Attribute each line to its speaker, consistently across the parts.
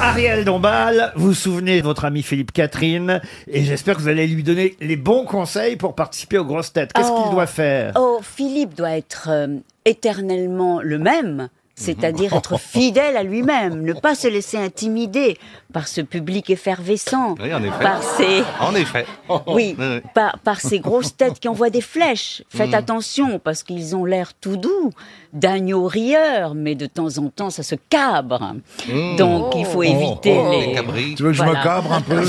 Speaker 1: Ariel Dombal, vous vous souvenez de votre ami Philippe Catherine, et j'espère que vous allez lui donner les bons conseils pour participer aux grosses têtes. Qu'est-ce
Speaker 2: Oh.
Speaker 1: qu'il doit faire
Speaker 2: Oh, Philippe doit être euh, éternellement le même, c'est-à-dire être fidèle à lui-même, ne pas se laisser intimider par ce public effervescent,
Speaker 3: Oui, en effet.
Speaker 2: par ces...
Speaker 3: En effet.
Speaker 2: Bah, Oui,
Speaker 3: Oui, Mm. oui.
Speaker 2: par, par ces grosses têtes qui envoient des flèches. Faites attention, parce qu'ils ont l'air tout doux, d'agneaux rieurs, mais de temps en temps, ça se cabre.
Speaker 3: Mm.
Speaker 2: Donc, il
Speaker 3: Oh,
Speaker 2: faut éviter les...
Speaker 3: Cabri.
Speaker 4: Tu veux que je
Speaker 2: Voilà.
Speaker 4: me cabre un peu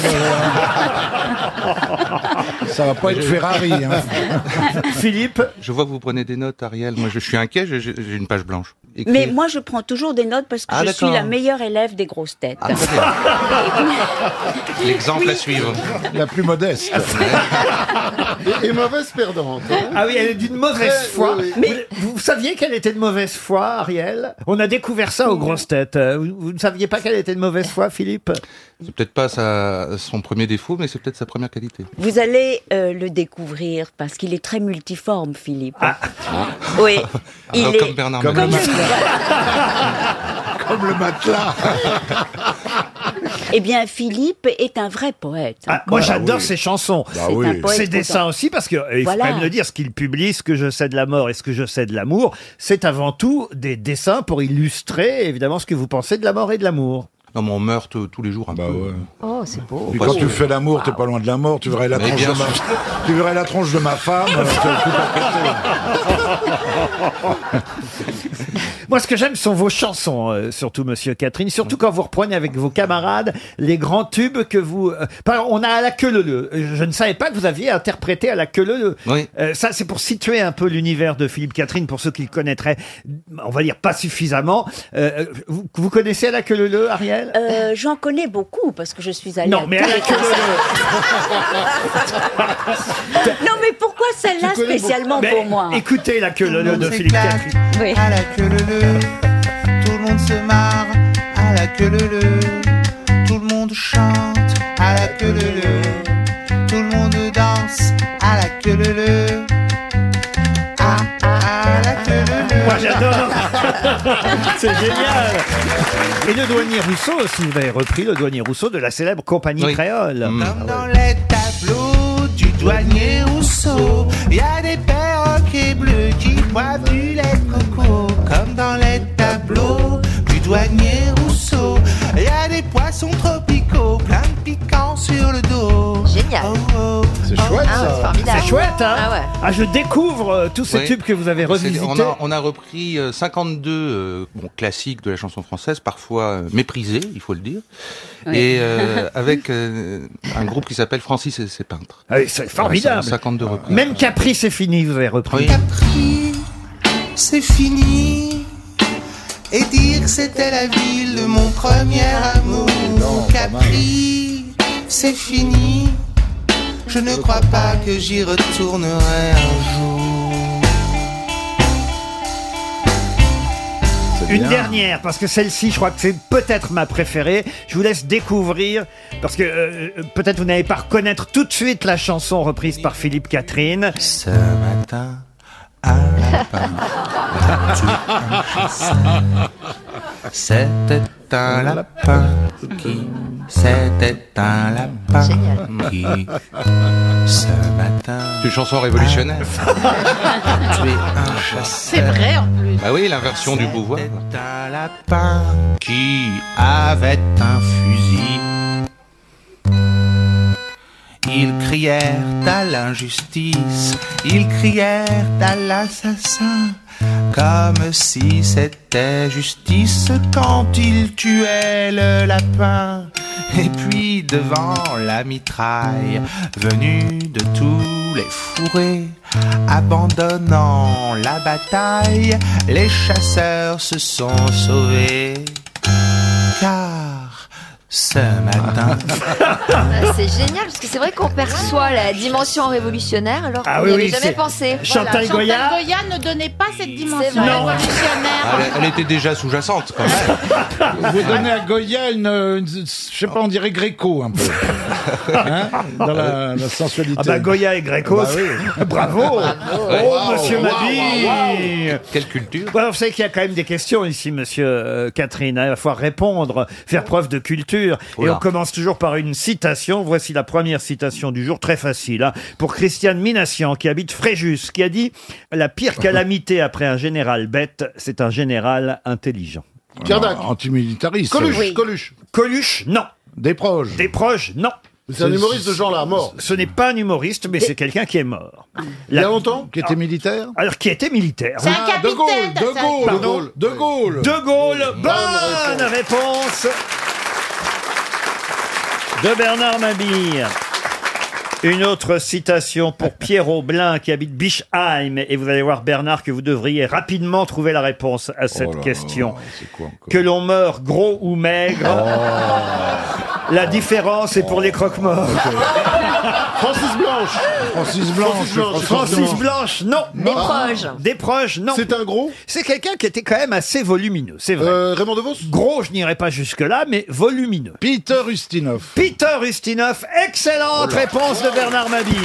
Speaker 4: Ça va pas être Ferrari. Hein.
Speaker 1: Philippe,
Speaker 3: Je vois que vous prenez des notes, Ariel. Moi, je suis inquiet, j'ai j'ai une page blanche.
Speaker 2: Mais
Speaker 3: Écrivez-
Speaker 2: moi, je prends toujours des notes parce que
Speaker 3: Ah,
Speaker 2: je suis
Speaker 3: d'accord.
Speaker 2: la meilleure élève des grosses têtes.
Speaker 3: Ah, très bien. L'exemple à suivre.
Speaker 4: La plus modeste.
Speaker 5: Et, et mauvaise perdante. hein.
Speaker 1: ah oui, elle est d'une mauvaise
Speaker 5: Eh,
Speaker 1: foi.
Speaker 5: oui,
Speaker 1: Vous, vous saviez qu'elle était de mauvaise foi, Ariel On a découvert ça aux grosses têtes. Euh, Vous, vous ne saviez pas qu'elle était de mauvaise foi, Philippe
Speaker 3: C'est peut-être pas sa- son premier défaut, mais c'est peut-être sa première qualité.
Speaker 2: Vous allez euh, le découvrir parce qu'il est très multiforme, Philippe. Ah. Oui, il
Speaker 3: Alors,
Speaker 2: est
Speaker 3: Ah, comme Bernard
Speaker 4: comme
Speaker 2: comme
Speaker 3: Mabille.
Speaker 2: le-
Speaker 4: Comme le matelas.
Speaker 2: Eh bien, Philippe est un vrai poète.
Speaker 1: Ah, Moi, j'adore ses chansons.
Speaker 4: Ah
Speaker 2: C'est un
Speaker 4: oui.
Speaker 2: poète
Speaker 1: Ses
Speaker 2: content.
Speaker 1: dessins aussi, parce que euh, il
Speaker 2: Voilà.
Speaker 1: faut quand même le dire, ce qu'il publie, ce que je sais de la mort et ce que je sais de l'amour, c'est avant tout des dessins pour illustrer évidemment ce que vous pensez de la mort et de l'amour.
Speaker 3: Non, mais on meurt t- tous les jours un
Speaker 4: Bah
Speaker 3: peu.
Speaker 4: ouais.
Speaker 6: Oh, c'est beau.
Speaker 4: Et quand tu fais l'amour, t'es pas loin de la mort. Tu verrais la,
Speaker 3: Mais
Speaker 4: tronche de,
Speaker 3: bien
Speaker 4: ma... tu verrais la tronche de ma femme. euh, t'as tout à
Speaker 1: Ah, Moi, ce que j'aime sont vos chansons, euh, surtout Monsieur Catherine, surtout quand vous reprenez avec vos camarades les grands tubes que vous. euh, par exemple, on a à la queue leu Je ne savais pas que vous aviez interprété à la queue leu
Speaker 3: Oui.
Speaker 1: ça, c'est pour situer un peu l'univers de Philippe Catherine pour ceux qui le connaîtraient, on va dire pas suffisamment. Euh, vous, vous connaissez à la queue leu Ariel
Speaker 2: Euh, J'en connais beaucoup parce que je suis allée.
Speaker 1: Non, mais à
Speaker 2: tous
Speaker 1: la
Speaker 2: les
Speaker 1: queue
Speaker 2: concerts.
Speaker 1: leu
Speaker 2: Non, mais pourquoi celle-là
Speaker 5: connais
Speaker 2: spécialement
Speaker 1: Mais
Speaker 2: pour moi
Speaker 1: Écoutez la queue leu de
Speaker 7: se
Speaker 1: Philippe
Speaker 7: claque
Speaker 1: Catherine.
Speaker 2: Oui.
Speaker 7: À la queue leu leu, tout le monde se marre. À la queue leu leu, tout le monde chante. À la queue leu leu, tout le monde danse. À la queue leu leu, ah, à la queue leu leu.
Speaker 1: Moi j'adore C'est génial Et le douanier Rousseau aussi, vous avez repris le douanier Rousseau de la célèbre compagnie
Speaker 3: Oui. Mm.
Speaker 1: créole.
Speaker 7: Comme dans les tableaux du douanier Rousseau, y a des perroquets bleus qui boivent du lait de coco. Comme dans les tableaux du douanier Rousseau, y a des poissons tropicaux plein de piquants sur le dos.
Speaker 6: Génial.
Speaker 7: Oh, oh,
Speaker 5: C'est
Speaker 7: oh.
Speaker 5: chouette,
Speaker 6: Ah, ouais, c'est
Speaker 5: ça.
Speaker 6: formidable.
Speaker 1: C'est chouette, hein
Speaker 6: Ah ouais.
Speaker 1: je découvre euh, tous ces
Speaker 3: Oui.
Speaker 1: tubes que vous avez
Speaker 3: C'est-
Speaker 1: revisités.
Speaker 3: On a, on a repris euh, 52 euh, bon, classiques de la chanson française, parfois euh, méprisés, il faut le dire, et euh, avec euh, un groupe qui s'appelle Francis et ses peintres.
Speaker 1: Ah oui, C'est
Speaker 3: Ouais,
Speaker 1: formidable.
Speaker 3: c'est 52 reprises.
Speaker 1: Même Capri, c'est fini, vous avez
Speaker 3: Oui.
Speaker 1: repris.
Speaker 7: Capri, c'est fini. Et dire que c'était la ville de mon premier amour. Capri, c'est fini. Je ne crois pas que j'y retournerai un jour.
Speaker 1: Une dernière, parce que celle-ci, je crois que c'est peut-être ma préférée. Je vous laisse découvrir, parce que euh, peut-être vous n'allez pas reconnaître tout de suite la chanson reprise par Philippe Catherine.
Speaker 7: Ce matin, un lapin a tué un chasseur. C'était un lapin qui, c'était un lapin
Speaker 6: Génial.
Speaker 7: qui, Ah. ce matin,
Speaker 3: C'est une chanson révolutionnaire.
Speaker 7: a tué un Ah, chasseur.
Speaker 6: C'est vrai en plus.
Speaker 3: Bah oui, l'inversion du pouvoir.
Speaker 7: C'était un lapin qui avait un fusil. Ils crièrent à l'injustice, ils crièrent à l'assassin, comme si c'était justice quand ils tuaient le lapin. Et puis devant la mitraille, venue de tous les fourrés, abandonnant la bataille, les chasseurs se sont sauvés car ce matin.
Speaker 8: Ah, C'est génial parce que c'est vrai qu'on perçoit la dimension révolutionnaire alors qu'on
Speaker 1: Ah
Speaker 8: n'y
Speaker 1: oui,
Speaker 8: avait
Speaker 1: oui,
Speaker 8: jamais
Speaker 1: c'est-
Speaker 8: pensé.
Speaker 1: Chantal
Speaker 9: Chantal
Speaker 1: Goya.
Speaker 9: Goya ne donnait pas cette
Speaker 8: C'est
Speaker 9: dimension
Speaker 8: vrai.
Speaker 1: Non.
Speaker 9: révolutionnaire.
Speaker 3: Ah, Elle, elle était déjà sous-jacente quand même.
Speaker 4: Vous donnez à Goya une, euh, une- je sais pas, on dirait Gréco un peu. Hein Dans la, la sensualité.
Speaker 1: Ah bah Goya et Greco,
Speaker 4: Ah bah oui. Ah bah
Speaker 1: c'est- bravo Oh, monsieur
Speaker 4: Waouh,
Speaker 1: Mabille
Speaker 3: Quelle culture
Speaker 1: Bon, alors, vous savez qu'il y a quand même des questions ici, monsieur euh, Catherine. hein. Il va falloir répondre, faire preuve de culture. Et
Speaker 3: Oula.
Speaker 1: on commence toujours par une citation. Voici la première citation du jour, très facile. hein, pour Christiane Minassian, qui habite Fréjus, qui a dit « La pire calamité après un général bête, c'est un général intelligent
Speaker 10: Pierdac.
Speaker 4: Antimilitariste.
Speaker 10: Coluche,
Speaker 8: Oui.
Speaker 10: Coluche. ».
Speaker 1: Coluche, non.
Speaker 4: Des proches.
Speaker 1: Des proches, non.
Speaker 10: C'est un humoriste de genre-là, mort.
Speaker 1: Ce n'est pas un humoriste, mais c'est quelqu'un qui est mort.
Speaker 10: Il y
Speaker 1: La-
Speaker 10: a longtemps
Speaker 4: Qui était militaire
Speaker 1: Alors, qui était militaire.
Speaker 9: C'est un
Speaker 4: Ah, De Gaulle,
Speaker 9: capitaine.
Speaker 4: De
Speaker 9: c'est un-
Speaker 4: Gaulle,
Speaker 10: Pardon
Speaker 4: De Gaulle.
Speaker 1: De Gaulle, bonne,
Speaker 10: Bonne
Speaker 1: réponse. de Bernard Mabille. Une autre citation pour Pierre Aublin qui habite Bischheim. Et vous allez voir, Bernard, que vous devriez rapidement trouver la réponse à cette
Speaker 4: Oh là
Speaker 1: question.
Speaker 4: là, c'est quoi encore
Speaker 1: Que l'on meurt gros ou maigre,
Speaker 4: Oh.
Speaker 1: la différence est pour les croque-morts.
Speaker 10: Francis Blanche.
Speaker 4: Francis Blanche.
Speaker 10: Francis Blanche.
Speaker 1: Francis Blanche, non. Ah.
Speaker 8: Des proches.
Speaker 1: Des proches, non.
Speaker 10: C'est un gros
Speaker 1: C'est quelqu'un qui était quand même assez volumineux, c'est vrai.
Speaker 10: Euh, Raymond DeVos
Speaker 1: Gros, je n'irai pas jusque-là, mais volumineux.
Speaker 4: Peter Ustinov.
Speaker 1: Peter Ustinov, excellente
Speaker 10: Oh
Speaker 1: réponse de Bernard Mabille.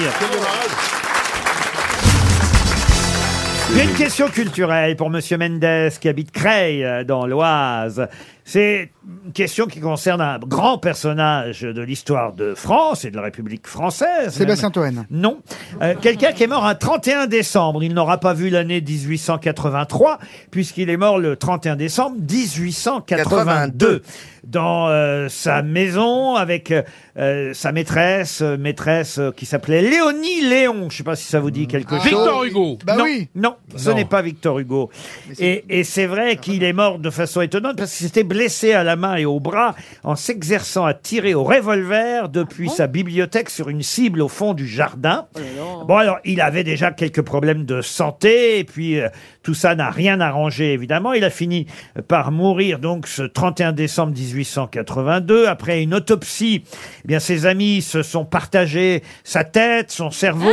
Speaker 1: Il y a une question culturelle pour Monsieur Mendes qui habite Creil euh, dans l'Oise. C'est une question qui concerne un grand personnage de l'histoire de France et de la République française.
Speaker 6: Sébastien
Speaker 1: même.
Speaker 6: Touraine.
Speaker 1: Non. Euh, Quelqu'un qui est mort un 31 décembre. Il n'aura pas vu l'année 1883, puisqu'il est mort le 31 décembre 1882. Dans euh, sa maison, avec euh, euh, sa maîtresse, euh, maîtresse euh, qui s'appelait Léonie Léon. Je ne sais pas si ça vous dit quelque chose.
Speaker 6: Victor
Speaker 4: Hugo.
Speaker 6: Bah
Speaker 1: non,
Speaker 6: oui.
Speaker 1: non, ce
Speaker 4: Non.
Speaker 1: n'est pas Victor Hugo. Et, et c'est vrai qu'il est mort de façon étonnante parce qu'il s'était blessé à la main et au bras en s'exerçant à tirer au revolver depuis sa bibliothèque sur une cible au fond du jardin. Bon, alors, il avait déjà quelques problèmes de santé et puis euh, tout ça n'a rien arrangé, évidemment. Il a fini par mourir donc ce 31 décembre 1882 après une autopsie. Eh bien, ses amis se sont partagés sa tête, son cerveau,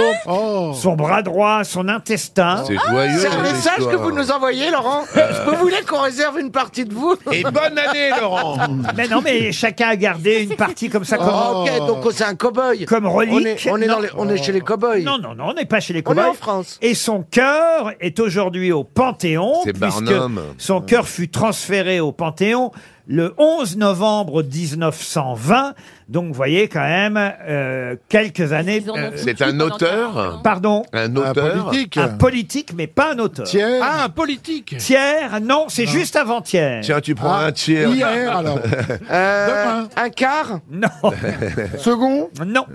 Speaker 1: son bras droit, son intestin.
Speaker 3: Oh. C'est joyeux.
Speaker 5: C'est un message que vous nous envoyez, Laurent. Vous voulez qu'on réserve une partie de vous
Speaker 3: Et bonne année, Laurent
Speaker 1: Ah, Mais non, mais chacun a gardé une partie comme ça, comme,
Speaker 5: Oh, Ok, donc c'est un cow-boy.
Speaker 1: comme
Speaker 5: On
Speaker 1: relique.
Speaker 5: est, on est, dans
Speaker 1: Non.
Speaker 5: les- on est chez les cow-boys.
Speaker 1: Non, non, non, on n'est pas chez les
Speaker 5: On est
Speaker 1: cow-boys.
Speaker 5: en France.
Speaker 1: Et son cœur est aujourd'hui au Panthéon,
Speaker 3: C'est
Speaker 1: puisque
Speaker 3: Barnum. Mmh.
Speaker 1: son cœur fut transféré au Panthéon le 11 novembre 1920. Donc, vous voyez quand même euh, quelques années. euh,
Speaker 3: C'est un auteur
Speaker 1: pardon,
Speaker 3: Un
Speaker 4: Un politique.
Speaker 1: un politique, mais pas un auteur.
Speaker 4: Tiens.
Speaker 5: Ah, un politique.
Speaker 1: Thiers, non, c'est juste avant-hier.
Speaker 3: Tiens, tu prends
Speaker 4: Ah,
Speaker 3: un Euh, tiers.
Speaker 4: Hier, alors. Demain.
Speaker 5: un quart.
Speaker 1: Non,
Speaker 6: Second.
Speaker 1: non.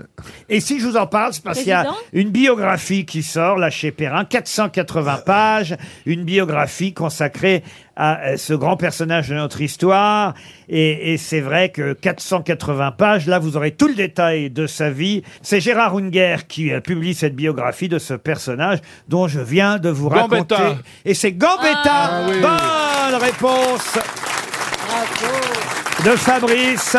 Speaker 1: Et si je vous en parle, c'est parce qu'il y a
Speaker 9: Président
Speaker 1: une biographie qui sort, là, chez Perrin, 480
Speaker 5: Euh.
Speaker 1: pages, une biographie consacrée à euh, ce grand personnage de notre histoire. Et, et c'est vrai que 480 pages, là, vous aurez tout le détail de sa vie. C'est Gérard Unger qui euh, publie cette biographie de ce personnage dont je viens de vous raconter.
Speaker 6: Gambetta.
Speaker 1: Et c'est Gambetta.
Speaker 5: Ah
Speaker 1: Bonne réponse de Fabrice.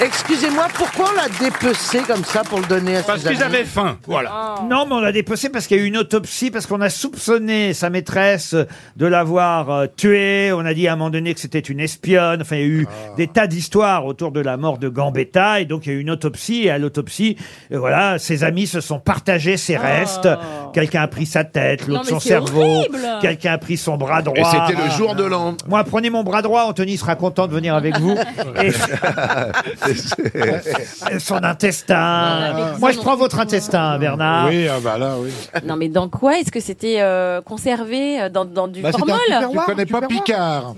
Speaker 5: Excusez-moi, pourquoi on l'a dépecé comme ça pour le donner à ses amis
Speaker 6: faim. Voilà.
Speaker 9: Oh.
Speaker 1: Non, mais on l'a dépecé parce qu'il y a eu une autopsie, parce qu'on a soupçonné sa maîtresse de l'avoir euh, tuée. On a dit à un moment donné que c'était une espionne. Enfin, il y a eu
Speaker 3: Ah.
Speaker 1: des tas d'histoires autour de la mort de Gambetta. Et donc, il y a eu une autopsie. Et à l'autopsie, euh, voilà, ses amis se sont partagés ses restes. Quelqu'un a pris sa tête, l'autre
Speaker 9: Oh. mais
Speaker 1: son
Speaker 9: c'est
Speaker 1: cerveau.
Speaker 9: horrible.
Speaker 1: Quelqu'un a pris son bras droit.
Speaker 3: Et c'était le jour de l'an.
Speaker 1: Moi, prenez mon bras droit, Anthony sera content de venir avec vous. Et- Son intestin. Moi, je prends votre intestin, Bernard.
Speaker 4: Oui, ah bah là, oui.
Speaker 9: Non, mais dans quoi Est-ce que c'était euh, conservé euh, dans, dans du
Speaker 4: Bah, c'est un
Speaker 9: formol
Speaker 4: Tu connais pas Picard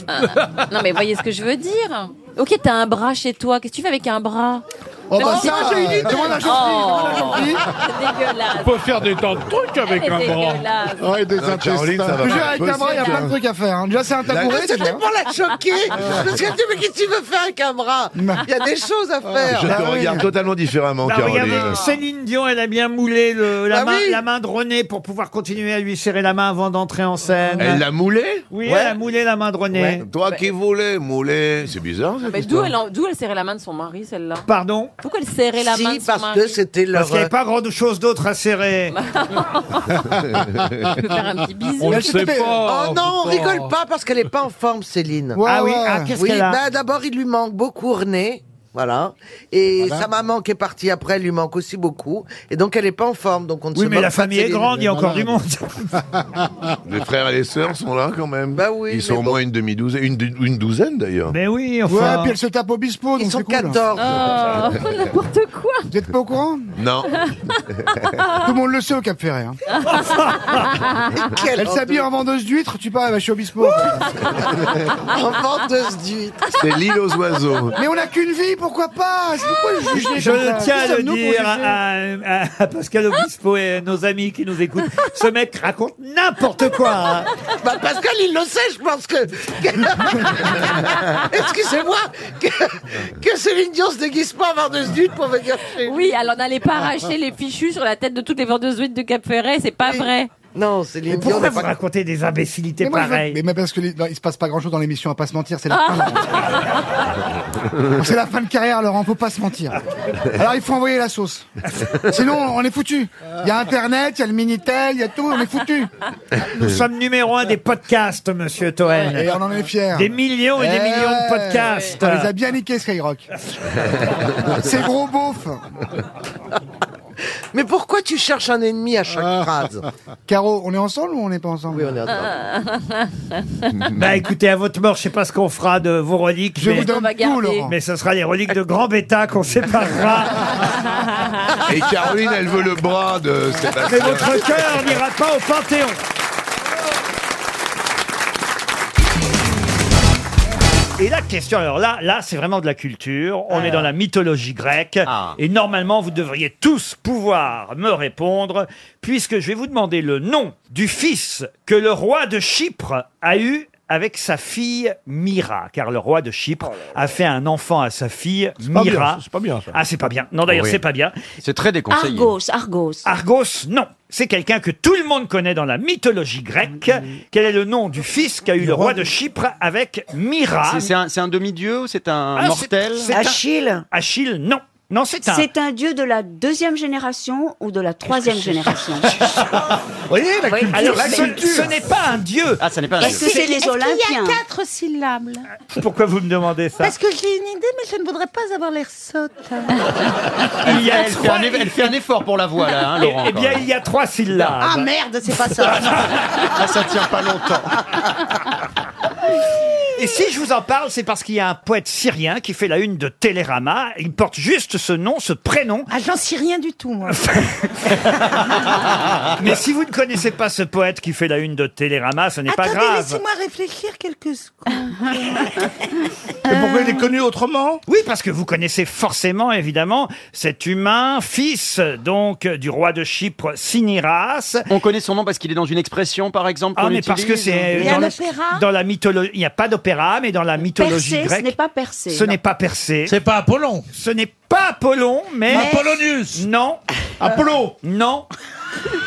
Speaker 9: Non, mais voyez ce que je veux dire. Ok, t'as un bras chez toi. Qu'est-ce que tu fais avec un bras
Speaker 4: Oh, bah,
Speaker 3: Non,
Speaker 4: ça,
Speaker 3: moi, j'ai une idée.
Speaker 4: tout le monde a compris,
Speaker 9: Oh.
Speaker 4: tout le monde a compris.
Speaker 3: On peut faire des tas de trucs avec
Speaker 4: Elle est
Speaker 3: un bras.
Speaker 4: dégueulasse. Ouais, des intestins.
Speaker 11: Je vous jure, avec un bras, il y a plein de trucs à faire. hein. Déjà, c'est un tabouret.
Speaker 5: Mais C'était pour la choquer. Parce que tu mais qu'est-ce que tu veux faire avec un bras Il y a des choses à faire.
Speaker 6: Je te
Speaker 5: Ah oui.
Speaker 6: regarde totalement différemment,
Speaker 1: Bah,
Speaker 6: Caroline. Bah
Speaker 1: regardez, Céline Dion, elle a bien moulé le- la,
Speaker 5: Ah
Speaker 1: main,
Speaker 5: oui.
Speaker 1: la main de René pour pouvoir continuer à lui serrer la main avant d'entrer en scène.
Speaker 6: Elle l'a moulé
Speaker 1: Oui,
Speaker 6: Ouais.
Speaker 1: elle a moulé la main de René.
Speaker 6: Ouais. Toi qui voulais mouler, c'est bizarre. cette
Speaker 9: Mais d'où
Speaker 6: histoire.
Speaker 9: elle, en- d'où elle serrait la main de son mari, celle-là
Speaker 1: Pardon
Speaker 9: Oh. Pourquoi elle serrait la main de son mari
Speaker 1: Parce
Speaker 9: euh,
Speaker 1: qu'il n'y avait pas grand-chose d'autre à serrer.
Speaker 9: Je peux faire un petit bisou.
Speaker 1: le sait pas,
Speaker 6: Ah
Speaker 5: Oh non, on
Speaker 1: putain.
Speaker 5: rigole pas parce qu'elle est pas en forme, Céline.
Speaker 1: Ouais, Ah oui, ouais. ah, qu'est-ce
Speaker 5: Oui,
Speaker 1: qu'elle a
Speaker 5: bah, D'abord, il lui manque beaucoup René. Voilà. Et sa maman qui est partie après, elle lui manque aussi beaucoup. Et donc, elle est pas en forme. Donc on ne
Speaker 1: Oui,
Speaker 5: se
Speaker 1: mais
Speaker 5: moque
Speaker 1: la
Speaker 5: pas de
Speaker 1: famille est
Speaker 5: Céline.
Speaker 1: grande, il y a encore du monde.
Speaker 6: Les frères et les sœurs sont là quand même. Bah oui. Ils sont au moins une demi-douzaine, une, dou- une douzaine d'ailleurs.
Speaker 1: Mais Ben oui,
Speaker 11: Ouais, puis elle se tape au bispo. Ils sont
Speaker 5: 14.
Speaker 11: n'importe quoi. Oh, Vous n'êtes pas au courant
Speaker 6: Non.
Speaker 11: Tout le monde le sait au Cap Ferré. hein.
Speaker 5: Ah, Quelle
Speaker 11: Elle
Speaker 5: honte.
Speaker 11: s'habille en vendeuse d'huîtres, tu parles, elle va chez Obispo.
Speaker 5: En vendeuse d'huîtres.
Speaker 6: C'est l'île aux oiseaux.
Speaker 11: Mais on n'a qu'une vie, pourquoi pas C'est Pourquoi le juger
Speaker 1: Je
Speaker 11: comme ça
Speaker 1: tiens
Speaker 11: Qui
Speaker 1: à le
Speaker 11: sommes-nous pour
Speaker 1: dire
Speaker 11: juger
Speaker 1: à, à- à Pascal Obispo et à nos amis qui nous écoutent. Ce mec raconte n'importe quoi. hein.
Speaker 5: Bah, Pascal, il le sait, je pense que. Excusez-moi, que, que Céline Dion se déguise pas en vendeuse d'huîtres pour venir chez
Speaker 9: Oui, alors n'allez pas arracher les fichus sur la tête de toutes les vendeuses d'huîtres de Cap Ferret, c'est pas vrai.
Speaker 5: Non, Céline
Speaker 1: Dion Pourquoi n'a vous pas- racontez des imbécilités
Speaker 11: Mais moi, je veux-
Speaker 1: pareilles
Speaker 11: Mais, mais parce que les- non, il se passe pas grand chose dans l'émission, à pas se mentir, c'est la fin. là. c'est la fin de carrière, Laurent, faut pas se mentir. Alors il faut envoyer la sauce. Sinon, on est foutu. Il y a Internet, il y a le Minitel, il y a tout, on est foutu.
Speaker 1: Nous sommes numéro un des podcasts, monsieur Toen.
Speaker 11: Et on en est fiers.
Speaker 1: Des millions et des
Speaker 11: Eh
Speaker 1: millions de
Speaker 11: ouais.
Speaker 1: podcasts.
Speaker 11: On les a bien niqués, Skyrock. Ces gros beaufs.
Speaker 5: Mais pourquoi tu cherches un ennemi à chaque
Speaker 11: Ah.
Speaker 5: phrase
Speaker 11: Caro, on est ensemble ou on n'est pas ensemble
Speaker 5: Oui, on est ensemble.
Speaker 1: Bah écoutez, à votre mort, je sais pas ce qu'on fera de vos reliques.
Speaker 11: Je
Speaker 1: mais...
Speaker 11: vous donne tout, Laurent.
Speaker 1: mais ce sera les reliques de grand bêta qu'on séparera.
Speaker 6: Et Caroline, elle veut le bras de
Speaker 1: Mais
Speaker 6: Sébastien.
Speaker 1: votre cœur n'ira pas au Panthéon. Et la question, alors là, là, c'est vraiment de la culture.
Speaker 3: Ah.
Speaker 1: On est dans la mythologie grecque. Et normalement, vous devriez tous pouvoir me répondre, puisque je vais vous demander le nom du fils que le roi de Chypre a eu avec sa fille Myra. Car le roi de Chypre a fait un enfant à sa fille
Speaker 3: pas bien,
Speaker 1: Myra.
Speaker 3: Oh c'est pas bien, ça.
Speaker 1: Ah, c'est pas bien. Non, d'ailleurs,
Speaker 3: Oui.
Speaker 1: c'est pas bien.
Speaker 12: C'est très déconseillé.
Speaker 2: Argos, Argos.
Speaker 1: Argos, non. C'est quelqu'un que tout le monde connaît dans la mythologie grecque.
Speaker 3: Mm.
Speaker 1: Quel est le nom du fils qu'a eu le roi de Chypre avec Myra
Speaker 12: C'est- C'est un, c'est un demi-dieu ou c'est un
Speaker 1: Ah,
Speaker 12: mortel
Speaker 1: c'est- c'est un-
Speaker 2: Achille.
Speaker 1: Achille, non. Non, c'est un.
Speaker 2: C'est un dieu de la deuxième génération ou de la troisième génération
Speaker 1: Vous voyez, la culture. Alors, ce- ce n'est pas un dieu.
Speaker 12: Ah, ça n'est pas un
Speaker 2: Parce
Speaker 12: dieu.
Speaker 2: que c'est les Olympiens.
Speaker 13: quatre syllabes. là
Speaker 1: Pourquoi vous me demandez ça
Speaker 13: Ah. Parce que j'ai une idée, mais je ne voudrais pas avoir l'air sotte.
Speaker 1: Ah, bah. Il y a
Speaker 12: elle, fait un, eff- elle fait un effort pour la voix, là, hein, Laurent.
Speaker 1: Eh bien,
Speaker 12: quand
Speaker 1: il y a trois syllabes.
Speaker 13: Ah merde, c'est pas ça.
Speaker 12: même. Ah, ça tient pas longtemps.
Speaker 1: Et si je vous en parle, c'est parce qu'il y a un poète syrien qui fait la une de Télérama. Il porte juste ce nom, ce prénom.
Speaker 13: Ah, j'en sais rien du tout, moi.
Speaker 1: Mais si vous ne connaissez pas ce poète qui fait la une de Télérama, ce n'est pas
Speaker 13: Attendez,
Speaker 1: grave.
Speaker 13: laissez-moi réfléchir quelques secondes.
Speaker 3: Pourquoi il est connu autrement
Speaker 1: Euh. Oui, parce que vous connaissez forcément, évidemment, cet humain, fils donc du roi de Chypre, Siniras.
Speaker 12: On connaît son nom parce qu'il est dans une expression, par exemple.
Speaker 1: Ah,
Speaker 12: qu'on
Speaker 1: mais parce que
Speaker 12: utilise.
Speaker 1: c'est
Speaker 13: Il y a
Speaker 1: dans, la-
Speaker 13: l'opéra
Speaker 1: dans la mythologie. Il n'y a pas d'opéra, mais dans la mythologie
Speaker 2: Percé, ce
Speaker 1: grecque,
Speaker 2: n'est pas Percé.
Speaker 1: ce
Speaker 2: non.
Speaker 1: n'est pas Percé.
Speaker 3: C'est pas Apollon.
Speaker 1: Ce n'est pas Apollon, mais
Speaker 3: Apollonius.
Speaker 1: non,
Speaker 3: Apollo.
Speaker 1: non.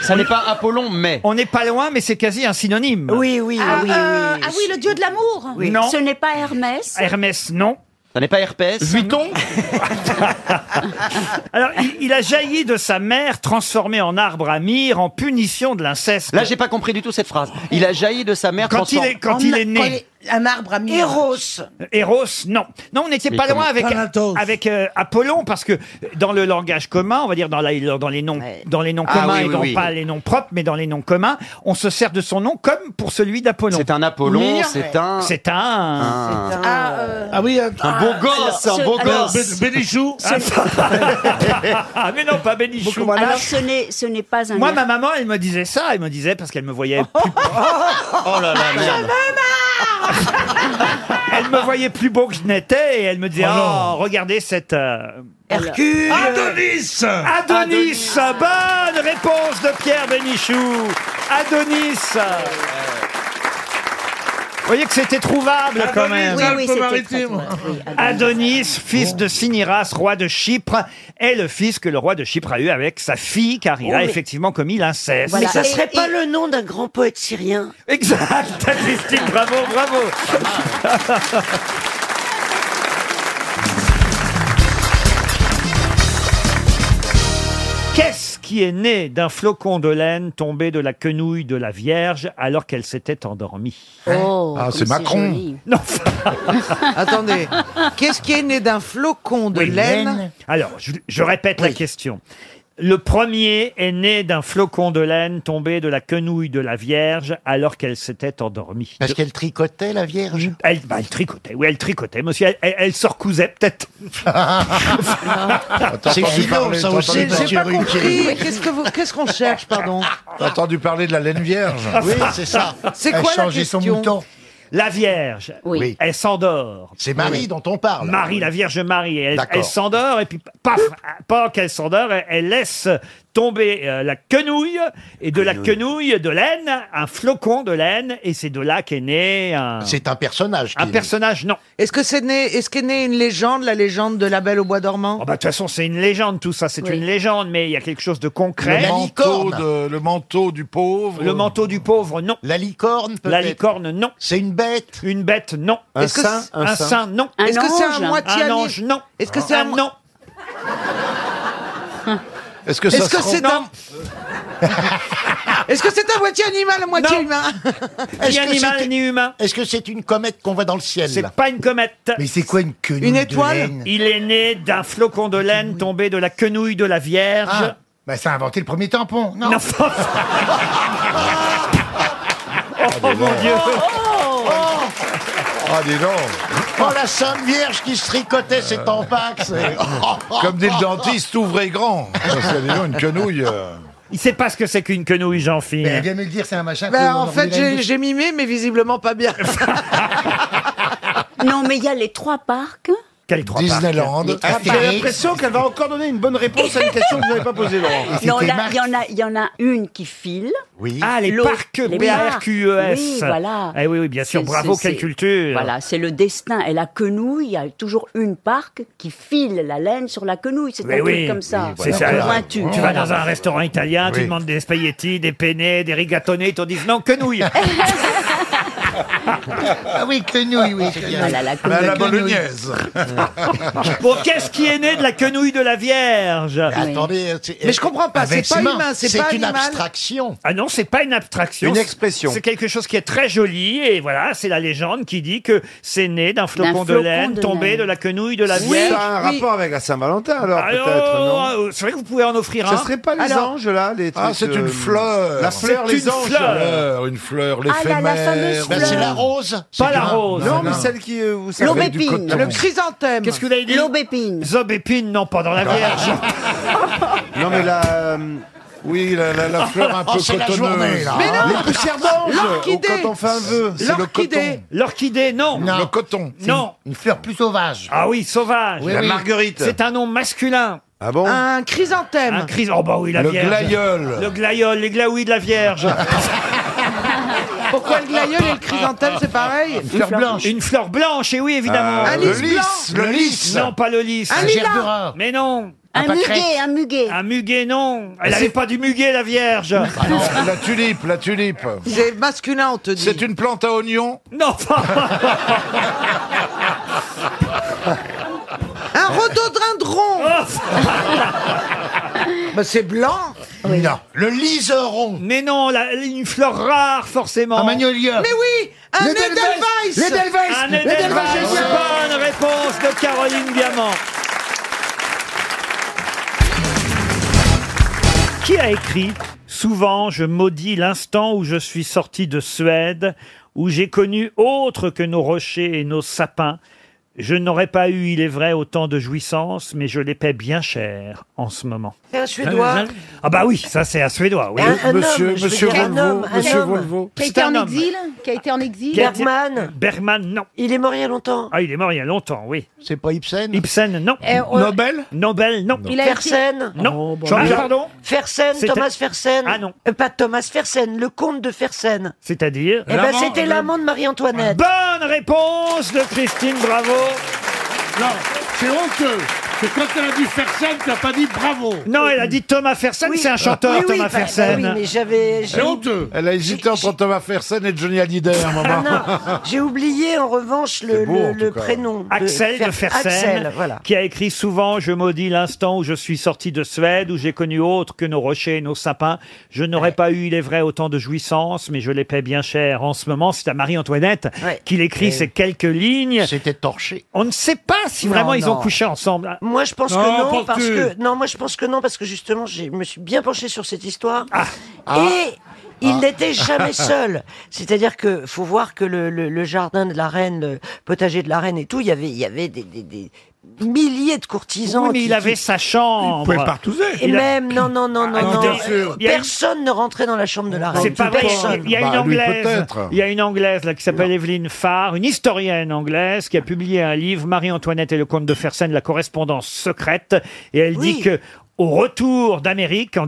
Speaker 12: Ça n'est pas Apollon, mais.
Speaker 1: On n'est pas loin, mais c'est quasi un synonyme.
Speaker 2: Oui, oui,
Speaker 13: Ah,
Speaker 2: oui,
Speaker 13: euh,
Speaker 2: oui.
Speaker 13: ah oui, le dieu de l'amour.
Speaker 1: Oui. Non.
Speaker 2: Ce n'est pas Ah, Hermès.
Speaker 1: Hermès, non.
Speaker 12: Ça n'est pas herpès.
Speaker 3: Vuitton.
Speaker 1: Alors, il, il a jailli de sa mère, transformé en arbre à mire, en punition de l'inceste.
Speaker 12: Là, j'ai pas compris du tout cette phrase. Il a jailli de sa mère
Speaker 1: quand il est, quand
Speaker 13: En-
Speaker 1: il est né.
Speaker 13: il- Un arbre à mille.
Speaker 5: Eros.
Speaker 1: Eros, non. Non, on n'était
Speaker 12: Mais
Speaker 1: pas loin
Speaker 12: comment-
Speaker 1: avec, avec euh, Apollon, parce que dans le langage commun, on va dire dans, la- dans les noms, dans les noms
Speaker 12: Ah
Speaker 1: communs
Speaker 12: oui,
Speaker 1: et
Speaker 12: oui,
Speaker 1: non
Speaker 12: oui.
Speaker 1: pas les noms propres, mais dans les noms communs, on se sert de son nom comme pour celui d'Apollon.
Speaker 12: C'est un Apollon, c'est un.
Speaker 1: C'est un...
Speaker 12: un-
Speaker 13: Ah, euh,
Speaker 3: Ah oui,
Speaker 12: Un beau gosse, un beau
Speaker 2: alors,
Speaker 12: gosse.
Speaker 3: Bénichou.
Speaker 1: Ah, mais non, pas Bénichou.
Speaker 2: Alors ce n'est ce n'est pas un. Oh,
Speaker 1: Moi,
Speaker 2: Her-
Speaker 1: ma maman, elle me disait ça, elle me disait, parce qu'elle me voyait... plus-
Speaker 12: Oh là là, merde.
Speaker 1: elle me voyait plus beau que je n'étais et elle me disait
Speaker 4: Oh
Speaker 1: Oh,
Speaker 4: non.
Speaker 1: regardez cette. euh,
Speaker 4: Hercule.
Speaker 1: Adonis Adonis Bonne réponse de Pierre Bénichou Adonis vous voyez que c'était trouvable quand même. Ah,
Speaker 14: Ah,
Speaker 1: Adonis, fils de Cyniras, roi de Chypre, est le fils que le roi de Chypre a eu avec sa fille, car il
Speaker 14: Oh,
Speaker 1: a
Speaker 14: mais-
Speaker 1: effectivement commis l'inceste.
Speaker 14: Mais ça serait pas le nom d'un grand poète syrien
Speaker 1: Exact, Christine, bravo, bravo. Qu'est-ce qui est né d'un flocon de laine tombé de la quenouille de la Vierge alors qu'elle s'était endormie
Speaker 5: Oh, Ah, c'est comme c'est Macron. joli.
Speaker 1: Non.
Speaker 5: Attendez, qu'est-ce qui est né d'un flocon de
Speaker 1: Oui.
Speaker 5: laine
Speaker 1: Alors, je, je répète la question. Le premier est né d'un flocon de laine tombé de la quenouille de la Vierge alors qu'elle s'était endormie. Parce qu'elle tricotait, la Vierge elle, bah, elle tricotait, oui, elle tricotait, monsieur. Elle, elle, elle se recousait, peut-être.
Speaker 15: C'est philo, ça aussi,
Speaker 5: J'ai
Speaker 15: Mathieu
Speaker 5: pas
Speaker 15: Ruquier.
Speaker 5: compris. Qu'est-ce que vous- qu'est-ce qu'on cherche, pardon
Speaker 1: Ah,
Speaker 15: T'as entendu parler de la laine vierge
Speaker 5: Oui, c'est ça. C'est quoi la question
Speaker 1: La Vierge,
Speaker 15: Oui.
Speaker 1: elle s'endort.
Speaker 15: C'est Marie Oui. dont on parle.
Speaker 1: Marie, la Vierge Marie. Elle,
Speaker 15: D'accord.
Speaker 1: elle s'endort et puis, paf, pas qu'elle s'endort, elle, elle laisse tomber euh, la quenouille et de la quenouille de laine, un flocon de laine et c'est de là qu'est né un... C'est un personnage. Un personnage, non.
Speaker 5: Est-ce que c'est né, est-ce qu'est née une légende, la légende de la Belle au bois dormant
Speaker 1: Oh, bah, De toute façon, c'est une légende, tout ça, c'est une légende, mais il y a quelque chose de concret.
Speaker 15: Le manteau, de- le manteau du pauvre.
Speaker 1: Le manteau du pauvre, non. La licorne,
Speaker 15: peut-être
Speaker 1: La licorne, non. C'est une bête Une bête, non.
Speaker 15: Un Est-ce que saint, c'est-
Speaker 1: Un,
Speaker 15: un
Speaker 1: saint,
Speaker 15: saint.
Speaker 1: non.
Speaker 5: Un Est-ce que c'est un ange moitié
Speaker 1: Un
Speaker 5: ami-
Speaker 1: ange, non.
Speaker 5: Est-ce que c'est un-
Speaker 1: non
Speaker 15: Est-ce que ça
Speaker 5: Est-ce que
Speaker 15: se
Speaker 5: c'est
Speaker 15: rend-
Speaker 5: un... Est-ce que c'est à moitié animal, à moitié humain
Speaker 1: Ni animal, ni humain.
Speaker 16: Est-ce que c'est une comète qu'on voit dans le ciel
Speaker 1: C'est pas une comète.
Speaker 16: Mais c'est quoi une quenouille
Speaker 1: Une
Speaker 16: de
Speaker 1: étoile
Speaker 16: laine
Speaker 1: Il est né d'un flocon de laine tombé de la quenouille de la Vierge.
Speaker 16: Ah, bah ça a inventé le premier tampon, non,
Speaker 1: Oh mon Dieu Oh
Speaker 15: Ah, dis donc Euh.
Speaker 16: Oh la Sainte Vierge qui se tricotait ses tampons c'est-
Speaker 15: Comme dit le dentiste, ouvrez grand. Ça, c'est dis donc, une quenouille.
Speaker 1: Il sait pas ce que c'est qu'une quenouille, jean
Speaker 16: Mais elle
Speaker 1: philippe
Speaker 16: vient me le dire, c'est un
Speaker 3: Ah,
Speaker 16: machin.
Speaker 5: Ben, en fait, j'ai- j'ai mimé, mais visiblement pas bien.
Speaker 2: Non, mais il y a les trois parcs.
Speaker 1: Quel trois
Speaker 15: Disneyland.
Speaker 2: Ah,
Speaker 3: J'ai
Speaker 2: Astérix.
Speaker 3: l'impression qu'elle va encore donner une bonne réponse à une question que vous n'avez pas posée, Laurent.
Speaker 5: Ah,
Speaker 1: Ah,
Speaker 2: Non, là, il y en a, il y en a une qui file.
Speaker 1: Oui. Ah, les
Speaker 2: L'autre-
Speaker 1: parcs
Speaker 2: les
Speaker 1: P-A-R-Q-E-S.
Speaker 2: Oui, voilà.
Speaker 1: E Eh oui, oui, bien sûr.
Speaker 2: C'est-
Speaker 1: Bravo,
Speaker 2: c'est-
Speaker 1: quelle
Speaker 2: c'est-
Speaker 1: culture.
Speaker 2: Voilà, c'est le destin. Et la quenouille, il y a toujours une parc qui file la laine sur la quenouille. C'est
Speaker 1: Mais
Speaker 2: un
Speaker 1: oui,
Speaker 2: truc comme ça.
Speaker 1: c'est ça.
Speaker 2: Pointu.
Speaker 1: Tu vas dans un restaurant italien, tu
Speaker 15: Oui.
Speaker 1: demandes des spaghettis, des penne, des rigatoni, ils te disent non, quenouille.
Speaker 16: Ah oui, quenouille, oui.
Speaker 1: Voilà, Ah, la
Speaker 15: La, la
Speaker 1: quenouille.
Speaker 15: bolognaise.
Speaker 1: bon, qu'est-ce qui est né de la quenouille de la Vierge
Speaker 16: Attendez, c'est-
Speaker 5: Mais je comprends pas,
Speaker 16: Avec
Speaker 5: c'est pas
Speaker 16: ses mains.
Speaker 5: humain, c'est pas
Speaker 16: une
Speaker 5: animal.
Speaker 16: abstraction.
Speaker 1: Ah non, c'est pas une abstraction.
Speaker 16: Une
Speaker 1: c'est-
Speaker 16: expression.
Speaker 1: C'est quelque chose qui est très joli et voilà, c'est la légende qui dit que c'est né d'un flocon de
Speaker 3: flocon
Speaker 1: laine
Speaker 3: de
Speaker 1: tombé
Speaker 3: laine.
Speaker 1: de la quenouille de la
Speaker 3: Oui,
Speaker 1: Vierge. Ah,
Speaker 3: ça a un rapport avec la Saint-Valentin, alors, peut-être,
Speaker 1: Alors,
Speaker 3: non
Speaker 1: euh, c'est vrai que vous pouvez en offrir un.
Speaker 3: Ça serait pas les anges, là, les
Speaker 15: Ah,
Speaker 3: trucs,
Speaker 15: c'est une
Speaker 3: euh,
Speaker 15: fleur.
Speaker 3: La fleur,
Speaker 1: C'est
Speaker 3: les
Speaker 1: une
Speaker 3: anges.
Speaker 1: fleur.
Speaker 15: Une fleur,
Speaker 3: Ah là,
Speaker 15: l'éphémère.
Speaker 3: la fameuse
Speaker 16: Ben, c'est la rose.
Speaker 1: Pas la rose.
Speaker 3: Non, mais celle qui, euh, vous savez, du
Speaker 2: L'aubépine.
Speaker 3: coton.
Speaker 5: chrysanthème.
Speaker 1: Qu'est-ce que vous avez dit
Speaker 2: L'aubépine.
Speaker 1: Zobépine, non, pas dans la Vierge.
Speaker 3: Non, mais la... Bah, euh,
Speaker 15: Oui, la, la-
Speaker 1: Ah,
Speaker 15: la fleur un
Speaker 3: Oh,
Speaker 15: peu
Speaker 3: c'est la
Speaker 15: cotonneuse.
Speaker 3: journée, là. Mais non.
Speaker 15: Les poussières d'ange.
Speaker 3: L'orchidée.
Speaker 15: Quand on fait un vœu, c'est le coton.
Speaker 1: L'orchidée, non.
Speaker 15: Le coton.
Speaker 1: Non.
Speaker 16: Une fleur plus sauvage.
Speaker 1: Ah oui, sauvage.
Speaker 15: Oui, La oui. marguerite.
Speaker 1: C'est un nom masculin.
Speaker 15: Ah bon
Speaker 5: Un chrysanthème.
Speaker 1: Un cris. Oh bah oui, la
Speaker 15: Le
Speaker 1: Vierge.
Speaker 15: glaïeul.
Speaker 1: Le glaïeul, les glaouis de la Vierge.
Speaker 5: Pourquoi le glaïeul et le chrysanthème, c'est pareil
Speaker 1: Une fleur blanche, et oui, évidemment.
Speaker 5: Ah, Un le lys blanc. lys,
Speaker 15: le Euh, lys.
Speaker 1: Non, pas le lys.
Speaker 5: Un Un lilas. gerbera.
Speaker 1: Mais non.
Speaker 2: Un muguet, un muguet.
Speaker 1: Un muguet, non.
Speaker 5: Ah,
Speaker 1: Elle n'avait
Speaker 15: Ah, c'est- Ah,
Speaker 1: pas du muguet, la Vierge.
Speaker 15: la tulipe, la tulipe.
Speaker 5: C'est masculin, on te dit.
Speaker 15: C'est une plante à oignons.
Speaker 1: Non,
Speaker 5: Un rhododendron Bah, c'est blanc
Speaker 16: Non. Le liseron.
Speaker 1: Mais non, la- une fleur rare, forcément.
Speaker 16: Un magnolia.
Speaker 5: Mais oui Un
Speaker 16: Les Edelweiss.
Speaker 5: Edelweiss
Speaker 16: Les Edelweiss.
Speaker 1: Un
Speaker 16: Les
Speaker 1: Edelweiss,
Speaker 16: Edelweiss.
Speaker 1: bonne réponse de Caroline Diamant. Qui a écrit Souvent, je maudis l'instant où je suis sorti de Suède, où j'ai connu autre que nos rochers et nos sapins. Je n'aurais pas eu, il est vrai, autant de jouissances, mais je les paie bien cher en ce moment.
Speaker 14: C'est un Suédois
Speaker 1: Ah bah oui, ça c'est un Suédois, oui.
Speaker 14: Un- un Monsieur- homme, je veux monsieur dire un Volvo, homme, un monsieur homme. Volvo.
Speaker 13: Qui a
Speaker 1: C'est
Speaker 13: été
Speaker 1: un
Speaker 13: en
Speaker 1: homme.
Speaker 13: exil Qui a été en exil
Speaker 1: Qui a été- Bergman, non. Il est mort il y a longtemps. Ah, il est mort il y a longtemps, oui. C'est pas Ibsen Ibsen, non.
Speaker 13: Eh, on-
Speaker 1: Nobel Nobel, non.
Speaker 13: Il a été- Fersen
Speaker 1: Non.
Speaker 14: bah,
Speaker 1: Jean-
Speaker 14: alors-
Speaker 1: pardon
Speaker 14: Fersen,
Speaker 1: C'est-
Speaker 14: Thomas Fersen.
Speaker 1: Ah non.
Speaker 14: Euh, pas Thomas Fersen, le comte de Fersen.
Speaker 1: C'est-à-dire
Speaker 14: Eh ben, c'était l'amant de Marie-Antoinette.
Speaker 1: Bonne réponse de Christine, bravo.
Speaker 4: Non, c'est honteux. C'est quand elle a dit faire scène, t'as pas dit bravo.
Speaker 1: Non, elle a dit Thomas Fersen, c'est un chanteur,
Speaker 14: Oui, oui,
Speaker 1: Thomas
Speaker 14: bah, bah
Speaker 1: Fersen.
Speaker 14: oui, mais j'avais. j'ai-
Speaker 4: C'est honteux.
Speaker 5: Elle a hésité entre Thomas Fersen et Johnny Hallyday à un moment.
Speaker 14: Ah non, j'ai oublié en revanche le,
Speaker 5: beau,
Speaker 14: le-
Speaker 5: en tout
Speaker 14: le
Speaker 5: cas.
Speaker 14: prénom. de
Speaker 1: Axel de
Speaker 14: Fer-
Speaker 1: Fersen,
Speaker 14: Axel, voilà.
Speaker 1: qui a écrit souvent Je maudis l'instant où je suis sorti de Suède, où j'ai connu autre que nos rochers et nos sapins. Je n'aurais pas eu, il est vrai, autant de jouissances, mais je les paie bien cher en ce moment. C'est à Marie-Antoinette qu'il écrit
Speaker 14: Ouais.
Speaker 1: ces quelques lignes.
Speaker 17: C'était torché.
Speaker 1: On ne sait pas si
Speaker 14: Non,
Speaker 1: vraiment ils ont
Speaker 14: non.
Speaker 1: couché ensemble.
Speaker 14: Moi, je pense que
Speaker 1: Non,
Speaker 14: non,
Speaker 1: penses-tu
Speaker 14: parce que non, moi, je pense que non, parce que justement, je me suis bien penché sur cette histoire
Speaker 1: Ah.
Speaker 14: et. Il
Speaker 1: Ah.
Speaker 14: n'était jamais seul. C'est-à-dire que faut voir que le, le- le jardin de la reine, le potager de la reine et tout, il y avait, il y avait des, des- des milliers de courtisans.
Speaker 1: Oui, mais
Speaker 14: qui-
Speaker 1: il avait
Speaker 14: qui-
Speaker 1: sa chambre.
Speaker 14: pouvait pas Et même, non, non, non, non,
Speaker 1: Ah,
Speaker 14: non.
Speaker 1: bien sûr. Il y a une-
Speaker 14: Personne ne rentrait dans la chambre de la reine.
Speaker 1: C'est pas vrai.
Speaker 14: Personne.
Speaker 1: Il y a une anglaise. Il y a une anglaise là qui s'appelle Evelyne Farr, une historienne anglaise qui a publié un livre Marie-Antoinette et le comte de Fersen, la correspondance secrète et elle dit que au retour d'Amérique en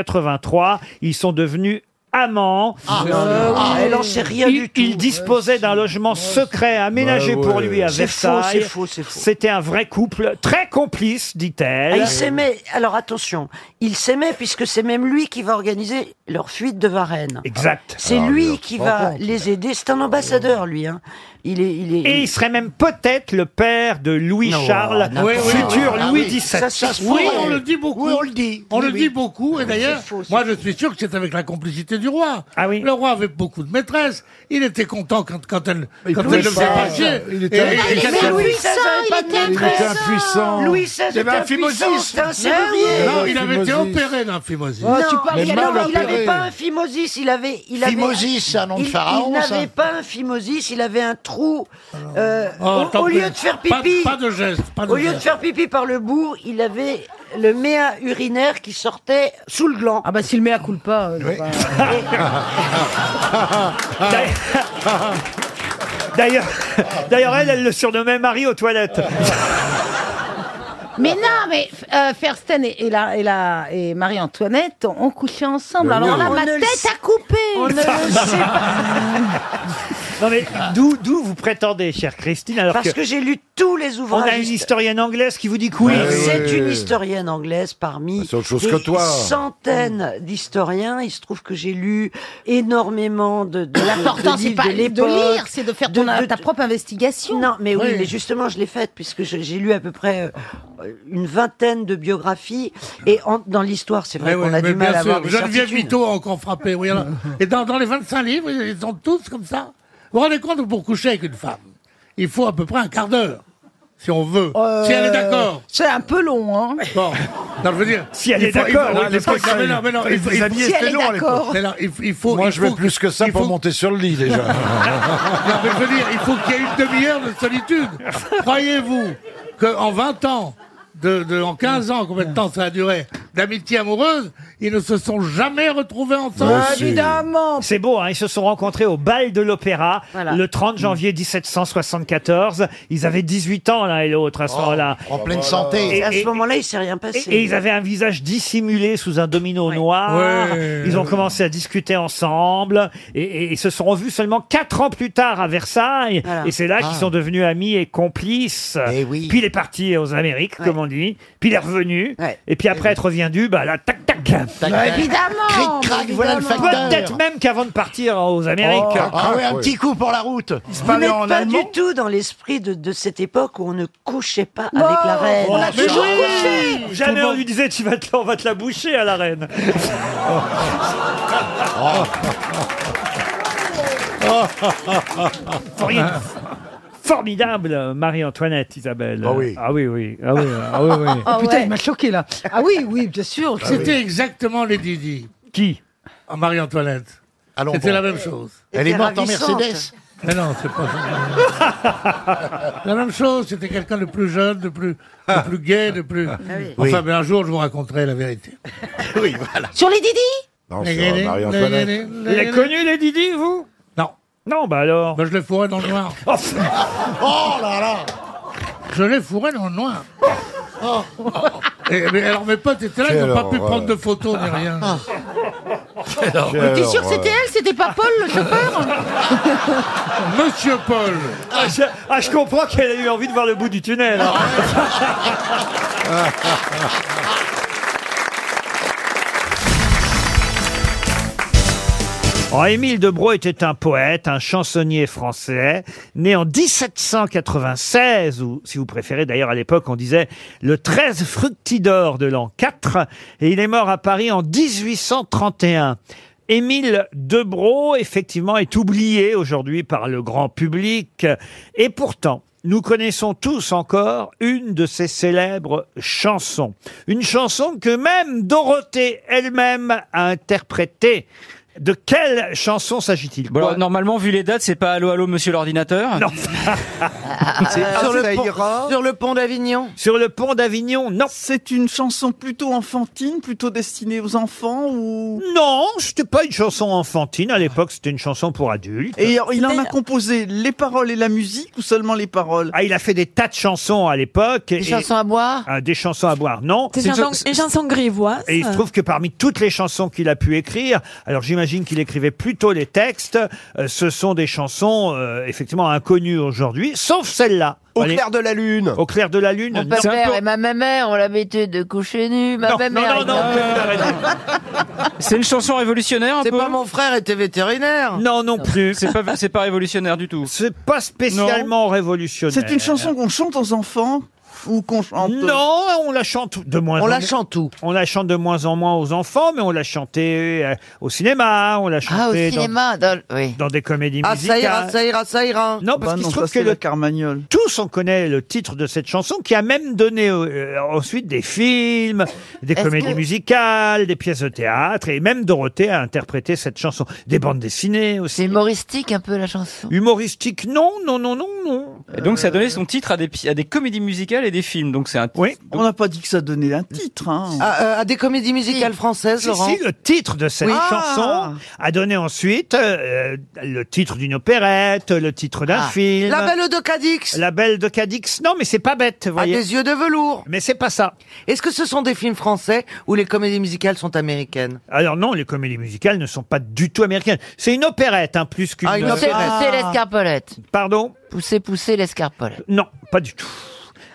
Speaker 1: 1783, ils sont devenus amants.
Speaker 14: Euh, oui. Ah, elle en sait rien
Speaker 1: il,
Speaker 14: du tout.
Speaker 1: Il disposait d'un logement secret aménagé
Speaker 14: Bah
Speaker 1: pour
Speaker 14: ouais.
Speaker 1: lui à
Speaker 14: C'est faux,
Speaker 1: Versailles.
Speaker 14: c'est faux, c'est faux.
Speaker 1: C'était un vrai couple, très complice, dit-elle.
Speaker 14: Ah, il s'aimait. Alors attention, il s'aimait puisque c'est même lui qui va organiser leur fuite de Varennes. bah.
Speaker 1: Exact.
Speaker 14: C'est
Speaker 1: Ah,
Speaker 14: lui
Speaker 1: oui,
Speaker 14: qui
Speaker 1: on
Speaker 14: va
Speaker 1: comprend.
Speaker 14: les aider. C'est un ambassadeur, lui. hein. Il est, il est.
Speaker 1: Et il serait même peut-être le père de
Speaker 14: Non,
Speaker 1: Louis-Charles,
Speaker 14: n'importe quoi.
Speaker 1: futur
Speaker 14: Ah
Speaker 1: Louis
Speaker 14: oui,
Speaker 1: XVII.
Speaker 14: ça, ça se
Speaker 4: Oui,
Speaker 14: pourrait.
Speaker 4: on le dit beaucoup.
Speaker 17: Oui, on le dit.
Speaker 4: On
Speaker 17: Oui,
Speaker 4: le
Speaker 17: oui.
Speaker 4: dit
Speaker 14: Ah
Speaker 4: beaucoup, et d'ailleurs,
Speaker 17: c'est faux, c'est
Speaker 4: moi je suis sûr que c'est avec la complicité du roi.
Speaker 14: Ah
Speaker 4: Le roi avait beaucoup de maîtresses, il était content quand, quand elle,
Speaker 5: Il
Speaker 4: quand
Speaker 5: pouvait
Speaker 4: elle le faisait
Speaker 5: pas.
Speaker 4: passer.
Speaker 5: Il était
Speaker 4: Et-
Speaker 5: impuissant.
Speaker 4: et quand-
Speaker 5: Mais Louis
Speaker 14: XVI avait pas de maîtresse.
Speaker 5: impuissant.
Speaker 14: Louis XVI
Speaker 4: Il y avait
Speaker 14: était
Speaker 4: un phimosis.
Speaker 14: impuissant, c'était un serrurier.
Speaker 4: Non, il avait été
Speaker 17: Phimosis.
Speaker 4: opéré d'un phimosis.
Speaker 14: non, il
Speaker 17: mal
Speaker 14: non, il n'avait
Speaker 17: opéré.
Speaker 14: pas un phimosis, il avait, il avait
Speaker 17: Phimosis, c'est un nom de
Speaker 14: il-
Speaker 17: pharaon,
Speaker 14: Il
Speaker 17: ça.
Speaker 14: n'avait pas un phimosis, il avait un trou. euh,
Speaker 4: Oh,
Speaker 14: au
Speaker 4: tant
Speaker 14: au
Speaker 4: pis.
Speaker 14: lieu de faire
Speaker 4: Pas-
Speaker 14: pipi,
Speaker 4: Pas, de geste. Pas de
Speaker 14: au lieu de
Speaker 4: geste.
Speaker 14: faire pipi par le bout, il avait le méa urinaire qui sortait sous le gland. Ah bah si le méa coule pas.
Speaker 1: D'ailleurs, d'ailleurs, elle, elle le surnommait Marie aux toilettes.
Speaker 13: Mais non, mais euh, Fersten et, et la, et, la- et Marie-Antoinette ont ont couché ensemble.
Speaker 1: Mais
Speaker 13: Alors
Speaker 1: oui.
Speaker 13: là,
Speaker 1: On
Speaker 13: ma
Speaker 1: ne le
Speaker 13: tête a coupé.
Speaker 1: On ne le sait Non mais d'où, d'où vous prétendez, chère Christine, alors
Speaker 14: Parce que, j'ai lu tous les
Speaker 1: on
Speaker 14: ouvrages.
Speaker 1: a une historienne anglaise qui vous dit que
Speaker 17: Ah
Speaker 1: oui.
Speaker 14: C'est une historienne anglaise
Speaker 4: Bah,
Speaker 14: parmi
Speaker 1: C'est autre chose
Speaker 14: des
Speaker 1: que toi.
Speaker 14: centaines d'historiens. Il se trouve que j'ai lu énormément de, de
Speaker 13: L'important,
Speaker 14: de
Speaker 13: c'est
Speaker 14: livres
Speaker 13: pas
Speaker 14: de
Speaker 13: de
Speaker 14: l'époque.
Speaker 13: lire, c'est de faire ton- ta propre investigation.
Speaker 14: Non, mais oui,
Speaker 13: Oui.
Speaker 14: mais justement, je l'ai faite puisque je- j'ai lu à peu près euh, une vingtaine de biographies et en- dans l'histoire, c'est vrai
Speaker 4: Eh
Speaker 14: qu'on
Speaker 4: oui,
Speaker 14: a du
Speaker 4: mais
Speaker 14: mal
Speaker 4: bien
Speaker 14: à avoir
Speaker 4: sûr,
Speaker 14: des
Speaker 4: Geneviève
Speaker 14: certitudes.
Speaker 4: Vito a encore frappé. oui, alors. Et dans, dans les 25 livres, ils sont tous comme ça. Vous vous rendez compte que pour coucher avec une femme, il faut à peu près un quart d'heure, si on veut.
Speaker 14: Euh,
Speaker 4: Si elle est d'accord.
Speaker 13: C'est un peu long, hein.
Speaker 4: Bon, non, je veux dire.
Speaker 13: Si elle
Speaker 4: il
Speaker 13: est
Speaker 4: faut- il faut-
Speaker 13: d'accord, hein,
Speaker 4: oui,
Speaker 13: à
Speaker 4: mais
Speaker 13: l'époque,
Speaker 4: parce que- mais non, mais non,
Speaker 5: les
Speaker 4: il faut- il
Speaker 5: habillés,
Speaker 4: faut-
Speaker 5: c'était Si elle est long à l'époque. d'accord.
Speaker 4: Mais non, il faut- il faut-
Speaker 5: Moi,
Speaker 4: il
Speaker 5: je veux
Speaker 4: faut-
Speaker 5: plus que ça
Speaker 4: il
Speaker 5: pour
Speaker 4: faut-
Speaker 5: monter sur le lit déjà.
Speaker 4: Non, mais je veux dire, il faut qu'il y ait une demi-heure de solitude. Croyez-vous qu'en 20 ans, de, de- en 15 ans, combien de temps ça a duré, d'amitié amoureuse, ils ne se sont jamais retrouvés ensemble
Speaker 1: C'est beau, hein, ils se sont rencontrés au bal de l'opéra
Speaker 4: Voilà.
Speaker 1: le
Speaker 14: Mm.
Speaker 1: 30 janvier 1774. Ils avaient 18 ans l'un et l'autre à ce moment-là.
Speaker 17: Oh, en pleine Euh, santé.
Speaker 1: Et-
Speaker 14: Et à
Speaker 1: et-
Speaker 14: ce moment-là, il s'est rien passé.
Speaker 1: Et ils avaient un visage dissimulé sous un domino noir.
Speaker 4: Ouais.
Speaker 1: Ils ont commencé à discuter ensemble et, et- et se sont revus seulement quatre ans plus tard à Versailles.
Speaker 4: Voilà.
Speaker 1: Et c'est là
Speaker 4: Ah.
Speaker 1: qu'ils sont devenus amis et complices.
Speaker 17: Eh
Speaker 1: Puis il est parti aux Amériques, comme on dit. Puis il est revenu. Et puis après être reviendu, bah là, tac tac.
Speaker 17: Eh tac. Évidemment, Cric, crac, évidemment. voilà le facteur.
Speaker 1: Peut-être même qu'avant de partir aux Amériques.
Speaker 17: Oh, ah ouais, un petit coup pour la route.
Speaker 14: Vous n'êtes pas du tout dans l'esprit de, de cette époque où on ne couchait pas
Speaker 1: Bon,
Speaker 14: avec la reine.
Speaker 1: on l'a Mais toujours oui. couché. Jamais on lui
Speaker 14: disait
Speaker 1: tu vas te, on va te la boucher à la reine. Formidable. Formidable, euh, Marie-Antoinette, Isabelle.
Speaker 17: Ah oui.
Speaker 1: Ah oui, oui. Ah oui, ah oui, oui.
Speaker 13: Ah, putain, il m'a choqué là. Ah oui, oui, bien sûr.
Speaker 4: Ah C'était exactement les Didi. Ah,
Speaker 1: Qui
Speaker 4: Marie-Antoinette. C'était
Speaker 17: bon.
Speaker 4: la même chose.
Speaker 17: Elle est morte en Mercedes.
Speaker 4: Mais non, c'est pas la même chose. C'était quelqu'un de plus jeune, de plus, de plus gay, de plus.
Speaker 15: Ah oui.
Speaker 4: Enfin,
Speaker 15: Oui.
Speaker 4: mais un jour, je vous raconterai la vérité. oui, voilà.
Speaker 13: Sur les Didi
Speaker 4: Non,
Speaker 15: sur Marie-Antoinette.
Speaker 1: Vous avez connu les Didi, vous
Speaker 4: Non.
Speaker 1: Non, bah alors.
Speaker 4: je les fourrais dans le noir.
Speaker 18: Oh là là Oh.
Speaker 4: Je les fourrais dans le noir. Et- mais alors mes potes étaient là, ils
Speaker 15: Quelle
Speaker 4: n'ont pas pu
Speaker 15: horreur. Ah.
Speaker 4: prendre de photos ni rien.
Speaker 13: T'es sûr que c'était elle, c'était pas Paul le chauffeur
Speaker 4: Monsieur Paul
Speaker 1: ah je, ah, je comprends qu'elle a eu envie de voir le bout du tunnel. hein. Oh, Émile Debro était un poète, un chansonnier français, né en 1796, ou si vous préférez d'ailleurs à l'époque on disait le 13 fructidor de l'an 4, et il est mort à Paris en 1831. Émile Debro, effectivement, est oublié aujourd'hui par le grand public, et pourtant, nous connaissons tous encore une de ses célèbres chansons. Une chanson que même Dorothée elle-même a interprétée. De quelle chanson s'agit-il
Speaker 17: Bon, alors, normalement, vu les dates, c'est pas Allô, allô, monsieur l'ordinateur Non.
Speaker 5: Ah, euh,
Speaker 1: Sur le pont-
Speaker 19: sur le pont d'Avignon.
Speaker 1: Sur le pont d'Avignon, non.
Speaker 19: C'est une chanson plutôt enfantine, plutôt destinée aux enfants ou.
Speaker 1: Non, c'était pas une chanson enfantine. À l'époque, c'était une chanson pour adultes.
Speaker 19: Et il en a composé les paroles et la musique ou seulement les paroles
Speaker 1: Ah, il a fait des tas de chansons à l'époque. Des
Speaker 19: chansons
Speaker 1: à boire Des chansons à boire, non.
Speaker 9: C'est une chanson- une chanson grivoise.
Speaker 1: Et il se trouve que parmi toutes les chansons qu'il a pu écrire, alors j'imagine qu'il écrivait plutôt les textes, euh, ce sont des chansons euh, effectivement inconnues aujourd'hui, sauf celle-là. Au clair de la lune. Au clair de la lune.
Speaker 14: Mon
Speaker 1: non.
Speaker 14: père et ma mère ont l'habitude de coucher nus. Ma
Speaker 1: Non,
Speaker 14: mère.
Speaker 1: non, non, non,
Speaker 17: C'est une chanson révolutionnaire un peu C'est pas mon frère était vétérinaire.
Speaker 1: Non, non plus.
Speaker 17: C'est pas, c'est pas révolutionnaire du tout.
Speaker 1: C'est pas spécialement révolutionnaire.
Speaker 19: C'est une chanson qu'on chante aux enfants ou qu'on chante.
Speaker 1: Non, on la chante de moins
Speaker 19: On
Speaker 1: en
Speaker 19: la
Speaker 1: moins.
Speaker 19: chante
Speaker 1: où On la chante de moins en moins aux enfants, mais on l'a chantée euh, au cinéma, on l'a chantée
Speaker 14: au cinéma,
Speaker 1: dans, dans des comédies
Speaker 19: Ah, ça
Speaker 1: musicales.
Speaker 19: ira, ça ira, ça ira.
Speaker 1: Non, parce
Speaker 19: Bah
Speaker 1: qu'il se
Speaker 19: non,
Speaker 1: trouve
Speaker 19: ça,
Speaker 1: que
Speaker 19: c'est
Speaker 1: le
Speaker 19: la Carmagnole.
Speaker 1: Tous on connaît le titre de cette chanson qui a même donné euh, ensuite des films, des
Speaker 14: Est-ce
Speaker 1: comédies
Speaker 14: que-
Speaker 1: musicales, des pièces de théâtre et même Dorothée a interprété cette chanson, des bandes dessinées aussi. C'est
Speaker 14: humoristique un peu la chanson.
Speaker 1: Humoristique non, non, non, non, non.
Speaker 17: Et donc, ça a donné son titre à des, pi- à des comédies musicales et des films. Donc, c'est un.
Speaker 1: Euh. Oui.
Speaker 17: On n'a pas dit que ça donnait un titre. hein.
Speaker 5: À, euh, à des comédies musicales françaises,
Speaker 1: Si,
Speaker 5: Laurent
Speaker 1: si, le titre de cette
Speaker 5: Oui. Ah.
Speaker 1: chanson a donné ensuite euh, le titre d'une opérette, le titre d'un
Speaker 5: Ah.
Speaker 1: film.
Speaker 5: La Belle de Cadix.
Speaker 1: La Belle de Cadix. Non, mais c'est pas bête, vous
Speaker 5: À
Speaker 1: voyez.
Speaker 5: des yeux de velours.
Speaker 1: Mais c'est pas ça.
Speaker 5: Est-ce que ce sont des films français ou les comédies musicales sont américaines
Speaker 1: Alors non, les comédies musicales ne sont pas du tout américaines. C'est une opérette, hein, plus qu'une.
Speaker 5: Ah, une
Speaker 14: Poussez, pousser l'escarpolette.
Speaker 1: Pardon
Speaker 14: Pousser, pousser l'escarpolette.
Speaker 1: Non, pas du tout.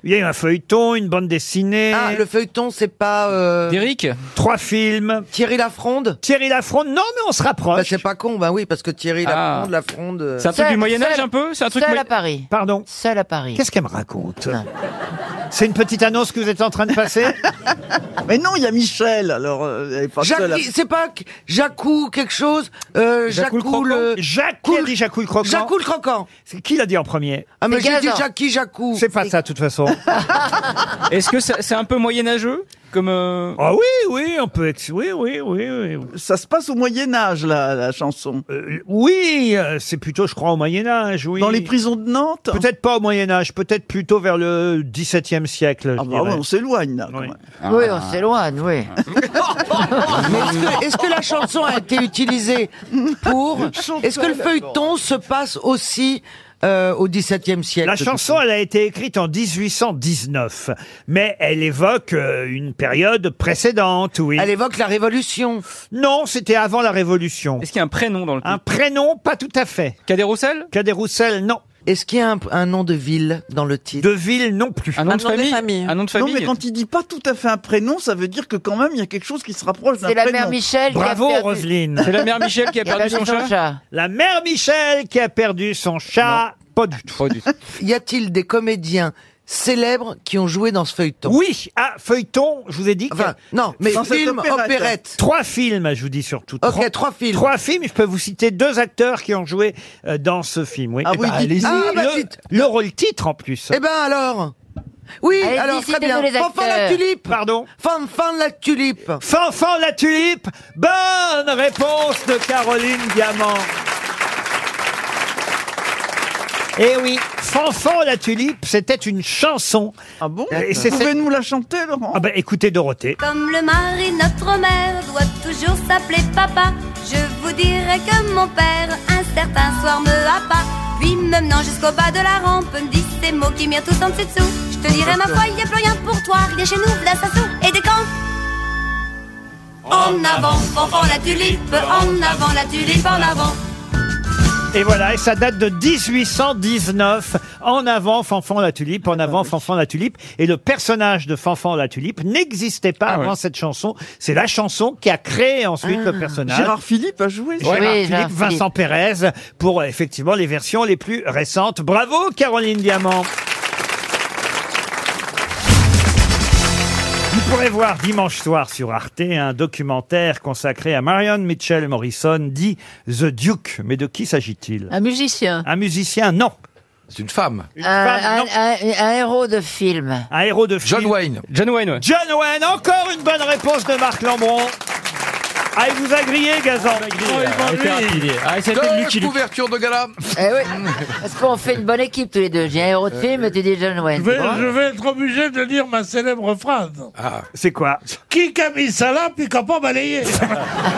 Speaker 1: Il y a eu un feuilleton, une bande dessinée.
Speaker 5: Ah, le feuilleton, c'est pas. Euh...
Speaker 17: Eric
Speaker 1: Trois films.
Speaker 5: Thierry Lafronde
Speaker 1: Thierry Lafronde, non, mais on se rapproche.
Speaker 5: Bah, c'est pas con, bah oui, parce que Thierry
Speaker 17: Ah.
Speaker 5: Lafronde, Lafronde. euh,
Speaker 14: Seul à Paris.
Speaker 1: Pardon
Speaker 14: Seul à Paris.
Speaker 1: Qu'est-ce qu'elle me raconte C'est une petite annonce que vous êtes en train de passer
Speaker 5: Mais non, il y a Michel, alors.
Speaker 19: euh,
Speaker 1: seule à-
Speaker 5: c'est pas que- Jacou quelque chose euh,
Speaker 1: Jacou le
Speaker 5: Jacou le.
Speaker 1: Jacques, qui a dit Jacou le croquant
Speaker 5: Jacou le croquant.
Speaker 1: C'est qui l'a dit en premier
Speaker 5: Ah, mais j'ai dit Jackie Jacou.
Speaker 1: C'est pas ça, de toute façon.
Speaker 17: Est-ce que ça- c'est un peu moyenâgeux comme euh,
Speaker 1: Ah oui, oui, on peut. ex- Oui, oui, oui, oui.
Speaker 19: Ça se passe au Moyen-Âge, la, la chanson.
Speaker 1: Oui, euh, c'est plutôt, je crois, au Moyen Âge. Oui.
Speaker 19: Dans les prisons de Nantes
Speaker 1: Peut-être pas au Moyen Âge, peut-être plutôt vers le XVIIe siècle.
Speaker 19: Ah bah ouais, on s'éloigne là. quand même.
Speaker 14: Oui, on s'éloigne, oui.
Speaker 5: Mais est-ce que, est-ce que la chanson a été utilisée pour. Est-ce que le feuilleton se passe aussi euh, au XVIIe siècle
Speaker 1: La chanson, elle a été écrite en 1819, mais elle évoque euh, une période précédente, oui. Elle
Speaker 5: évoque la Révolution.
Speaker 1: Non, c'était avant la Révolution.
Speaker 17: Est-ce qu'il y a un prénom dans le
Speaker 1: Un prénom, pas tout à fait.
Speaker 17: Cadet Roussel
Speaker 1: Cadet Roussel, non.
Speaker 5: Est-ce qu'il y a un, un nom de ville dans le titre
Speaker 1: De ville, non plus.
Speaker 17: Un nom de famille, Un nom de famille
Speaker 19: Non, mais quand il dit pas tout à fait un prénom, ça veut dire que quand même il y a quelque chose qui se rapproche d'un
Speaker 14: C'est
Speaker 19: prénom.
Speaker 14: la mère Michel
Speaker 1: Bravo,
Speaker 14: qui a perdu-
Speaker 1: Roselyne.
Speaker 17: C'est la mère Michel qui a perdu son chat
Speaker 1: La mère Michel qui a perdu son chat. Pas du tout.
Speaker 5: Y a-t-il des comédiens célèbres qui ont joué dans ce feuilleton
Speaker 1: Oui, ah, feuilleton, je vous ai dit. que-
Speaker 5: Enfin, non, mais
Speaker 1: Dans cette
Speaker 5: film, opérette.
Speaker 1: Trois films, je vous dis surtout.
Speaker 5: Ok, trois films.
Speaker 1: Trois films, je peux vous citer deux acteurs qui ont joué euh, dans ce film. Oui.
Speaker 5: Ah
Speaker 1: Eh
Speaker 5: oui,
Speaker 1: ben,
Speaker 5: dites-
Speaker 1: allez-y.
Speaker 5: ah, bah,
Speaker 1: le,
Speaker 5: dites.
Speaker 1: le rôle-titre en plus.
Speaker 5: Eh ben alors Oui,
Speaker 1: Allez-y,
Speaker 5: alors très
Speaker 1: citez-nous
Speaker 5: bien.
Speaker 1: les
Speaker 5: Fanfan la
Speaker 1: acteurs.
Speaker 5: tulipe
Speaker 1: Pardon
Speaker 5: Fanfan la tulipe
Speaker 1: Fanfan la tulipe Bonne réponse de Caroline Diamant Et Eh oui, Fanfan la tulipe, c'était une chanson. Ah bon
Speaker 19: Vous pouvez
Speaker 1: nous la chanter, Laurent ah ben, Écoutez, Dorothée.
Speaker 16: Comme le mari, notre mère doit toujours s'appeler papa. Je vous dirai que mon père, un certain soir, me happa. Puis me menant jusqu'au bas de la rampe, me dit ces mots qui mirent tout en dessous. Je te dirai, ma foi, y a plus rien pour toi. Rien chez nous, la sassou et des camps. En avant, Fanfan la tulipe, en avant la tulipe, en avant.
Speaker 1: Et voilà, et ça date de 1819. En avant, Fanfan la tulipe, en
Speaker 19: Ah
Speaker 1: avant, Fanfan la tulipe. Et le personnage de Fanfan la tulipe n'existait pas avant cette chanson. C'est la chanson qui a créé ensuite
Speaker 19: Ah.
Speaker 1: le personnage.
Speaker 19: Gérard Philippe a joué.
Speaker 1: Gérard Philippe, Vincent Pérez, pour euh, effectivement les versions les plus récentes. Bravo, Caroline Diamant. Vous pourrez voir dimanche soir sur Arte un documentaire consacré à Marion Mitchell Morrison, dit The Duke. Mais de qui s'agit-il
Speaker 9: Un musicien.
Speaker 1: Un musicien, non. C'est une femme.
Speaker 9: Un, un- un- un héros de film.
Speaker 1: Un héros de film. John Wayne. John Wayne, John Wayne, encore une bonne réponse de Marc Lambron. Ah, il vous a grillé, Gazan. Ah,
Speaker 9: couverture de gala. Eh oui. Parce qu'on fait une bonne équipe tous les deux. J'ai un héros de film et tu dis John Wayne.
Speaker 4: Je vais, je vais être obligé de dire ma célèbre phrase.
Speaker 15: Ah.
Speaker 1: C'est quoi
Speaker 4: Qui a mis ça là, puis qui a pas balayé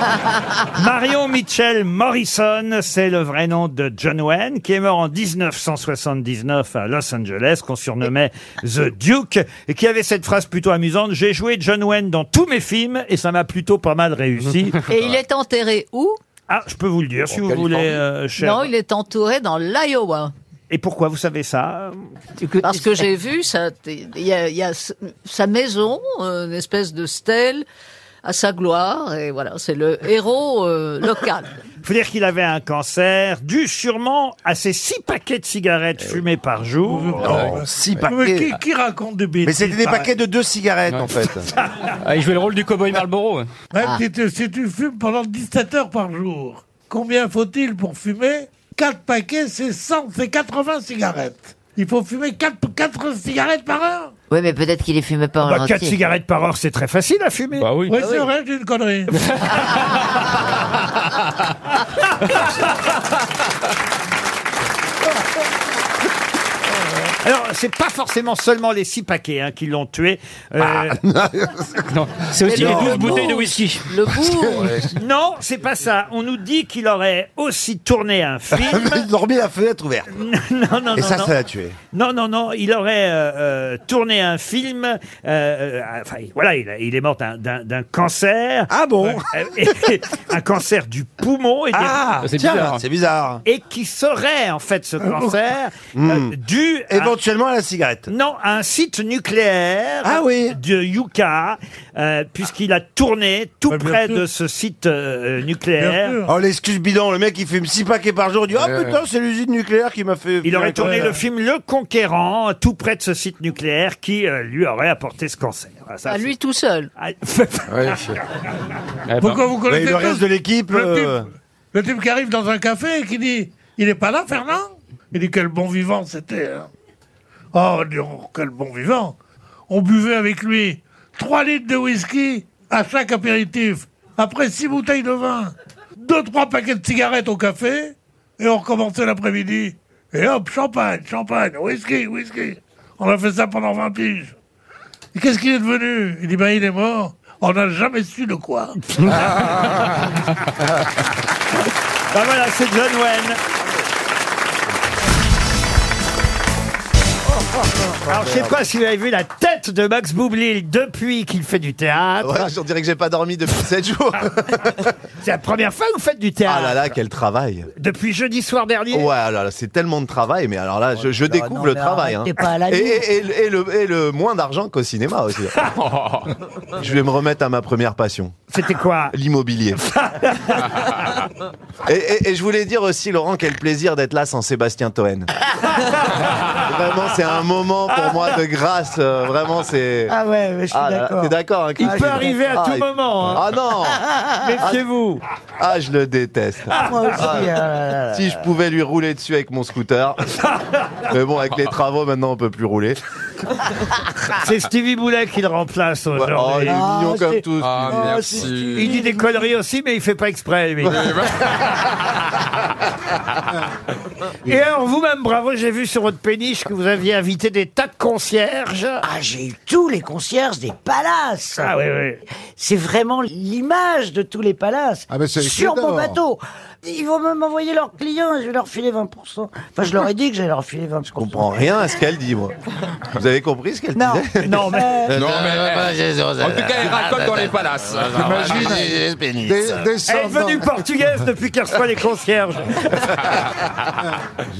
Speaker 1: Marion Mitchell Morrison, c'est le vrai nom de John Wayne, qui est mort en 1979 à Los Angeles, qu'on surnommait The Duke, et qui avait cette phrase plutôt amusante, j'ai joué John Wayne dans tous mes films, et ça m'a plutôt pas mal réussi.
Speaker 13: Et il est enterré où
Speaker 1: Ah, je peux vous le dire, si vous voulez, euh, cher.
Speaker 13: Non, il est entouré dans l'Iowa.
Speaker 1: Et pourquoi vous savez ça
Speaker 13: Parce que j'ai vu, ça, il y a, il y a s- sa maison, euh, une espèce de stèle à sa gloire, et voilà, c'est le héros euh, local.
Speaker 1: faut dire qu'il avait un cancer dû sûrement à ses six paquets de cigarettes fumées par jour.
Speaker 4: Eh Non,
Speaker 1: six
Speaker 4: Mais qui, qui raconte des bêtises
Speaker 1: de deux cigarettes en fait.
Speaker 5: Ah, il jouait le rôle du cowboy Marlboro. ouais.
Speaker 4: Même si, tu, si tu fumes pendant 17 heures par jour, combien faut-il pour fumer 4 paquets, c'est 100, c'est 80 cigarettes. Il faut fumer 4, cigarettes par heure
Speaker 9: Oui, mais peut-être qu'il les fumait pas en
Speaker 1: Bah,
Speaker 9: entier.
Speaker 1: quatre cigarettes par heure, c'est très facile à fumer. Bah
Speaker 4: Oui,
Speaker 9: Ah
Speaker 4: c'est vrai, j'ai une connerie. Eh ben.
Speaker 1: Alors, c'est pas forcément seulement les six paquets hein, qui l'ont tué.
Speaker 6: Bah,
Speaker 5: c'est aussi Mais les le- 12 le bouteilles de bourg.
Speaker 1: whisky.
Speaker 13: Le bourg.
Speaker 1: non, c'est pas ça. On nous dit qu'il aurait aussi tourné un film.
Speaker 6: Il a remis la fenêtre ouverte.
Speaker 1: non, non,
Speaker 6: Et
Speaker 1: non,
Speaker 6: ça,
Speaker 1: non.
Speaker 6: ça l'a tué.
Speaker 1: Non, non, non, il aurait euh, euh, tourné un film. euh, euh, enfin, voilà, il, a- il est mort d'un- d'un d'un cancer. Ah bon Un cancer du poumon. Et des-
Speaker 6: Ah, C'est tiens, bizarre. c'est bizarre.
Speaker 1: Et qui serait, en fait, ce cancer
Speaker 6: Hmm.
Speaker 1: euh, dû.
Speaker 6: Éventuellement à la cigarette. Ah
Speaker 1: Non, à un site nucléaire de Yucca, euh, puisqu'il a tourné tout près de ce site euh, nucléaire.
Speaker 6: Oh, l'excuse bidon, le mec il fume 6 paquets par jour, il dit Oh
Speaker 1: Ouais.
Speaker 6: putain, c'est l'usine nucléaire qui m'a fait.
Speaker 1: Il aurait
Speaker 6: fumer.
Speaker 1: tourné le film Le Conquérant, tout près de ce site nucléaire qui euh, lui aurait apporté ce cancer. Ah, ça, Ah,
Speaker 13: à
Speaker 1: c'est-
Speaker 13: lui tout seul.
Speaker 1: bah
Speaker 4: Pourquoi vous connaissez tous le,
Speaker 1: euh,
Speaker 4: type, le type qui arrive dans un café et qui dit Il n'est pas là, Fernand Il dit Quel bon vivant c'était. hein. Oh, dis donc, quel bon vivant On buvait avec lui 3 litres de whisky à chaque apéritif, après 6 bouteilles de vin, 2-3 paquets de cigarettes au café, et on recommençait l'après-midi. Et hop, champagne, champagne, whisky, whisky. On a fait ça pendant 20 piges. Et qu'est-ce qu'il est devenu Il dit Ben, il est mort. On n'a jamais su de quoi.
Speaker 1: Ben voilà, c'est John Wayne. Alors, je sais pas si vous avez vu la tête de Max Boublil depuis qu'il fait du théâtre.
Speaker 6: Ouais, j'en dirais que j'ai pas dormi depuis 7 jours.
Speaker 1: c'est la première fois que vous faites du théâtre.
Speaker 6: Ah là là, quel travail.
Speaker 1: Depuis jeudi soir dernier.
Speaker 6: Ouais, ah là là, c'est tellement de travail, mais alors là, je, je
Speaker 1: Oh là,
Speaker 6: découvre
Speaker 1: non,
Speaker 6: le
Speaker 1: mais
Speaker 6: travail.
Speaker 1: arrête,
Speaker 6: hein.
Speaker 1: t'es pas à la
Speaker 6: et,
Speaker 1: nuit.
Speaker 6: et- et le- et le, et le moins d'argent qu'au cinéma aussi. je vais me remettre à ma première passion.
Speaker 1: C'était quoi
Speaker 6: L'immobilier. et, et- et je voulais dire aussi, Laurent, quel plaisir d'être là sans Sébastien Toen. Vraiment, c'est un moment pour moi de grâce. euh, Vraiment, c'est.
Speaker 1: Ah ouais, ouais, je suis
Speaker 6: là,
Speaker 1: d'accord.
Speaker 6: T'es d'accord hein,
Speaker 1: Il
Speaker 6: Christine
Speaker 1: peut arriver à
Speaker 6: Ah,
Speaker 1: tout
Speaker 6: il-
Speaker 1: moment, hein.
Speaker 6: Ah non
Speaker 1: Méfiez-vous
Speaker 6: Ah, je le déteste.
Speaker 1: Ah, moi aussi,
Speaker 6: Ah,
Speaker 1: ah là là
Speaker 14: hein.
Speaker 1: là.
Speaker 6: si je pouvais lui rouler dessus avec mon scooter. Mais bon, avec les travaux, maintenant, on peut plus rouler.
Speaker 17: Ah.
Speaker 1: C'est Stevie Boulet qui le remplace aujourd'hui.
Speaker 6: Oh, il est
Speaker 14: Ah,
Speaker 1: Ah,
Speaker 6: mignon comme tous. Ah,
Speaker 1: Il dit des conneries aussi, mais il fait pas exprès, lui. Et alors, vous-même, bravo, j'ai vu sur votre péniche que vous aviez invité des tas de concierges.
Speaker 14: Ah, j'ai eu tous les concierges des palaces.
Speaker 1: Ah oui, oui.
Speaker 14: C'est vraiment l'image de tous les palaces.
Speaker 11: Ah,
Speaker 1: c'est
Speaker 14: sur
Speaker 1: évident.
Speaker 14: mon bateau. Ils vont même envoyer leurs clients et je vais leur filer 20%. Enfin, je leur ai dit que j'allais leur filer 20%. Je
Speaker 6: comprends rien à ce qu'elle dit, moi. Vous avez compris ce qu'elle
Speaker 14: Non.
Speaker 6: disait
Speaker 1: Non,
Speaker 6: mais.
Speaker 5: Non,
Speaker 20: Euh,
Speaker 5: mais- En tout cas, elle raconte dans les palaces.
Speaker 1: T'imagines
Speaker 5: Des- des
Speaker 1: Elle est devenue portugaise depuis qu'elle reçoit les concierges.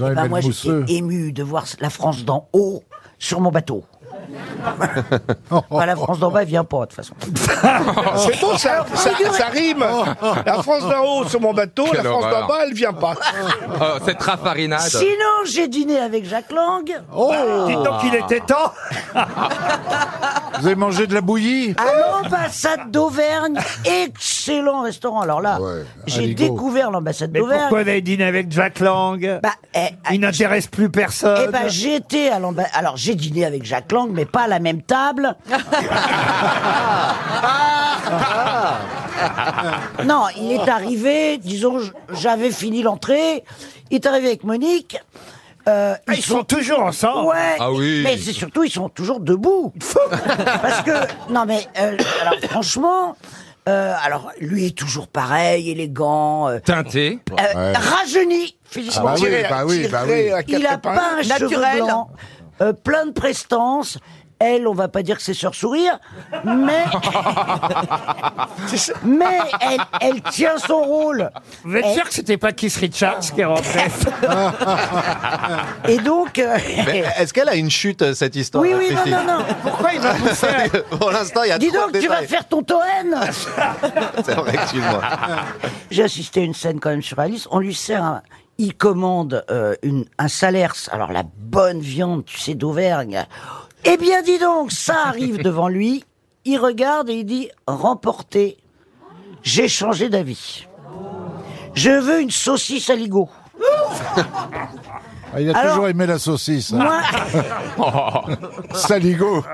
Speaker 14: Eh ben, moi, j'étais ému de voir la France d'en haut sur mon bateau. Enfin, la France d'en bas, elle vient pas, de toute façon.
Speaker 5: Oh.
Speaker 11: C'est beau, ça,
Speaker 14: Alors,
Speaker 11: ça,
Speaker 14: figurez-
Speaker 11: ça rime. La France d'en haut sur mon bateau,
Speaker 5: Quelle
Speaker 11: la France d'en
Speaker 5: horreur.
Speaker 11: bas, elle vient pas.
Speaker 20: euh,
Speaker 5: Oh, cette raffarinade.
Speaker 14: Sinon, j'ai dîné avec Jacques Lang.
Speaker 11: Oh.
Speaker 6: Oh.
Speaker 5: Dites donc qu'il était
Speaker 1: temps.
Speaker 14: Vous avez mangé de la bouillie À l'ambassade d'Auvergne, excellent restaurant. Alors là, j'ai
Speaker 1: Aligo.
Speaker 14: découvert l'ambassade
Speaker 1: Mais
Speaker 14: d'Auvergne.
Speaker 1: pourquoi vous avez dîné avec Jack Lang
Speaker 14: Bah,
Speaker 1: Il n'intéresse plus personne.
Speaker 14: Eh ben, j'étais à l'ambassade. Alors, j'ai dîné avec Jacques Lang, mais pas à la même table. Non, il est arrivé, disons, j- j'avais fini l'entrée. Il est arrivé avec Monique. euh, ils, sont...
Speaker 1: toujours ensemble.
Speaker 14: Ouais.
Speaker 5: Ah oui.
Speaker 14: Mais c'est surtout, ils sont toujours debout. Parce que, non mais, euh, alors franchement, euh, alors lui est toujours pareil, élégant, euh,
Speaker 5: Teinté.
Speaker 14: euh, rajeuni physiquement.
Speaker 5: Ah bah oui, Tiré à- bah oui, bah tiré oui. à quatre
Speaker 14: Il a
Speaker 5: épingles.
Speaker 14: pas un cheveu
Speaker 5: Naturel.
Speaker 14: blanc, euh, plein de prestance. Elle, on va pas dire que c'est sur sourire, mais mais elle, elle tient son rôle.
Speaker 1: Vous êtes
Speaker 14: Elle-
Speaker 1: sûr que c'était pas Keith Richards qui est rentré
Speaker 14: Et donc. euh,
Speaker 6: Mais est-ce qu'elle a une chute, euh, cette histoire
Speaker 14: Oui, oui, non, non, non. Pourquoi il va vous faire
Speaker 6: Pour l'instant, il y a
Speaker 14: Dis
Speaker 6: trop
Speaker 14: donc,
Speaker 6: de
Speaker 14: tu vas
Speaker 6: détails.
Speaker 14: faire ton Toen
Speaker 6: C'est vrai, excuse-moi.
Speaker 14: J'ai assisté à une scène quand même surréaliste. On lui sert un... Il commande euh, une, un salers, alors la bonne viande, tu sais, d'Auvergne. Eh bien, dis donc, ça arrive devant lui. Il regarde et il dit « Remporté, j'ai changé d'avis. Je veux une saucisse aligot.
Speaker 4: Ah, il a
Speaker 14: Alors,
Speaker 4: toujours aimé la saucisse. hein.
Speaker 14: moi-
Speaker 4: Saligo.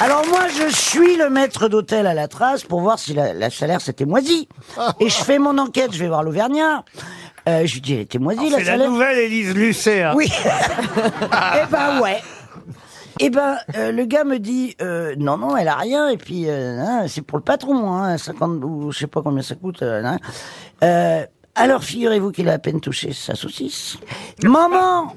Speaker 14: Alors moi, je suis le maître d'hôtel à la trace pour voir si la, la salaire s'était moisie. Et je fais mon enquête, je vais voir l'Auvergnat. Euh, je lui dis, elle était moisie, la
Speaker 1: Ah, C'est la
Speaker 14: salaire.
Speaker 1: nouvelle Élise Lucet. hein.
Speaker 14: Oui. eh ben ouais. Eh ben, euh, le gars me dit, euh, non, non, elle a rien, et puis, euh, hein, c'est pour le patron, hein, 50, ou je sais pas combien ça coûte. euh, hein. Euh, alors, figurez-vous qu'il a à peine touché sa saucisse. Maman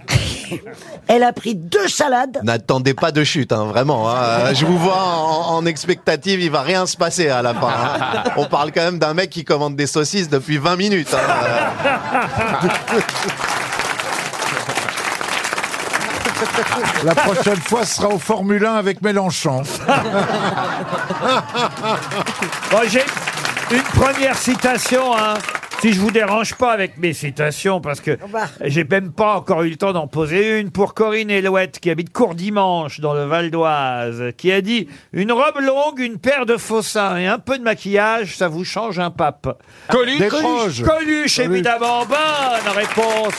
Speaker 14: Elle a pris deux salades.
Speaker 6: N'attendez pas de chute, hein, vraiment. hein. Je vous vois en, en expectative, il va rien se passer à la fin. hein. On parle quand même d'un mec qui commande des saucisses depuis 20 minutes. hein.
Speaker 4: La prochaine fois, ce sera au Formule 1 avec Mélenchon.
Speaker 1: Bon, j'ai une première citation, hein. Si je vous dérange pas avec mes citations, parce que j'ai même pas encore eu le temps d'en poser une, pour Corinne Elouette, qui habite Courdimanche, dans le Val d'Oise, qui a dit « Une robe longue, une paire de faux seins et un peu de maquillage, ça vous change un pape. »
Speaker 5: Coluche Des
Speaker 1: Coluche,
Speaker 5: proches.
Speaker 1: Coluche,
Speaker 5: Coluche.
Speaker 1: évidemment. Bonne réponse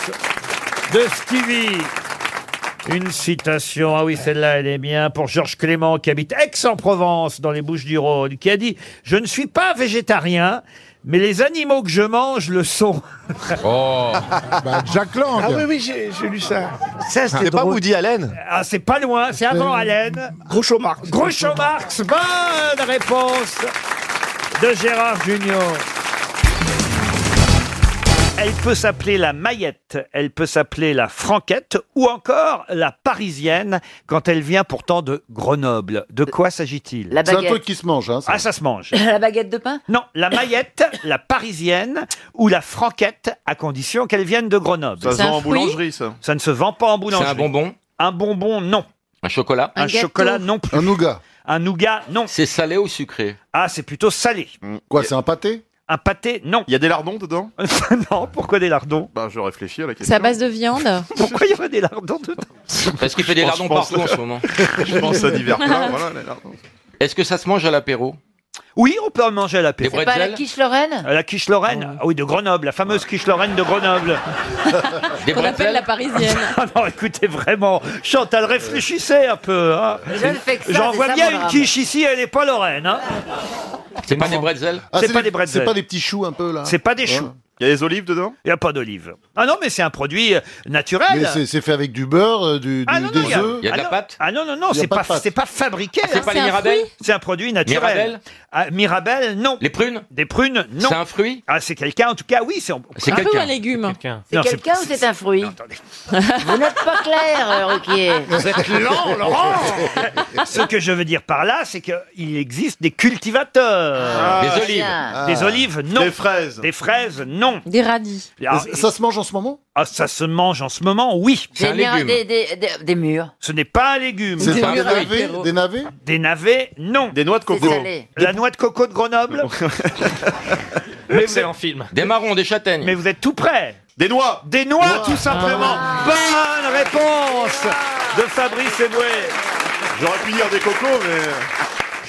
Speaker 1: de Stevie. Une citation, ah oui, celle-là, elle est bien, pour Georges Clément, qui habite Aix-en-Provence, dans les Bouches-du-Rhône, qui a dit « Je ne suis pas végétarien, mais les animaux que je mange le sont. »
Speaker 5: Oh
Speaker 4: Jack Lang
Speaker 11: Ah oui, oui, j'ai j'ai lu ça.
Speaker 1: Ça,
Speaker 6: c'était Bah, C'est pas drôle. Woody Allen
Speaker 1: Ah, c'est pas loin, c'est avant
Speaker 11: Euh,
Speaker 1: Allen. Groucho Marx. Groucho Marx, bonne réponse de Gérard Junior. Elle peut s'appeler la Maillette, elle peut s'appeler la Franquette ou encore la Parisienne quand elle vient pourtant de Grenoble. De quoi s'agit-il
Speaker 9: C'est un truc qui se mange. Hein,
Speaker 1: Ah, ça se mange.
Speaker 9: La baguette de pain
Speaker 1: Non, la Maillette, la Parisienne ou la Franquette à condition qu'elle vienne de Grenoble.
Speaker 9: Ça se C'est vend un en fruit boulangerie,
Speaker 1: ça. Ça ne se vend pas en boulangerie.
Speaker 5: C'est un bonbon
Speaker 1: Un bonbon, non.
Speaker 5: Un chocolat
Speaker 1: Un, chocolat, non plus. Un nougat. Un nougat, non.
Speaker 5: C'est salé ou sucré
Speaker 1: Ah, c'est plutôt salé.
Speaker 9: Mm. Quoi, c'est un pâté
Speaker 1: Un pâté, non. Il y a des lardons dedans Non, pourquoi des lardons
Speaker 21: Ben, je réfléchis à la
Speaker 9: C'est à base de viande.
Speaker 1: Pourquoi il y aurait des lardons dedans
Speaker 22: Parce qu'il fait des
Speaker 21: Je
Speaker 22: lardons
Speaker 21: pense-
Speaker 22: partout en ce moment.
Speaker 21: Je pense à divers plats, voilà, les
Speaker 22: Est-ce que ça se mange à l'apéro
Speaker 1: Oui, on peut en manger à l'apéro.
Speaker 22: Des bretzels
Speaker 23: quiche Lorraine
Speaker 1: Euh, La quiche Lorraine, ah oui, de Grenoble, la fameuse quiche Lorraine de Grenoble.
Speaker 22: Des
Speaker 1: Qu'on
Speaker 22: bretzels
Speaker 9: la parisienne.
Speaker 1: Ah non, écoutez, vraiment, Chantal, réfléchissez un peu. hein.
Speaker 22: Je ne fais que ça,
Speaker 1: J'en
Speaker 22: c'est
Speaker 1: vois
Speaker 22: ça
Speaker 1: bien
Speaker 22: mon
Speaker 1: une
Speaker 22: drame.
Speaker 1: quiche ici, elle n'est pas Lorraine. hein.
Speaker 22: C'est pas des bretzels
Speaker 1: Ah, c'est pas des bretzels.
Speaker 22: C'est pas des
Speaker 21: petits choux un peu là.
Speaker 1: C'est pas des choux.
Speaker 21: Il y a des olives dedans
Speaker 1: Il n'y a pas d'olives. Ah non, mais c'est un produit euh, naturel.
Speaker 3: Mais c'est- c'est fait avec du beurre, euh, du, du-
Speaker 1: Ah non, non,
Speaker 3: des
Speaker 1: y a-
Speaker 3: œufs.
Speaker 1: ah non, Ah non, non, non,
Speaker 3: Y a
Speaker 1: c'est
Speaker 3: pas
Speaker 1: pas,
Speaker 3: de pâte.
Speaker 1: c'est pas fabriqué.
Speaker 3: Ah, c'est
Speaker 1: hein.
Speaker 3: pas les C'est un mirabelles fruit
Speaker 1: C'est un produit naturel.
Speaker 22: Mirabelles
Speaker 1: Ah, mirabelles, non. Les
Speaker 22: prunes
Speaker 1: Des prunes, non.
Speaker 22: C'est un fruit
Speaker 1: Ah, c'est quelqu'un, en tout cas, oui. C'est
Speaker 22: C'est Un peu quelqu'un. ou un légume
Speaker 1: C'est quelqu'un.
Speaker 23: C'est
Speaker 1: Non,
Speaker 23: quelqu'un ou c'est un fruit Vous n'êtes pas clair, euh, Ruquier.
Speaker 1: Vous êtes lent, Laurent. Ce que je veux dire par là, c'est qu'il existe des cultivateurs.
Speaker 22: Ah, Des olives.
Speaker 1: Des
Speaker 22: Ah.
Speaker 1: olives, non.
Speaker 22: Des fraises.
Speaker 1: Des fraises, non.
Speaker 9: Des radis.
Speaker 1: Ah,
Speaker 3: Ça se mange en ce moment
Speaker 1: ah, ça se mange en ce moment, oui.
Speaker 23: Des, murs- des, des, des- des murs.
Speaker 1: Ce n'est pas un légume.
Speaker 23: C'est Des pas un murs fruit. latéraux.
Speaker 3: Des navets
Speaker 1: Des navets, non. Des noix de
Speaker 23: coco. salé.
Speaker 1: La noix de coco de Grenoble
Speaker 22: Excellent film. Des marrons, des châtaignes.
Speaker 1: Mais vous êtes tout prêt.
Speaker 22: Des noix.
Speaker 1: Des noix, tout simplement. Bonne réponse de Fabrice Eboué.
Speaker 21: J'aurais pu dire des cocos,
Speaker 19: euh,
Speaker 21: mais.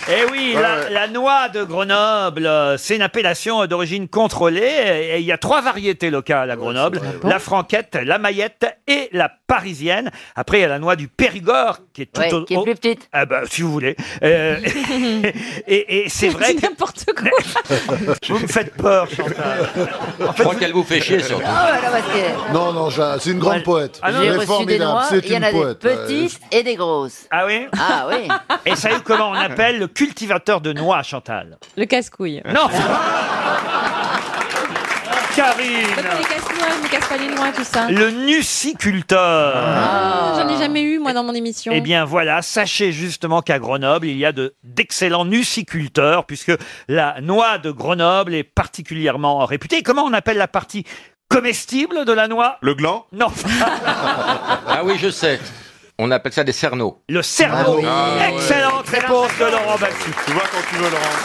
Speaker 1: Eh oui,
Speaker 21: Ouais,
Speaker 1: la,
Speaker 3: Euh.
Speaker 21: ouais.
Speaker 1: la noix de Grenoble, euh, c'est une appellation euh, d'origine contrôlée. et- Et il y a trois variétés locales à Grenoble la franquette, la maillette et la parisienne. Après, il y a la noix du Périgord qui est tout
Speaker 23: Ouais,
Speaker 1: au-
Speaker 23: qui est
Speaker 1: au-
Speaker 23: plus petite.
Speaker 1: Ah bah, si vous voulez. Euh, et et c'est vrai. que- vous me faites peur, Chantal.
Speaker 22: Je crois qu'elle vous fait chier surtout.
Speaker 23: Ah, voilà, parce que
Speaker 3: Non, non, j'a- c'est une grande poète.
Speaker 23: Ah J'ai
Speaker 3: Elle est
Speaker 23: reçu des
Speaker 3: formidable,
Speaker 23: noix,
Speaker 3: c'est
Speaker 23: il y en
Speaker 3: une
Speaker 23: a
Speaker 3: poète.
Speaker 23: des
Speaker 3: Euh,
Speaker 23: petites et des grosses.
Speaker 1: Ah oui
Speaker 23: Ah oui.
Speaker 1: Et savez-vous comment on appelle le cultivateur de noix, Chantal
Speaker 9: Le casse-couille.
Speaker 1: Non Karine
Speaker 9: Parce que les casse-noix, ils ne cassent pas les noix, tout ça.
Speaker 1: Le nuciculteur
Speaker 9: Ah, J'en ai jamais eu, moi, dans mon émission.
Speaker 1: Eh bien voilà, sachez justement qu'à Grenoble, il y a de- d'excellents nuciculteurs, puisque la noix de Grenoble est particulièrement réputée. Et Comment on appelle la partie comestible de la noix
Speaker 21: Le gland
Speaker 1: Non,
Speaker 22: Ah oui, je sais. On appelle ça des cerneaux.
Speaker 1: le cerveau. Excellente réponse de Laurent Bassi.
Speaker 21: Tu vois quand tu veux, Laurent.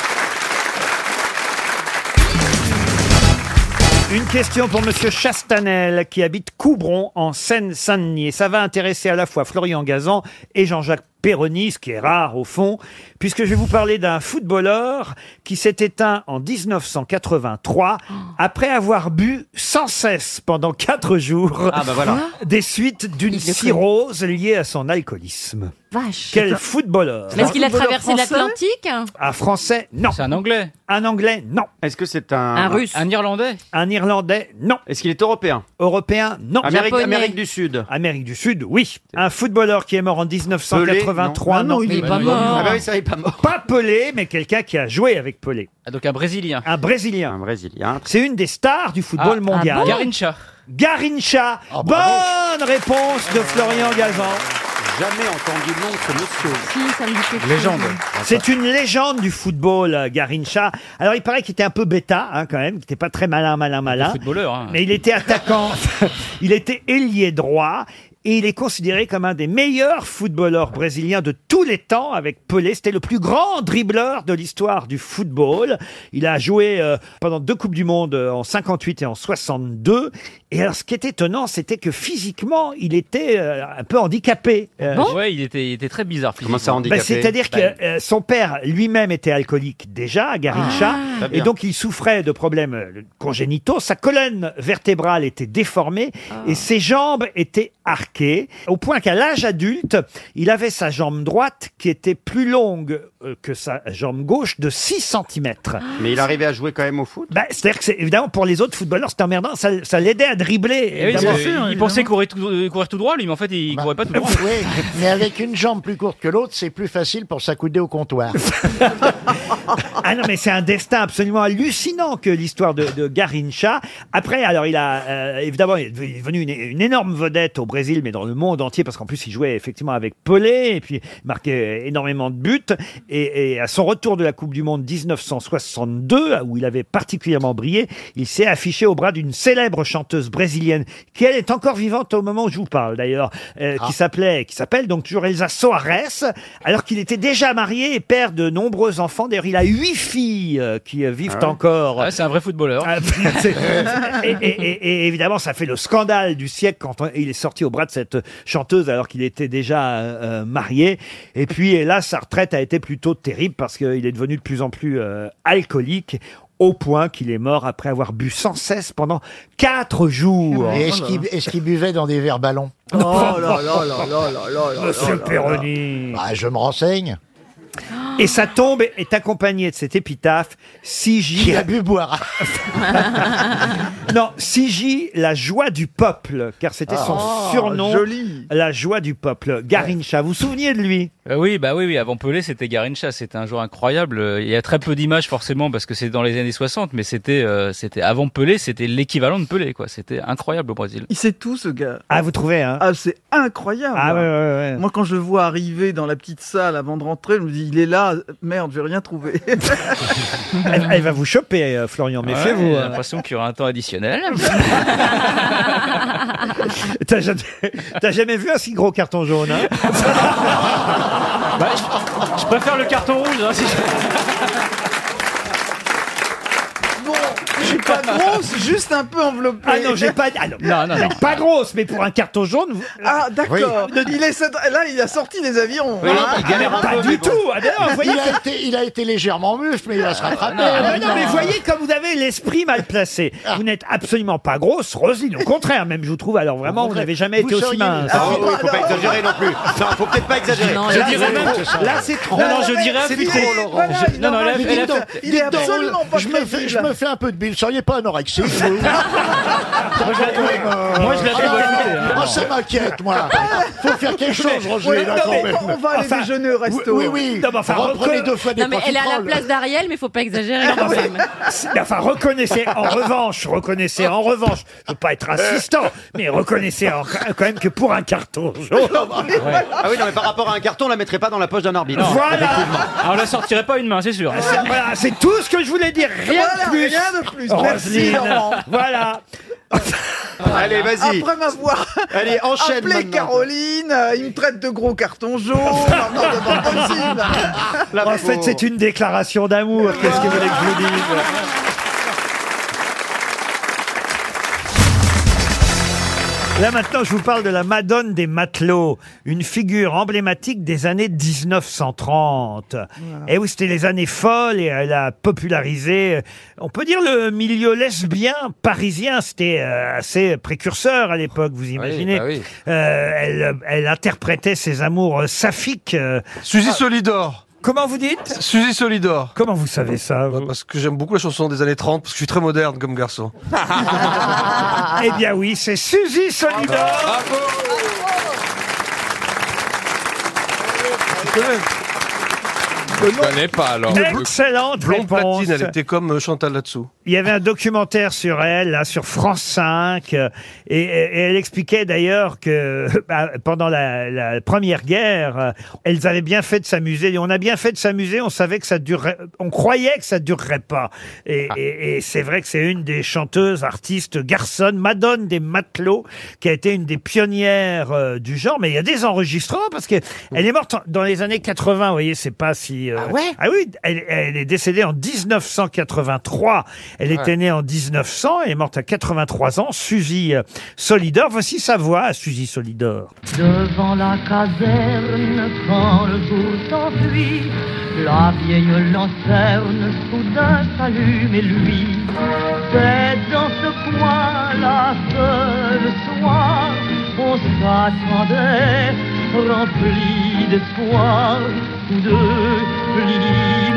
Speaker 1: Une question pour Monsieur Chastanel qui habite Coubron en Seine-Saint-Denis. Et ça va intéresser à la fois Florian Gazan et Jean-Jacques Perroni, ce qui est rare au fond, puisque je vais vous parler d'un footballeur qui s'est éteint en 1983
Speaker 9: Oh.
Speaker 1: après avoir bu sans cesse pendant quatre jours
Speaker 19: Ah, bah voilà.
Speaker 1: des suites d'une cirrhose liée à son alcoolisme.
Speaker 9: Vache.
Speaker 1: Quel footballeur
Speaker 9: Est-ce qu'il a traversé l'Atlantique
Speaker 1: un Français, non. C'est un Anglais Un Anglais, non. Est-ce que c'est un...
Speaker 9: Un Russe
Speaker 1: Un Irlandais Un Irlandais, Eh, non. Est-ce qu'il est Européen Européen, non.
Speaker 19: Amérique- Japonais. Amérique du
Speaker 1: Sud Amérique du Sud, oui. Un footballeur qui est mort en
Speaker 19: Pelé,
Speaker 1: 1983.
Speaker 19: non. Ah non, il est pas mort. Ah bah oui, ça, il
Speaker 1: pas mort. Pas Pelé, mais quelqu'un qui a joué avec Pelé.
Speaker 19: Ah, Donc un Brésilien.
Speaker 1: Un Brésilien.
Speaker 19: Un Brésilien.
Speaker 1: C'est une des stars du
Speaker 19: Ah,
Speaker 1: football
Speaker 19: ah
Speaker 1: mondial.
Speaker 19: bon Garrincha.
Speaker 1: Garincha.
Speaker 19: Ah,
Speaker 1: Bonne réponse de Florian Gazan.
Speaker 19: Jamais entendu le nom de ce monsieur.
Speaker 9: Si, ça me dit quelque chose.
Speaker 1: C'est une légende du football, euh, Garincha. Alors, il paraît qu'il était un peu bêta, hein, quand même, qu'il n'était pas très malin, malin, malin.
Speaker 19: footballeur, hein.
Speaker 1: Mais il était attaquant. il était ailier droit. Et il est considéré comme un des meilleurs footballeurs brésiliens de tous les temps avec Pelé. C'était le plus grand dribbleur de l'histoire du football. Il a joué euh, pendant deux Coupes du Monde euh, en 58 et en 62. Et alors, ce qui est étonnant, c'était que physiquement, il était euh, un peu handicapé. Euh,
Speaker 19: ouais, il était, il était très bizarre.
Speaker 1: Comment ça, bah, C'est-à-dire que euh, son père lui-même était alcoolique déjà, Garincha,
Speaker 19: Ah. Très
Speaker 1: et
Speaker 19: bien.
Speaker 1: donc il souffrait de problèmes euh, congénitaux. Sa colonne vertébrale était déformée
Speaker 19: Ah.
Speaker 1: et ses jambes étaient arquées, au point qu'à l'âge adulte, il avait sa jambe droite qui était plus longue euh, que sa jambe gauche de 6 cm.
Speaker 19: Ah. Mais il arrivait à jouer quand même au foot.
Speaker 1: C'est-à-dire que, c'est- évidemment, pour les autres footballeurs, c'était emmerdant, ça, ça l'aidait à dribbler.
Speaker 17: Eh
Speaker 19: Eh
Speaker 1: évidemment. Bah,
Speaker 19: il pensait courir tout, euh, courir tout droit, lui, mais en fait, il courait pas tout droit.
Speaker 24: Oui,
Speaker 1: Ah
Speaker 24: mais avec une jambe plus courte que l'autre, c'est plus facile pour s'accouder au comptoir.
Speaker 1: Ah non, mais c'est un destin absolument hallucinant que l'histoire de, de Garincha. Après, alors il a euh, évidemment il est devenu une, une énorme vedette au Brésil, mais dans le monde entier, parce qu'en plus, il jouait effectivement avec Pelé, et puis il marquait énormément de buts. Et, et à son retour de la Coupe du Monde 1962, où il avait particulièrement brillé, il s'est affiché au bras d'une célèbre chanteuse brésilienne, qui elle est encore vivante au moment où je vous parle d'ailleurs, euh, qui s'appelait, qui s'appelle donc toujours Elsa Soares, alors qu'il était déjà marié et père de nombreux enfants. D'ailleurs, il a huit filles euh, qui euh, vivent
Speaker 17: Ah
Speaker 1: encore. Ah,
Speaker 17: c'est un vrai footballeur.
Speaker 1: C'est- et, et- et- et évidemment, ça fait le scandale du siècle quand on- il est sorti au bras de cette chanteuse alors qu'il était déjà euh, marié. Et puis, et là, sa retraite a été plutôt terrible parce qu'il est devenu de plus en plus euh, alcoolique au point qu'il est mort après avoir bu sans cesse pendant quatre jours.
Speaker 13: Et est-ce qu'il est-ce qu'il buvait dans des verres ballons
Speaker 1: Oh là
Speaker 25: là là là là là là là
Speaker 1: Monsieur
Speaker 25: là
Speaker 1: Perroni.
Speaker 13: Bah, je me renseigne.
Speaker 1: Et sa tombe est accompagnée de cette épitaphe Sigi. Qui a bu boire. non, Sigi, la joie du peuple, car c'était son
Speaker 17: Ah,
Speaker 1: surnom.
Speaker 17: joli.
Speaker 1: La joie du peuple. Garincha, vous vous souvenez de lui
Speaker 17: Euh, oui, bah oui, oui, avant Pelé, c'était Garincha, c'était un joueur incroyable. Euh, Il y a très peu d'images forcément parce que c'est dans les années 60, mais c'était euh, c'était avant Pelé, c'était l'équivalent de Pelé quoi, c'était incroyable au Brésil.
Speaker 5: Il sait tout, ce gars.
Speaker 1: Ah, vous trouvez, hein
Speaker 5: Ah, c'est incroyable.
Speaker 1: Ah, ouais, ouais, ouais.
Speaker 5: Moi, quand je le vois arriver dans la petite salle avant de rentrer, je me dis, il est là, merde, je vais rien trouver.
Speaker 1: elle, elle va vous choper, euh, Florian, méfiez-vous.
Speaker 17: Ouais, J'ai
Speaker 1: hein.
Speaker 17: l'impression qu'il y aura un temps additionnel.
Speaker 1: T'as jamais, t'as jamais vu un si gros carton jaune hein
Speaker 17: je, préfère le carton rouge.
Speaker 5: bon, je suis pas grosse, juste un peu enveloppée.
Speaker 1: Ah non, j'ai pas. ah
Speaker 17: non, non, non.
Speaker 1: Pas grosse, mais pour un carton jaune. vous-
Speaker 5: Ah, d'accord. Il est sat- Là, il a sorti les avirons.
Speaker 1: Oui, il galère un
Speaker 5: Ah,
Speaker 1: peu, mais bon. Ah, d'ailleurs, vous voyez
Speaker 13: il, a
Speaker 1: que-
Speaker 13: été, il a été légèrement mufle, mais il va se rattraper.
Speaker 1: Ah, bah non, mais voyez comme vous avez l'esprit mal placé. Vous n'êtes absolument pas grosse, Roselyne. Au contraire, même, je vous trouve. Alors vraiment, vous n'avez jamais
Speaker 13: Vous
Speaker 1: été aussi
Speaker 13: seriez-
Speaker 1: mince.
Speaker 13: Ah oui,
Speaker 15: oui, faut pas exagérer non plus. Non, faut peut-être pas exagérer.
Speaker 1: Non, je
Speaker 15: Là,
Speaker 1: dirais
Speaker 15: c'est
Speaker 1: même-
Speaker 15: trop, ça.
Speaker 1: là, c'est trop.
Speaker 17: Non, non, je dirais
Speaker 15: c'est
Speaker 17: affûté.
Speaker 15: trop, Laurent.
Speaker 17: Voilà,
Speaker 15: Je-
Speaker 17: il en a-
Speaker 13: Mais
Speaker 17: elle a
Speaker 13: dites donc,
Speaker 17: fait-
Speaker 13: dites donc, je me, fais, je me fais un peu de bile. Seriez pas anorexique vous
Speaker 17: Moi, je l'avais
Speaker 13: Ah,
Speaker 17: volonté, hein.
Speaker 13: moi, ça m'inquiète, moi. Faut faire quelque chose, Roger.
Speaker 5: Ouais,
Speaker 13: là,
Speaker 5: non,
Speaker 13: quand
Speaker 5: mais
Speaker 13: même.
Speaker 5: on va aller
Speaker 13: Enfin,
Speaker 5: déjeuner au resto.
Speaker 13: Oui, oui.
Speaker 1: Non, mais enfin,
Speaker 13: Reprenez
Speaker 1: reco-
Speaker 13: deux fois des
Speaker 9: Non, mais elle est à la place d'Ariel, mais faut pas exagérer quand même.
Speaker 1: Si- mais Enfin, reconnaissez en revanche, reconnaissez en revanche, je veux pas être insistant, mais reconnaissez en- quand même que pour un carton jaune.
Speaker 11: Ah oui, non, mais par rapport à un carton, on la mettrait pas dans la poche d'un arbitre.
Speaker 1: Voilà.
Speaker 17: Ah, on la sortirait pas une main, c'est sûr.
Speaker 1: Ah, C'est- voilà, c'est tout ce que je voulais dire, rien
Speaker 5: Voilà,
Speaker 1: de plus.
Speaker 5: rien de plus. Merci,
Speaker 1: Roselyne.
Speaker 5: Laurent.
Speaker 1: Voilà.
Speaker 11: Allez, vas-y.
Speaker 5: Après m'avoir
Speaker 11: Allez, enchaîne
Speaker 5: appelé
Speaker 11: maintenant.
Speaker 5: Caroline, euh, il me traite de gros carton jaune. Non, non, c'est pas possible.
Speaker 1: en fait, c'est une déclaration d'amour. Qu'est-ce que vous voulez que je vous dise Là maintenant, je vous parle de la Madone des matelots, une figure emblématique des années 1930. Et Eh oui, c'était les années folles et elle a popularisé, euh, on peut dire le milieu lesbien parisien, c'était euh, assez précurseur à l'époque, vous imaginez.
Speaker 15: bah oui.
Speaker 1: Euh, elle, elle interprétait ses amours euh, Ah. saphiques.
Speaker 19: Suzy Solidor.
Speaker 1: Comment vous dites
Speaker 19: Suzy Solidor.
Speaker 1: Comment vous savez ça
Speaker 19: Parce que j'aime beaucoup la chanson des années 30, parce que je suis très moderne comme garçon.
Speaker 1: Eh bien oui, c'est Suzy Solidor.
Speaker 19: Je
Speaker 15: connais pas alors.
Speaker 1: Excellente
Speaker 19: Blonde
Speaker 1: réponse.
Speaker 19: platine, elle était comme euh, Chantal là-dessous.
Speaker 1: Il y avait un documentaire sur elle, là, sur France 5, euh, et, et elle expliquait d'ailleurs que bah, pendant la, la Première Guerre, euh, elles avaient bien fait de s'amuser. Et on a bien fait de s'amuser, on savait que ça durerait, on croyait que ça durerait pas. Et, et- et c'est vrai que c'est une des chanteuses, artistes, garçonnes, madone des matelots, qui a été une des pionnières euh, du genre. Mais il y a des enregistrements, parce que elle est morte en- dans les années 80, vous voyez, c'est pas si... euh,
Speaker 26: Ah ouais
Speaker 1: ah oui, elle, elle est décédée en 1983. Elle était
Speaker 26: Ouais.
Speaker 1: née en 1900 et est morte à 83 ans. Suzy euh, Solidor, voici sa voix à Suzy Solidor.
Speaker 14: Devant la caserne, quand le jour s'enfuit, la vieille lanterne soudain s'allume et lui. C'est dans ce coin là que le soir, on s'attendait, rempli d'espoir, tous deux, Lily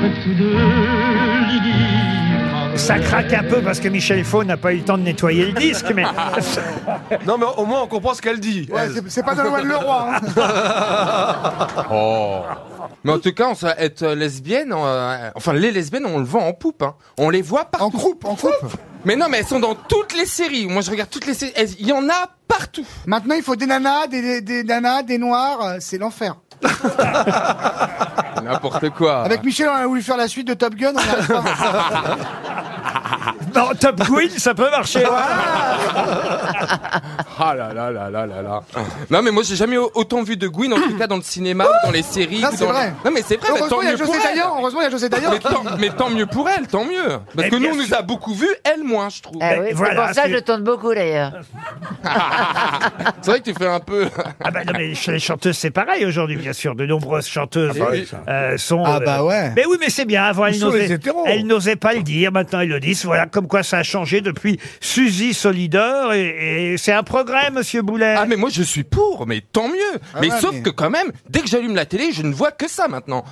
Speaker 14: Marlène, tous deux, Lily
Speaker 1: Ça craque un peu parce que Michel Faux n'a pas eu le temps de nettoyer le disque, mais
Speaker 19: Non, mais au moins on comprend ce qu'elle dit. elle.
Speaker 27: C'est pas Nolwenn Leroy. hein.
Speaker 20: Oh. Mais en tout cas, on sait être lesbienne, euh, enfin les lesbiennes, on le vend en poupe. hein. On les voit partout. En croupe, en croupe. Mais non, mais elles sont dans toutes les séries. Moi, je regarde toutes les séries. Elles- Il y en a partout.
Speaker 11: Maintenant, il faut des nanas, des, des, des nanas, des noirs, euh, c'est l'enfer.
Speaker 20: N'importe quoi.
Speaker 11: Avec Michel, on a voulu faire la suite de Top Gun, on n'y arrive pas.
Speaker 1: Non, Top Queen, ça peut marcher.
Speaker 20: Ah là là là là là là. Non, mais moi, j'ai jamais au- autant vu de Gwyn, en tout cas dans le cinéma, ou dans les séries.
Speaker 11: Non,
Speaker 20: ou
Speaker 11: Ah, c'est
Speaker 20: dans
Speaker 11: vrai.
Speaker 20: les- Non, mais c'est vrai. mais
Speaker 11: Heureusement,
Speaker 20: tant
Speaker 11: il y a
Speaker 20: mieux
Speaker 11: José
Speaker 20: pour elle.
Speaker 11: Dayan. Heureusement, il y a José Dayan.
Speaker 20: Mais tant, mais tant mieux pour elle, tant mieux. Parce
Speaker 11: Eh
Speaker 20: que nous,
Speaker 11: bien
Speaker 20: on nous
Speaker 11: sûr.
Speaker 20: a beaucoup vu, elle moins, je trouve.
Speaker 9: Ah oui, c'est pour ça que je tourne beaucoup d'ailleurs.
Speaker 20: c'est vrai que tu fais un peu.
Speaker 1: Ah bah non, mais chez les chanteuses, c'est pareil aujourd'hui, bien sûr. De nombreuses chanteuses
Speaker 20: Ah bah oui,
Speaker 1: euh, sont.
Speaker 11: Ah bah
Speaker 1: euh,
Speaker 11: ouais.
Speaker 1: Mais oui, mais c'est bien. Avant,
Speaker 11: Ils
Speaker 1: elles
Speaker 11: sont les
Speaker 1: n'osaient-
Speaker 11: hétéros.
Speaker 1: elles n'osaient pas le dire. Maintenant, elles le disent. Voilà, comme quoi ça a changé depuis Suzy Solideur. Et, et c'est un progrès, monsieur Boulet.
Speaker 20: Ah mais moi je suis pour, mais tant mieux.
Speaker 1: Ah
Speaker 20: mais
Speaker 1: ouais,
Speaker 20: sauf
Speaker 1: mais-
Speaker 20: que quand même, dès que j'allume la télé, je ne vois que ça maintenant.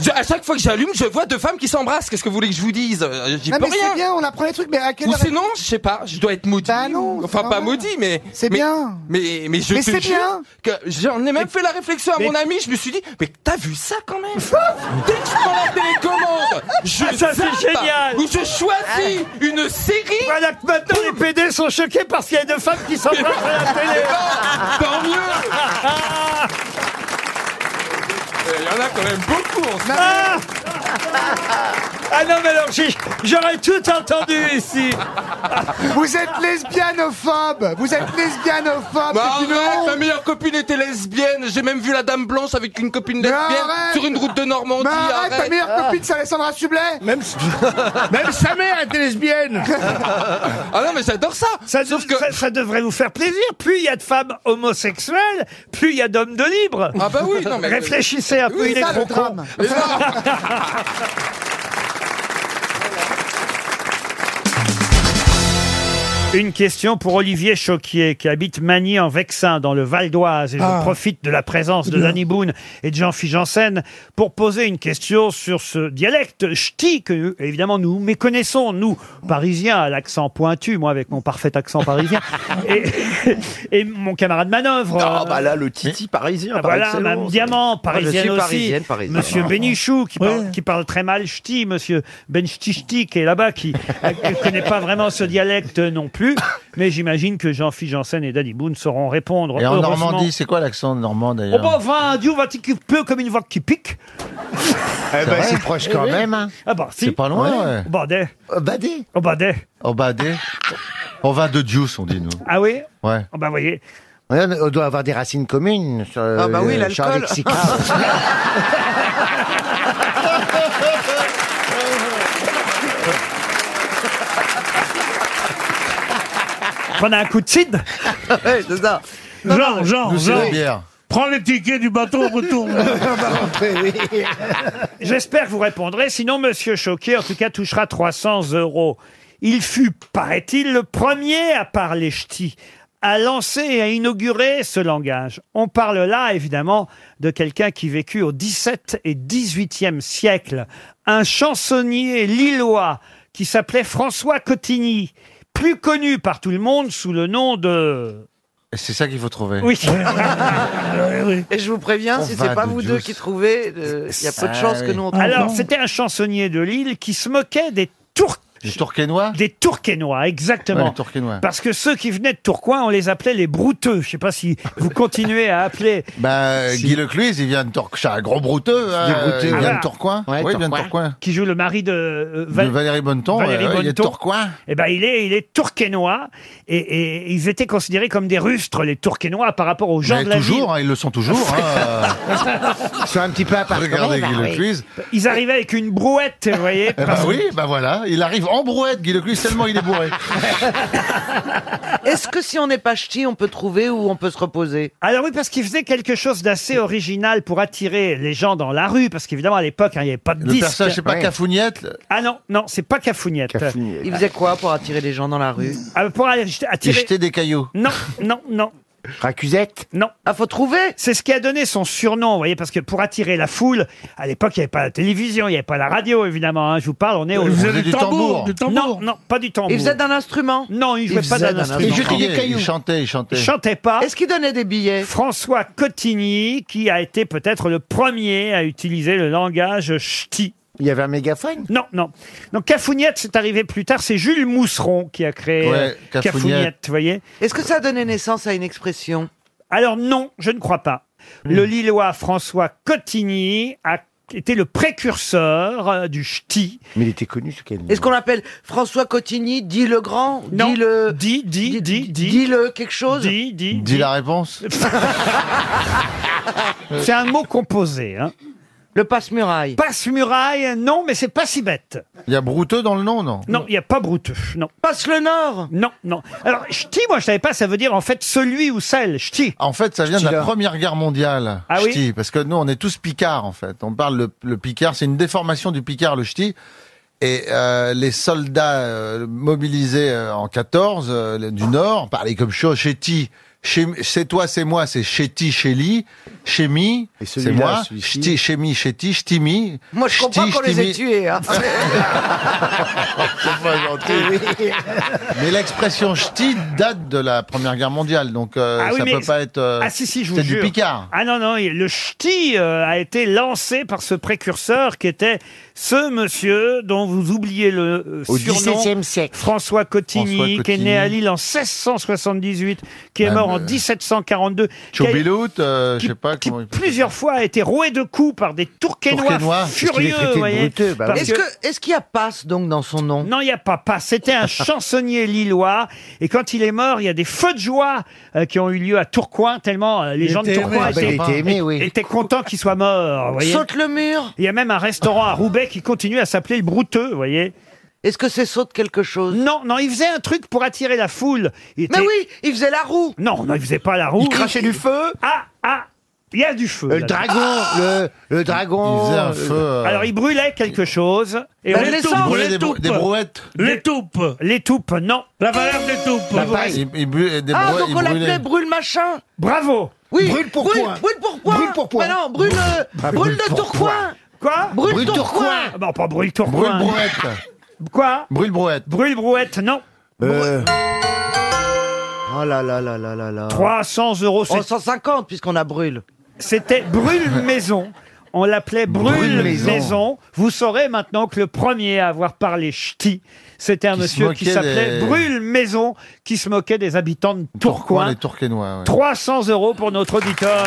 Speaker 20: Je- à chaque fois que j'allume, je vois deux femmes qui s'embrassent. Qu'est-ce que vous voulez que je vous dise Euh, J'y
Speaker 11: Non,
Speaker 20: peux
Speaker 11: mais c'est
Speaker 20: rien.
Speaker 11: bien, on apprend les trucs, mais à quelle
Speaker 20: Ou
Speaker 11: heure Bah
Speaker 20: c'est non, je sais pas. Je dois être maudit. ou- enfin
Speaker 11: pas
Speaker 20: pas
Speaker 11: mal.
Speaker 20: maudit, mais
Speaker 11: ah C'est
Speaker 20: mais-
Speaker 11: bien.
Speaker 20: Mais mais je
Speaker 11: Mais
Speaker 20: te
Speaker 11: c'est
Speaker 20: jure
Speaker 11: bien.
Speaker 20: que j'en ai même fait la réflexion à
Speaker 11: mais-
Speaker 20: mon ami. Je me suis dit, mais t'as vu ça quand même Dès que je prends la télécommande, je
Speaker 1: Ah, ça, c'est
Speaker 20: zappe
Speaker 1: génial. Ah.
Speaker 20: Ou je choisis une série.
Speaker 1: Voilà que maintenant les PD sont choqués parce qu'il y a deux femmes qui s'embrassent à la télé. Ah.
Speaker 20: Tant mieux Il y en a quand même beaucoup en ce
Speaker 1: Ah Ah non, mais alors, j'ai- j'aurais tout entendu ici.
Speaker 11: Vous êtes lesbianophobe Vous êtes lesbianophobe
Speaker 20: Bah
Speaker 11: c'est Ah, une
Speaker 20: arrête,
Speaker 11: honte.
Speaker 20: ma meilleure copine était lesbienne. J'ai même vu la dame blanche avec une copine
Speaker 11: Mais
Speaker 20: lesbienne
Speaker 11: arrête.
Speaker 20: sur une route de Normandie.
Speaker 11: Mais arrête, ta meilleure
Speaker 20: Ah.
Speaker 11: copine, c'est Alessandra Sublet Même...
Speaker 20: Même sa mère était lesbienne. ah non, mais j'adore ça.
Speaker 1: Ça, ça- ça devrait vous faire plaisir. Plus il y a de femmes homosexuelles, plus il y a d'hommes de libre.
Speaker 20: Ah bah oui, non mais
Speaker 1: Réfléchissez un peu,
Speaker 20: Oui,
Speaker 1: il est
Speaker 20: ça, le
Speaker 1: trop con.
Speaker 20: drame.
Speaker 1: Une question pour Olivier Choquier, qui habite Magny en Vexin, dans le Val d'Oise. Et
Speaker 11: Ah.
Speaker 1: je profite de la présence de
Speaker 11: Bien.
Speaker 1: Danny Boone et de Jean-Philippe Janssen pour poser une question sur ce dialecte ch'ti que, évidemment, nous méconnaissons, nous, Parisiens, à l'accent pointu, moi, avec mon parfait accent parisien, et, et mon camarade Manœuvre.
Speaker 24: Ah,
Speaker 1: euh,
Speaker 24: bah là, le titi parisien.
Speaker 1: ah,
Speaker 24: par
Speaker 1: voilà,
Speaker 24: excellence.
Speaker 1: Mme Diamant,
Speaker 24: Moi, je suis
Speaker 1: parisienne aussi.
Speaker 24: parisienne, parisienne.
Speaker 1: Monsieur
Speaker 24: Ah.
Speaker 1: Bénichou, qui, parle, qui parle très mal ch'ti. Monsieur Benchti ch'ti, qui est là-bas, qui ne connaît pas vraiment ce dialecte non plus. Mais j'imagine que Jean-Philippe Janssen et Danny Boone sauront répondre.
Speaker 24: Et en
Speaker 1: heureusement.
Speaker 24: Normandie, c'est quoi l'accent normand
Speaker 1: Oh
Speaker 24: d'ailleurs
Speaker 1: bah enfin, un duo va t peu comme une voix qui pique
Speaker 24: Eh ben, c'est proche quand même, hein.
Speaker 1: Ah bah si.
Speaker 24: C'est pas loin, ouais.
Speaker 1: Oh Badé.
Speaker 24: Oh badé.
Speaker 1: Oh badé.
Speaker 24: Oh badé. On va de juice, on dit nous.
Speaker 1: Ah oui
Speaker 24: Ouais.
Speaker 1: Oh bah voyez.
Speaker 24: Ouais, on on doit avoir des racines communes sur euh,
Speaker 28: Ah bah oui,
Speaker 24: le
Speaker 28: l'alcool.
Speaker 24: Charles Lexica.
Speaker 1: Prenez un coup de cid.
Speaker 11: ouais, c'est ça.
Speaker 4: Genre, genre,
Speaker 11: Nous, c'est
Speaker 4: genre.
Speaker 11: la bière.
Speaker 4: Prends les tickets du bateau, retourne.
Speaker 1: J'espère que vous répondrez. Sinon, Monsieur Choquet, en tout cas, touchera 300 euros. Il fut, paraît-il, le premier à parler ch'ti, à lancer et à inaugurer ce langage. On parle là, évidemment, de quelqu'un qui vécut au 17 et 18e siècle. Un chansonnier lillois qui s'appelait François Cotigny, plus connu par tout le monde sous le nom de...
Speaker 24: C'est ça qu'il faut trouver.
Speaker 1: Oui.
Speaker 5: Et je vous préviens,
Speaker 24: On
Speaker 5: si
Speaker 24: va
Speaker 5: c'est pas
Speaker 24: de
Speaker 5: vous deux
Speaker 24: douce.
Speaker 5: qui trouvez, euh, il y a peu de
Speaker 24: Ah
Speaker 5: chances
Speaker 24: oui.
Speaker 5: que nous on trouve.
Speaker 1: Alors, c'était un chansonnier de Lille qui se moquait des Turcs.
Speaker 24: Des Tourquenois
Speaker 1: Des Tourquenois, exactement.
Speaker 24: Ouais, les Tourquenois.
Speaker 1: Parce que ceux qui venaient de Tourcoing, on les appelait les brouteux. Je sais pas si vous continuez à appeler.
Speaker 24: Bah, Guy Lecluse, il vient de Torquay. C'est un gros brouteux. hein,
Speaker 1: brouteux,
Speaker 24: il vient
Speaker 1: voilà.
Speaker 24: de Torquois. oui, il vient de Torquois.
Speaker 1: Qui joue le mari de, euh, Val-
Speaker 24: De Valérie Bonneton,
Speaker 1: Valérie
Speaker 24: ouais, ouais, il est
Speaker 1: Bonneton.
Speaker 24: Tourcoing.
Speaker 1: Eh ben, il est, il est Tourquenois. Et, et ils étaient considérés comme des rustres, les Tourquenois, par rapport aux gens
Speaker 24: Mais
Speaker 1: de la
Speaker 24: toujours,
Speaker 1: ville.
Speaker 24: hein, ils le sont toujours. hein. Ils sont un petit peu Ah bah à part. Regardez
Speaker 1: quand
Speaker 24: Guy
Speaker 1: même, oui.
Speaker 24: Lecluse.
Speaker 1: Ils arrivaient avec une brouette, vous voyez.
Speaker 24: Eh ben
Speaker 1: parce-
Speaker 24: oui, ben voilà, il arrive en brouette, Guy Lecluse, tellement il est bourré.
Speaker 5: Est-ce que si on n'est pas ch'ti, on peut trouver ou on peut se reposer
Speaker 1: Alors oui, parce qu'il faisait quelque chose d'assez original pour attirer les gens dans la rue, parce qu'évidemment à l'époque, hein, il n'y avait pas de
Speaker 24: Le
Speaker 1: disque.
Speaker 24: personnage, c'est pas
Speaker 1: Ouais.
Speaker 24: Cafouniette
Speaker 1: Ah non, non, c'est pas Cafouniette.
Speaker 5: Il faisait quoi pour attirer les gens dans la rue
Speaker 1: Ah, pour aller jeter-
Speaker 24: Il
Speaker 1: attirer...
Speaker 24: jetait des cailloux.
Speaker 1: Non, non, non.
Speaker 24: Racusette
Speaker 1: Non.
Speaker 5: Ah, faut trouver
Speaker 1: C'est ce qui a donné son surnom, vous voyez, parce que pour attirer la foule, à l'époque, il n'y avait pas la télévision, il n'y avait pas la radio, évidemment. hein, je vous parle, on est au...
Speaker 5: Il faisait On faisait du du tambour, tambour. du
Speaker 1: Non, non, pas du tambour.
Speaker 5: Il faisait d'un instrument
Speaker 1: Non, il jouait pas d'un instrument.
Speaker 24: Il chantait, il chantait.
Speaker 1: Il chantait pas.
Speaker 5: Est-ce qu'il donnait des billets
Speaker 1: François Cotigny, qui a été peut-être le premier à utiliser le langage ch'ti. Il y avait un mégaphone Non, non. Donc Cafouniette, c'est arrivé plus tard. C'est Jules Mousseron qui a créé
Speaker 17: Ouais,
Speaker 1: euh,
Speaker 17: Cafouniette.
Speaker 1: Cafouniette, vous voyez
Speaker 17: Est-ce que ça a donné naissance à une expression
Speaker 1: Alors non, je ne crois pas. Le Lillois François Cotigny a été le précurseur euh, du ch'ti. Mais il était connu ce qu'elle
Speaker 17: Est-ce qu'on l'appelle François Cotigny, dit le grand
Speaker 1: Non.
Speaker 17: Dit le.
Speaker 1: Dit, dit, dit, dit.
Speaker 17: le quelque chose
Speaker 1: Dit, dit.
Speaker 17: Dis la
Speaker 24: réponse.
Speaker 1: Euh. C'est un mot composé. hein.
Speaker 17: Le passe-muraille.
Speaker 1: Passe-muraille, non, mais c'est pas si bête.
Speaker 24: Il y a brouteux dans le nom, non
Speaker 1: Non, il n'y a pas brouteux, non. Passe le Nord Non, non. Alors, ch'ti, moi, je savais pas, ça veut dire en fait celui ou celle, ch'ti.
Speaker 24: En fait, ça vient de la Première Guerre mondiale,
Speaker 1: Ah oui
Speaker 24: ch'ti, parce que nous, on est tous picards, en fait. On parle le, le picard, c'est une déformation du picard, le ch'ti. Et euh, les soldats euh, mobilisés euh, en 14 euh, le- du Nord parlaient comme chaud, chéti. Chez, c'est toi, c'est moi, c'est chéti, chéli, chémi, c'est
Speaker 20: celui-là,
Speaker 24: moi,
Speaker 20: celui-ci.
Speaker 24: ch'ti, chémi, chéti, ch'timi.
Speaker 17: Moi, je comprends
Speaker 24: ch'ti,
Speaker 17: qu'on les
Speaker 24: ch'timi.
Speaker 17: ait tués. Hein.
Speaker 24: C'est pas gentil. Mais l'expression ch'ti date de la Première Guerre mondiale, donc euh,
Speaker 1: Ah oui,
Speaker 24: ça
Speaker 1: mais-
Speaker 24: peut pas être. euh,
Speaker 1: ah si, si, je vous
Speaker 24: c'est
Speaker 1: jure.
Speaker 24: du Picard.
Speaker 1: Ah non, non, le ch'ti euh, a été lancé par ce précurseur qui était ce monsieur dont vous oubliez le euh,
Speaker 20: Au
Speaker 1: surnom.
Speaker 20: 17e
Speaker 1: siècle. François Cotigny,
Speaker 20: François
Speaker 1: qui est
Speaker 20: Cotigny.
Speaker 1: né à Lille en 1678, qui est
Speaker 24: Même,
Speaker 1: mort en
Speaker 24: euh,
Speaker 1: 1742. qui a-
Speaker 24: Chobilout, euh, je sais pas comment. il-
Speaker 1: Plusieurs fois a été roué de coups par des Tourquenois,
Speaker 24: Tourquenois, parce qu'il est
Speaker 1: furieux.
Speaker 24: traité de
Speaker 1: vous voyez,
Speaker 24: bruteux, bah
Speaker 1: parce
Speaker 24: oui.
Speaker 17: Est-ce
Speaker 1: que-
Speaker 17: que- est-ce qu'il y a passe donc dans son nom
Speaker 1: non, il n'y a pas pas. C'était un chansonnier lillois. Et quand il est mort, il y a des feux de joie euh, qui ont eu lieu à Tourcoing, tellement euh, les
Speaker 17: Il
Speaker 1: gens de
Speaker 17: était aimé.
Speaker 1: Tourcoing
Speaker 17: Ah bah, il était aimé,
Speaker 1: étaient- étaient contents qu'il soit mort. vous voyez.
Speaker 17: Saute le mur
Speaker 1: Il y a même un restaurant à Roubaix qui continue à s'appeler le Brouteux, vous voyez.
Speaker 17: Est-ce que c'est saute quelque chose
Speaker 1: Non, non, il faisait un truc pour attirer la foule. Mais oui,
Speaker 17: il faisait la roue.
Speaker 1: Non, non, il faisait pas la roue. Il crachait du feu. Ah, ah, il y a du feu.
Speaker 24: Le
Speaker 1: là-dedans.
Speaker 24: dragon, le- le dragon, Il faisait un feu, euh, Bah,
Speaker 1: Alors il brûlait quelque chose.
Speaker 4: La descente, Il brûlait
Speaker 1: les
Speaker 4: des brou-
Speaker 1: toupes.
Speaker 4: des brouettes. Les
Speaker 1: toupes. Les toupes, non.
Speaker 4: La
Speaker 1: Bah,
Speaker 4: valeur des toupes.
Speaker 1: La valeur-
Speaker 24: Il, il bu- des
Speaker 17: Ah,
Speaker 24: brouettes,
Speaker 17: donc
Speaker 24: il
Speaker 17: on l'appelait
Speaker 24: brûlait.
Speaker 17: brûle machin
Speaker 1: Bravo
Speaker 17: Oui,
Speaker 24: Brûle
Speaker 17: pour
Speaker 24: Pourpoint.
Speaker 17: Brûle pourpoint Brûle pourpoint
Speaker 5: bah
Speaker 17: Mais non, brûle, euh,
Speaker 1: Bah,
Speaker 24: Ah,
Speaker 17: brûle
Speaker 24: brûle
Speaker 17: de Tourcoing
Speaker 1: Quoi
Speaker 17: Brûle, Tourcoing
Speaker 1: Ah, Non, pas brûle Tourcoing.
Speaker 24: Brûle brouette.
Speaker 1: Quoi
Speaker 24: Brûle brouette. Euh,
Speaker 1: Brûle brouette, non.
Speaker 17: Oh là là là là là là
Speaker 1: 300 euros. c'est-
Speaker 17: Oh, 150 puisqu'on a brûle
Speaker 1: C'était brûle maison. On l'appelait brûle maison.
Speaker 17: Brûle-Maison.
Speaker 1: Vous saurez maintenant que le premier à avoir parlé ch'ti, c'était un
Speaker 24: Qui se
Speaker 1: monsieur qui
Speaker 24: moquait
Speaker 1: s'appelait
Speaker 24: des-
Speaker 1: brûle maison, qui se moquait des habitants de Tourcoing.
Speaker 24: les Tourquenois. ouais.
Speaker 1: 300 euros pour notre auditeur.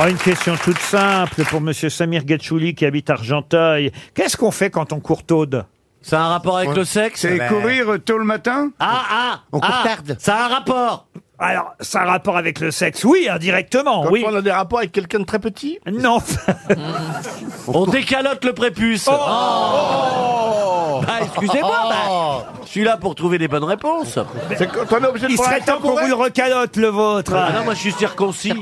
Speaker 1: Oh, une question toute simple pour Monsieur Samir Getchouli qui habite Argenteuil. Qu'est-ce qu'on fait quand on courtaude
Speaker 29: Ça a un rapport avec le sexe Eh ben,
Speaker 1: C'est courir
Speaker 29: tôt le matin Ah, ah
Speaker 1: On
Speaker 29: ah,
Speaker 1: courtarde.
Speaker 29: Ça a un rapport
Speaker 1: Alors, ça a un rapport avec le sexe, oui, indirectement. oui. on a des rapports avec quelqu'un de très petit Non.
Speaker 29: On décalote le prépuce Oh Bah,
Speaker 1: Ah.
Speaker 29: excusez-moi, bah, je suis là pour trouver des bonnes réponses.
Speaker 1: Il serait temps qu'on vous le recalote, le vôtre.
Speaker 29: Ah non, moi je suis circoncis.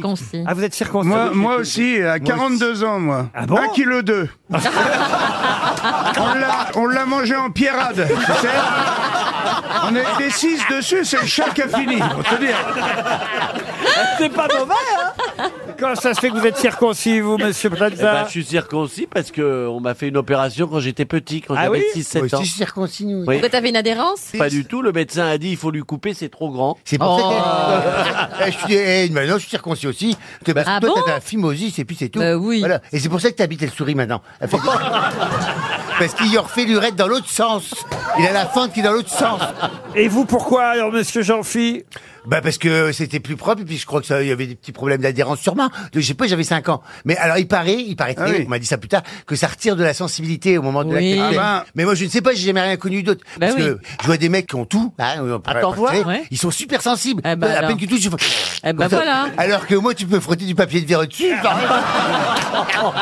Speaker 1: Ah, vous êtes circoncis
Speaker 29: Moi- moi aussi, à 42 ans, moi.
Speaker 1: Ah bon
Speaker 29: 1,2 kg.
Speaker 15: On l'a- On l'a mangé en pierrade. tu sais. On est des six dessus, c'est le chat qui a fini. pour te dire.
Speaker 1: C'est pas mauvais, hein Comment ça se fait que vous êtes circoncis, vous, monsieur
Speaker 29: Eh
Speaker 1: Plaza
Speaker 29: ben, je suis circoncis parce que on m'a fait une opération quand j'étais petit, quand
Speaker 1: Ah
Speaker 29: j'avais
Speaker 1: oui
Speaker 29: 6-7
Speaker 1: Moi
Speaker 29: ans.
Speaker 1: aussi, je suis
Speaker 29: circoncis,
Speaker 1: Oui.
Speaker 9: Pourquoi t'avais une adhérence
Speaker 29: Pas du tout. Le médecin a dit il faut lui couper, c'est trop grand. Oh.
Speaker 20: C'est pour ça que. Eh, je suis, eh, maintenant, je suis circoncis aussi. C'est Parce que
Speaker 9: Ah
Speaker 20: toi,
Speaker 9: bon
Speaker 20: t'avais un phimosis et puis c'est tout.
Speaker 9: Bah oui.
Speaker 20: Voilà. Et c'est pour ça que t'habites le souris maintenant. Parce qu'il y a refait l'urette dans l'autre sens. Il a la fente qui est dans l'autre sens.
Speaker 1: Et vous, pourquoi alors, monsieur Jean-Phi
Speaker 20: bah parce que c'était plus propre et puis je crois que ça il y avait des petits problèmes d'adhérence sûrement. Je sais pas, j'avais 5 ans. Mais alors il paraît, il paraît,
Speaker 29: Ah oui.
Speaker 20: on m'a dit ça plus tard que ça retire de la sensibilité au moment de
Speaker 29: Oui.
Speaker 20: l'activité.
Speaker 29: Ah ben.
Speaker 20: Mais moi je ne sais pas, j'ai jamais rien connu d'autre
Speaker 29: Bah
Speaker 20: parce
Speaker 29: oui.
Speaker 20: que je vois des mecs qui ont tout, hein, on pourrait
Speaker 29: Attends,
Speaker 20: pas
Speaker 29: vois,
Speaker 20: dire.
Speaker 29: ouais.
Speaker 20: ils sont super sensibles.
Speaker 29: ben
Speaker 20: à
Speaker 29: alors.
Speaker 20: peine que tout, je fais
Speaker 29: Eh ben
Speaker 20: comme ça.
Speaker 29: voilà.
Speaker 20: Alors que moi tu peux frotter du papier de verre dessus. pareil.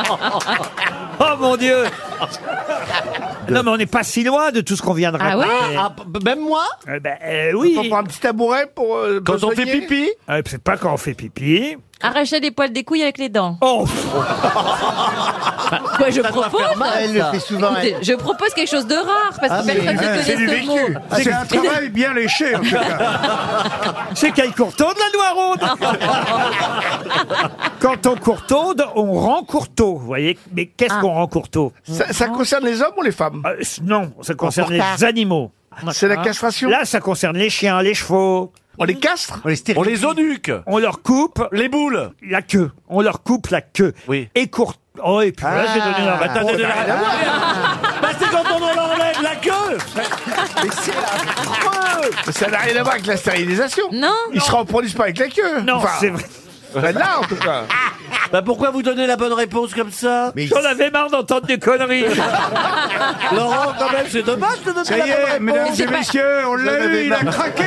Speaker 1: Oh mon Dieu
Speaker 29: euh.
Speaker 1: Non, mais on n'est pas si loin de tout ce qu'on vient de
Speaker 29: Ah ouais
Speaker 1: raconter.
Speaker 29: Ah, Eh
Speaker 1: Même moi Ben euh, oui.
Speaker 29: Quand on prend un
Speaker 1: petit tabouret pour.
Speaker 29: Quand on besoigner fait pipi
Speaker 1: euh, C'est pas quand on fait pipi.
Speaker 9: Arrachez des poils des couilles avec les dents.
Speaker 1: Oh
Speaker 29: Ah,
Speaker 9: Quoi, je propose
Speaker 20: Elle le fait souvent,
Speaker 9: Écoutez,
Speaker 20: elle.
Speaker 9: Je propose quelque chose de rare parce que
Speaker 20: Ah,
Speaker 9: personne
Speaker 20: mais-
Speaker 9: ne connaît
Speaker 20: c'est du
Speaker 9: ce
Speaker 20: vécu.
Speaker 9: mot.
Speaker 20: Ah, c'est un travail
Speaker 15: bien léché, en tout cas.
Speaker 1: C'est quel courtaude, la Noiraude Quand on courtaude, on rend courtaud, vous voyez. Mais qu'est-ce qu'on rend courtaud
Speaker 15: Ça, ça concerne les hommes ou les femmes
Speaker 1: Non, ça concerne
Speaker 15: Courtard.
Speaker 1: les animaux.
Speaker 15: C'est la castration
Speaker 1: Là, ça concerne les chiens, les chevaux.
Speaker 29: On les castre On les stérilise. On les onuque
Speaker 1: On leur coupe. Les boules. La queue. On leur coupe la queue. Oui. Et court. Oh, et puis là, j'ai donné la réponse.
Speaker 29: Bah, c'est quand on en enlève la queue
Speaker 5: Mais c'est affreux Ça
Speaker 11: Ah,
Speaker 5: n'a rien à voir avec la stérilisation.
Speaker 9: Non.
Speaker 5: Ils se reproduisent pas avec la queue.
Speaker 1: Non, c'est vrai.
Speaker 5: là, en tout cas.
Speaker 29: Bah pourquoi vous donnez la bonne réponse comme ça
Speaker 1: J'en avais marre d'entendre des conneries.
Speaker 29: Laurent, quand même, c'est dommage de donner
Speaker 15: Ça
Speaker 29: la
Speaker 15: y
Speaker 29: bonne
Speaker 15: est,
Speaker 29: réponse.
Speaker 15: mesdames
Speaker 29: C'est
Speaker 15: et
Speaker 29: pas-
Speaker 15: messieurs, on l'a eu, il a craqué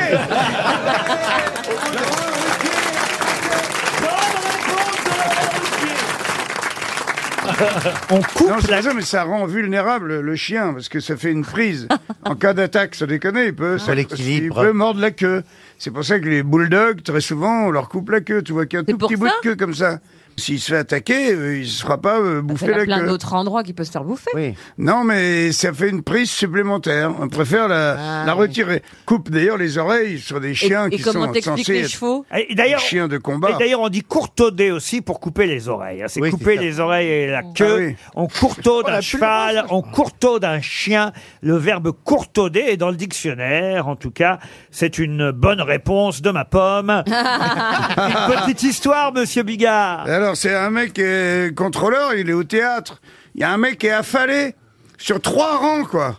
Speaker 15: On coupe la... mais ça rend vulnérable le chien, parce que ça fait une prise. en cas d'attaque, ça déconne, il peut, ça- il peut mordre la queue. C'est pour ça que les bulldogs, très souvent, on leur coupe la queue. Tu vois qu'il y a un tout petit bout de queue comme ça. S'il se fait attaquer, euh, il ne se fera pas
Speaker 30: Il
Speaker 15: euh, bouffer
Speaker 30: y a
Speaker 15: la
Speaker 30: plein
Speaker 15: queue.
Speaker 30: d'autres endroits qui peuvent se faire bouffer.
Speaker 15: Non, mais ça fait une prise supplémentaire. On préfère la, la retirer. Coupe d'ailleurs les oreilles sur des chiens
Speaker 30: Ah, et
Speaker 15: qui
Speaker 30: comment
Speaker 15: sont
Speaker 30: t'expliques
Speaker 15: censés
Speaker 30: les
Speaker 15: être
Speaker 30: chevaux
Speaker 1: Et d'ailleurs-
Speaker 15: des chiens de combat.
Speaker 1: Et d'ailleurs, on dit courtauder aussi pour couper les oreilles. hein. C'est
Speaker 15: Oui,
Speaker 1: couper
Speaker 15: c'est ça. Ah
Speaker 1: les oreilles et la queue.
Speaker 15: oui.
Speaker 1: On courtaude
Speaker 15: Oh, la
Speaker 1: un
Speaker 15: puce.
Speaker 1: cheval, on courtaude un chien. Le verbe courtauder est dans le dictionnaire. En tout cas, c'est une bonne réponse de ma pomme. une petite histoire, monsieur Bigard.
Speaker 15: Alors, c'est un mec qui est contrôleur, il est au théâtre. Il y a un mec qui est affalé sur trois rangs, quoi.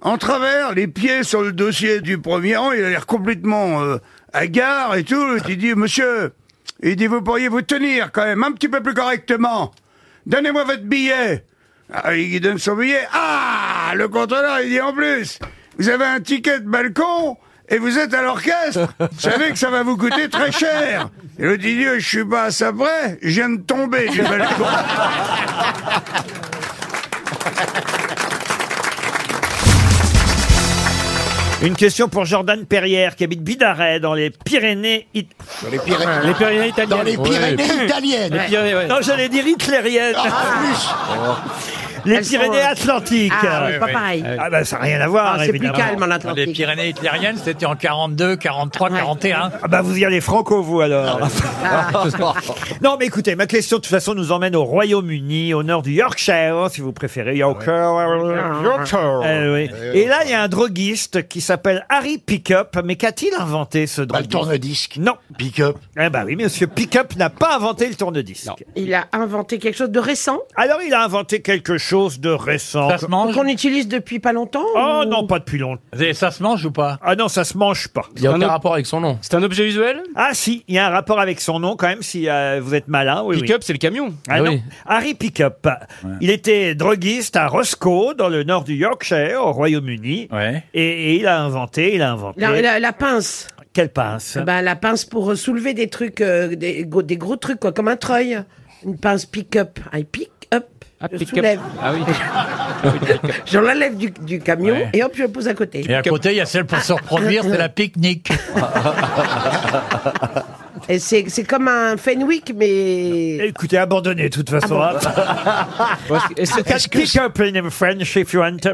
Speaker 15: En travers, les pieds sur le dossier du premier rang, il a l'air complètement euh, hagard et tout. Il dit, monsieur, il dit, vous pourriez vous tenir quand même un petit peu plus correctement. Donnez-moi votre billet. Ah, il donne son billet. Ah Le contrôleur, il dit en plus, vous avez un ticket de balcon et vous êtes à l'orchestre. Vous savez que ça va vous coûter très cher. Et le dit, Dieu, je suis pas à ça près, je viens de tomber du balcon.
Speaker 1: Une question pour Jordan Perrière, qui habite Bidaret, dans les Pyrénées... Dans les
Speaker 5: Pyrénées- Les Pyrénées italiennes. Dans les Pyrénées Ouais. italiennes. Ah, Les Pyrénées, ouais.
Speaker 1: Non, j'allais dire hitlériennes. Oh. Les
Speaker 16: Elles sont,
Speaker 1: Pyrénées
Speaker 16: euh,
Speaker 1: Atlantiques.
Speaker 16: Ah, ouais, pas pareil.
Speaker 1: Ah bah ça n'a rien à voir.
Speaker 16: Ah, c'est plus calme en
Speaker 1: Atlantique.
Speaker 16: Les Pyrénées hitlériennes, c'était en 42, 43, 41.
Speaker 1: Ah bah vous y allez franco vous alors.
Speaker 16: Ah,
Speaker 1: non mais écoutez, ma question de toute façon nous emmène au Royaume-Uni, au nord du Yorkshire si vous préférez. Yorkshire.
Speaker 5: Yorkshire.
Speaker 1: Ah, Eh oui. Et là il y a un droguiste qui s'appelle Harry Pickup, mais qu'a-t-il inventé ce droguiste Bah, Le tourne-disque. Non. Pickup. Eh bah oui, monsieur Pickup n'a pas inventé le tourne-disque.
Speaker 16: Il a inventé quelque chose de récent
Speaker 1: Alors il a inventé quelque chose de récent.
Speaker 16: Ça se mange Qu'on utilise depuis pas longtemps
Speaker 1: Oh non, pas depuis longtemps.
Speaker 16: Ça se mange ou pas
Speaker 1: Ah non, ça se mange pas.
Speaker 16: Il y a aucun rapport
Speaker 1: avec son nom. C'est un objet usuel Ah si, il y a un rapport avec son nom quand même si euh, vous êtes malin. Oui,
Speaker 5: Pick-up,
Speaker 1: c'est le camion. Ah,
Speaker 5: Ah
Speaker 1: non.
Speaker 5: oui.
Speaker 1: Harry Pickup. Il était droguiste à Roscoe dans le nord du Yorkshire au Royaume-Uni. Et, et il a inventé, il a inventé.
Speaker 16: La, la- la pince
Speaker 1: Quelle pince
Speaker 16: Ben, La pince pour euh, soulever des trucs, euh, des, go- des gros trucs, quoi, comme un treuil. Une pince pick-up. I pick up. je
Speaker 6: pick-up.
Speaker 16: soulève.
Speaker 6: Ah oui.
Speaker 16: je l'enlève du, du camion
Speaker 6: Ouais.
Speaker 16: et hop, je le pose à côté.
Speaker 6: Et à côté, il y a celle pour se reproduire, c'est la pique-nique.
Speaker 16: Et c'est c'est comme un Fenwick, mais.
Speaker 1: Écoutez, abandonnez de toute façon.
Speaker 16: Ah bon
Speaker 1: Est-ce pick up in French if you want to-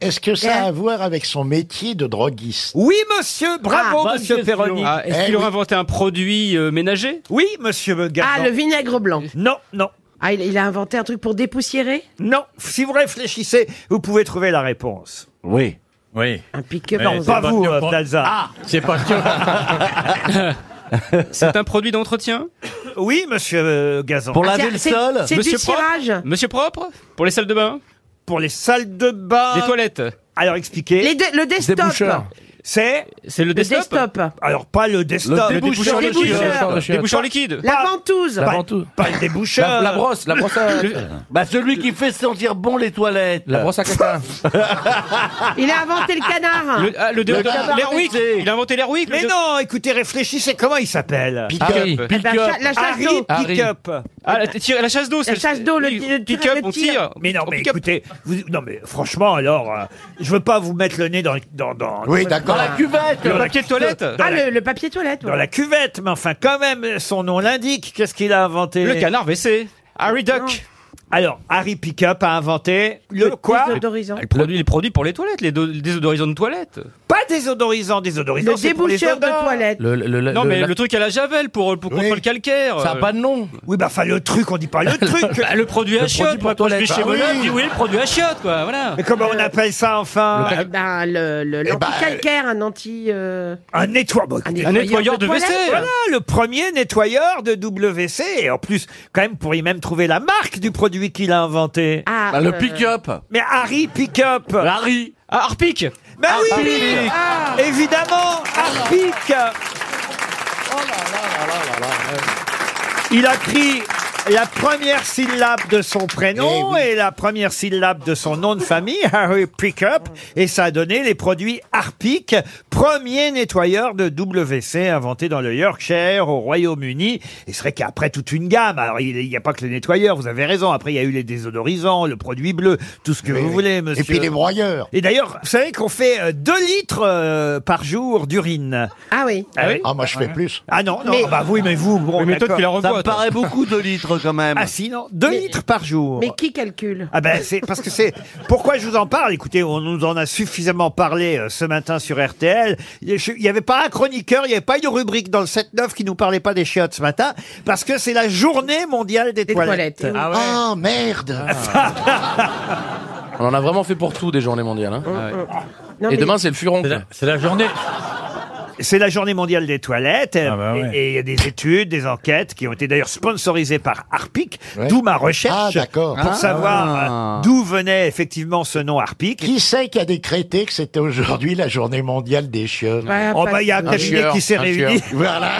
Speaker 31: Est-ce que ça a à voir avec son métier de droguiste
Speaker 1: Oui, monsieur, bravo,
Speaker 16: Ah.
Speaker 1: monsieur Perroni.
Speaker 31: Eh oui.
Speaker 1: inventé un produit ménager Oui, monsieur
Speaker 16: Ah,
Speaker 1: Gardant.
Speaker 16: le vinaigre blanc.
Speaker 1: Non, non.
Speaker 16: Ah, il, il a inventé un truc pour dépoussiérer
Speaker 1: Non, si vous réfléchissez, vous pouvez trouver la réponse.
Speaker 6: Oui. Oui.
Speaker 16: Un
Speaker 5: Eh,
Speaker 16: pick-up.
Speaker 1: Non, pas vous, euh, Plaza.
Speaker 5: Ah,
Speaker 6: C'est pas
Speaker 1: C'est un produit d'entretien Oui, monsieur euh, Gazan.
Speaker 6: Pour laver Ah, c'est- le c'est- sol c'est du cirage
Speaker 1: Monsieur propre Pour les salles de bain Pour les salles de bain.
Speaker 6: Des
Speaker 1: toilettes Alors expliquez.
Speaker 16: Les de- le desktop. Déboucheur.
Speaker 1: C'est C'est
Speaker 16: Le desktop. desktop.
Speaker 1: Alors pas le desktop.
Speaker 16: Le déboucheur Le liquide. déboucheur.
Speaker 6: Déboucheur
Speaker 1: Pas-
Speaker 6: liquide.
Speaker 16: La ventouse.
Speaker 1: Pas, pas le déboucheur.
Speaker 29: La- la brosse, la brosse à- Bah celui qui fait sentir bon les toilettes. La brosse à caca.
Speaker 16: Il a inventé le canard.
Speaker 29: Le- ah, le déodorant.
Speaker 16: canard
Speaker 29: L'Airwick.
Speaker 16: baissé.
Speaker 29: Il a inventé l'Airwick, le
Speaker 1: Mais
Speaker 29: dé-
Speaker 1: non, écoutez, réfléchissez. Comment il s'appelle
Speaker 16: Pick-up. Harry. Eh ben, cha- la chasse d'eau.
Speaker 1: Harry Pick-up.
Speaker 16: Harry.
Speaker 1: Ah, la, chasse d'eau,
Speaker 16: c'est La le- chasse d'eau, le- le- le pick-up, tir- le on tire. tire.
Speaker 1: Mais non, mais écoutez, vous- non, mais franchement, alors, euh, je veux pas vous mettre le nez dans, dans, dans,
Speaker 16: Oui, d'accord. Dans la cuvette. Le
Speaker 1: Dans la
Speaker 16: papier
Speaker 1: cuvette.
Speaker 16: toilette.
Speaker 1: Dans
Speaker 16: Ah,
Speaker 1: la-
Speaker 16: le, le papier toilette.
Speaker 1: dans la cuvette, mais enfin, quand même, son nom l'indique. Qu'est-ce qu'il a inventé
Speaker 6: Le canard
Speaker 1: WC. Harry Duck. Alors, Harry Pickup a inventé le, quoi
Speaker 2: Elle Ah, produit les produits pour les toilettes, les do- désodorisants de toilettes.
Speaker 1: Pas désodorisant, désodorisant.
Speaker 2: Le
Speaker 1: c'est pour les
Speaker 2: déboucheur de
Speaker 1: sodas.
Speaker 2: toilette. Le- le- le- Non, le- mais la- le truc à la javel pour- pour- contre le calcaire. Ça a pas de
Speaker 1: nom. euh. Oui, bah, enfin, le truc, on dit pas le truc.
Speaker 2: Bah, le produit à chiottes, moi, quand je vais chez Benoît, je dis Bah oui, Euh, le produit à chiottes, quoi, voilà. Bah,
Speaker 1: Mais comment on appelle ça, enfin
Speaker 16: Eh ben, le, le, l'anti-calcaire, un anti... euh,
Speaker 1: Ah, Un nettoyeur, bon, écoutez,
Speaker 16: Un nettoyeur de
Speaker 1: WC.
Speaker 16: toilette.
Speaker 1: Voilà, le premier nettoyeur de WC. Et en plus, quand même, pour y même trouver la marque du produit qu'il a inventé.
Speaker 16: Ah, Bah, le euh, Ah,
Speaker 1: pick-up. Mais Harry pick-up. Harry. Harpic. Mais Bah oui,
Speaker 11: Harpic.
Speaker 1: Harpic.
Speaker 11: Ah.
Speaker 1: évidemment, Harpic.
Speaker 31: Oh
Speaker 1: Il a pris la première syllabe de son
Speaker 31: Eh
Speaker 1: prénom et, la première syllabe de son nom de famille, Harry Pickup, et ça a donné les produits Harpic, premier nettoyeur de WC inventé dans le Yorkshire au Royaume-Uni. Et c'est vrai qu'après toute une gamme, alors il n'y a pas que le nettoyeur, vous avez raison, après il y a eu les désodorisants, le produit bleu, tout ce que vous voulez, monsieur.
Speaker 31: puis les broyeurs.
Speaker 1: Et d'ailleurs, vous savez qu'on fait 2 litres euh, par jour d'urine.
Speaker 16: Ah oui.
Speaker 31: Ah, moi, je fais plus.
Speaker 1: Ah non, non, bah oui, mais vous, bon, d'accord.
Speaker 29: Ça me paraît beaucoup de litres quand même.
Speaker 1: Ah si, non, 2 litres par jour.
Speaker 16: Mais qui calcule
Speaker 1: Ah ben c'est parce que c'est pourquoi je vous en parle. Écoutez, on nous en a suffisamment parlé euh, ce matin sur RTL. Il je- il n'y avait pas un chroniqueur, il n'y avait pas une rubrique dans le 7-9 qui nous parlait pas des chiottes ce matin parce que c'est la journée mondiale des, toilettes. Ah.
Speaker 31: toilettes, oui. Ah ouais.
Speaker 1: merde.
Speaker 3: On en a vraiment fait pour tout des journées mondiales.
Speaker 16: Ah
Speaker 13: Ah
Speaker 3: hein.
Speaker 1: Non,
Speaker 3: Et
Speaker 1: mais-
Speaker 3: demain, c'est le furon. C'est la journée. Ah
Speaker 1: C'est la journée mondiale des toilettes euh,
Speaker 3: bah ouais.
Speaker 1: et et il y a des études, des enquêtes qui ont été d'ailleurs sponsorisées par Harpic, d'où ma recherche pour
Speaker 31: Ah.
Speaker 1: savoir euh, d'où venait effectivement ce nom Harpic.
Speaker 31: Qui c'est qui a décrété que c'était aujourd'hui la journée mondiale des chiottes
Speaker 1: Ouais, Oh, pas bah, il y a un sûr. cabinet qui s'est réuni.
Speaker 31: Voilà.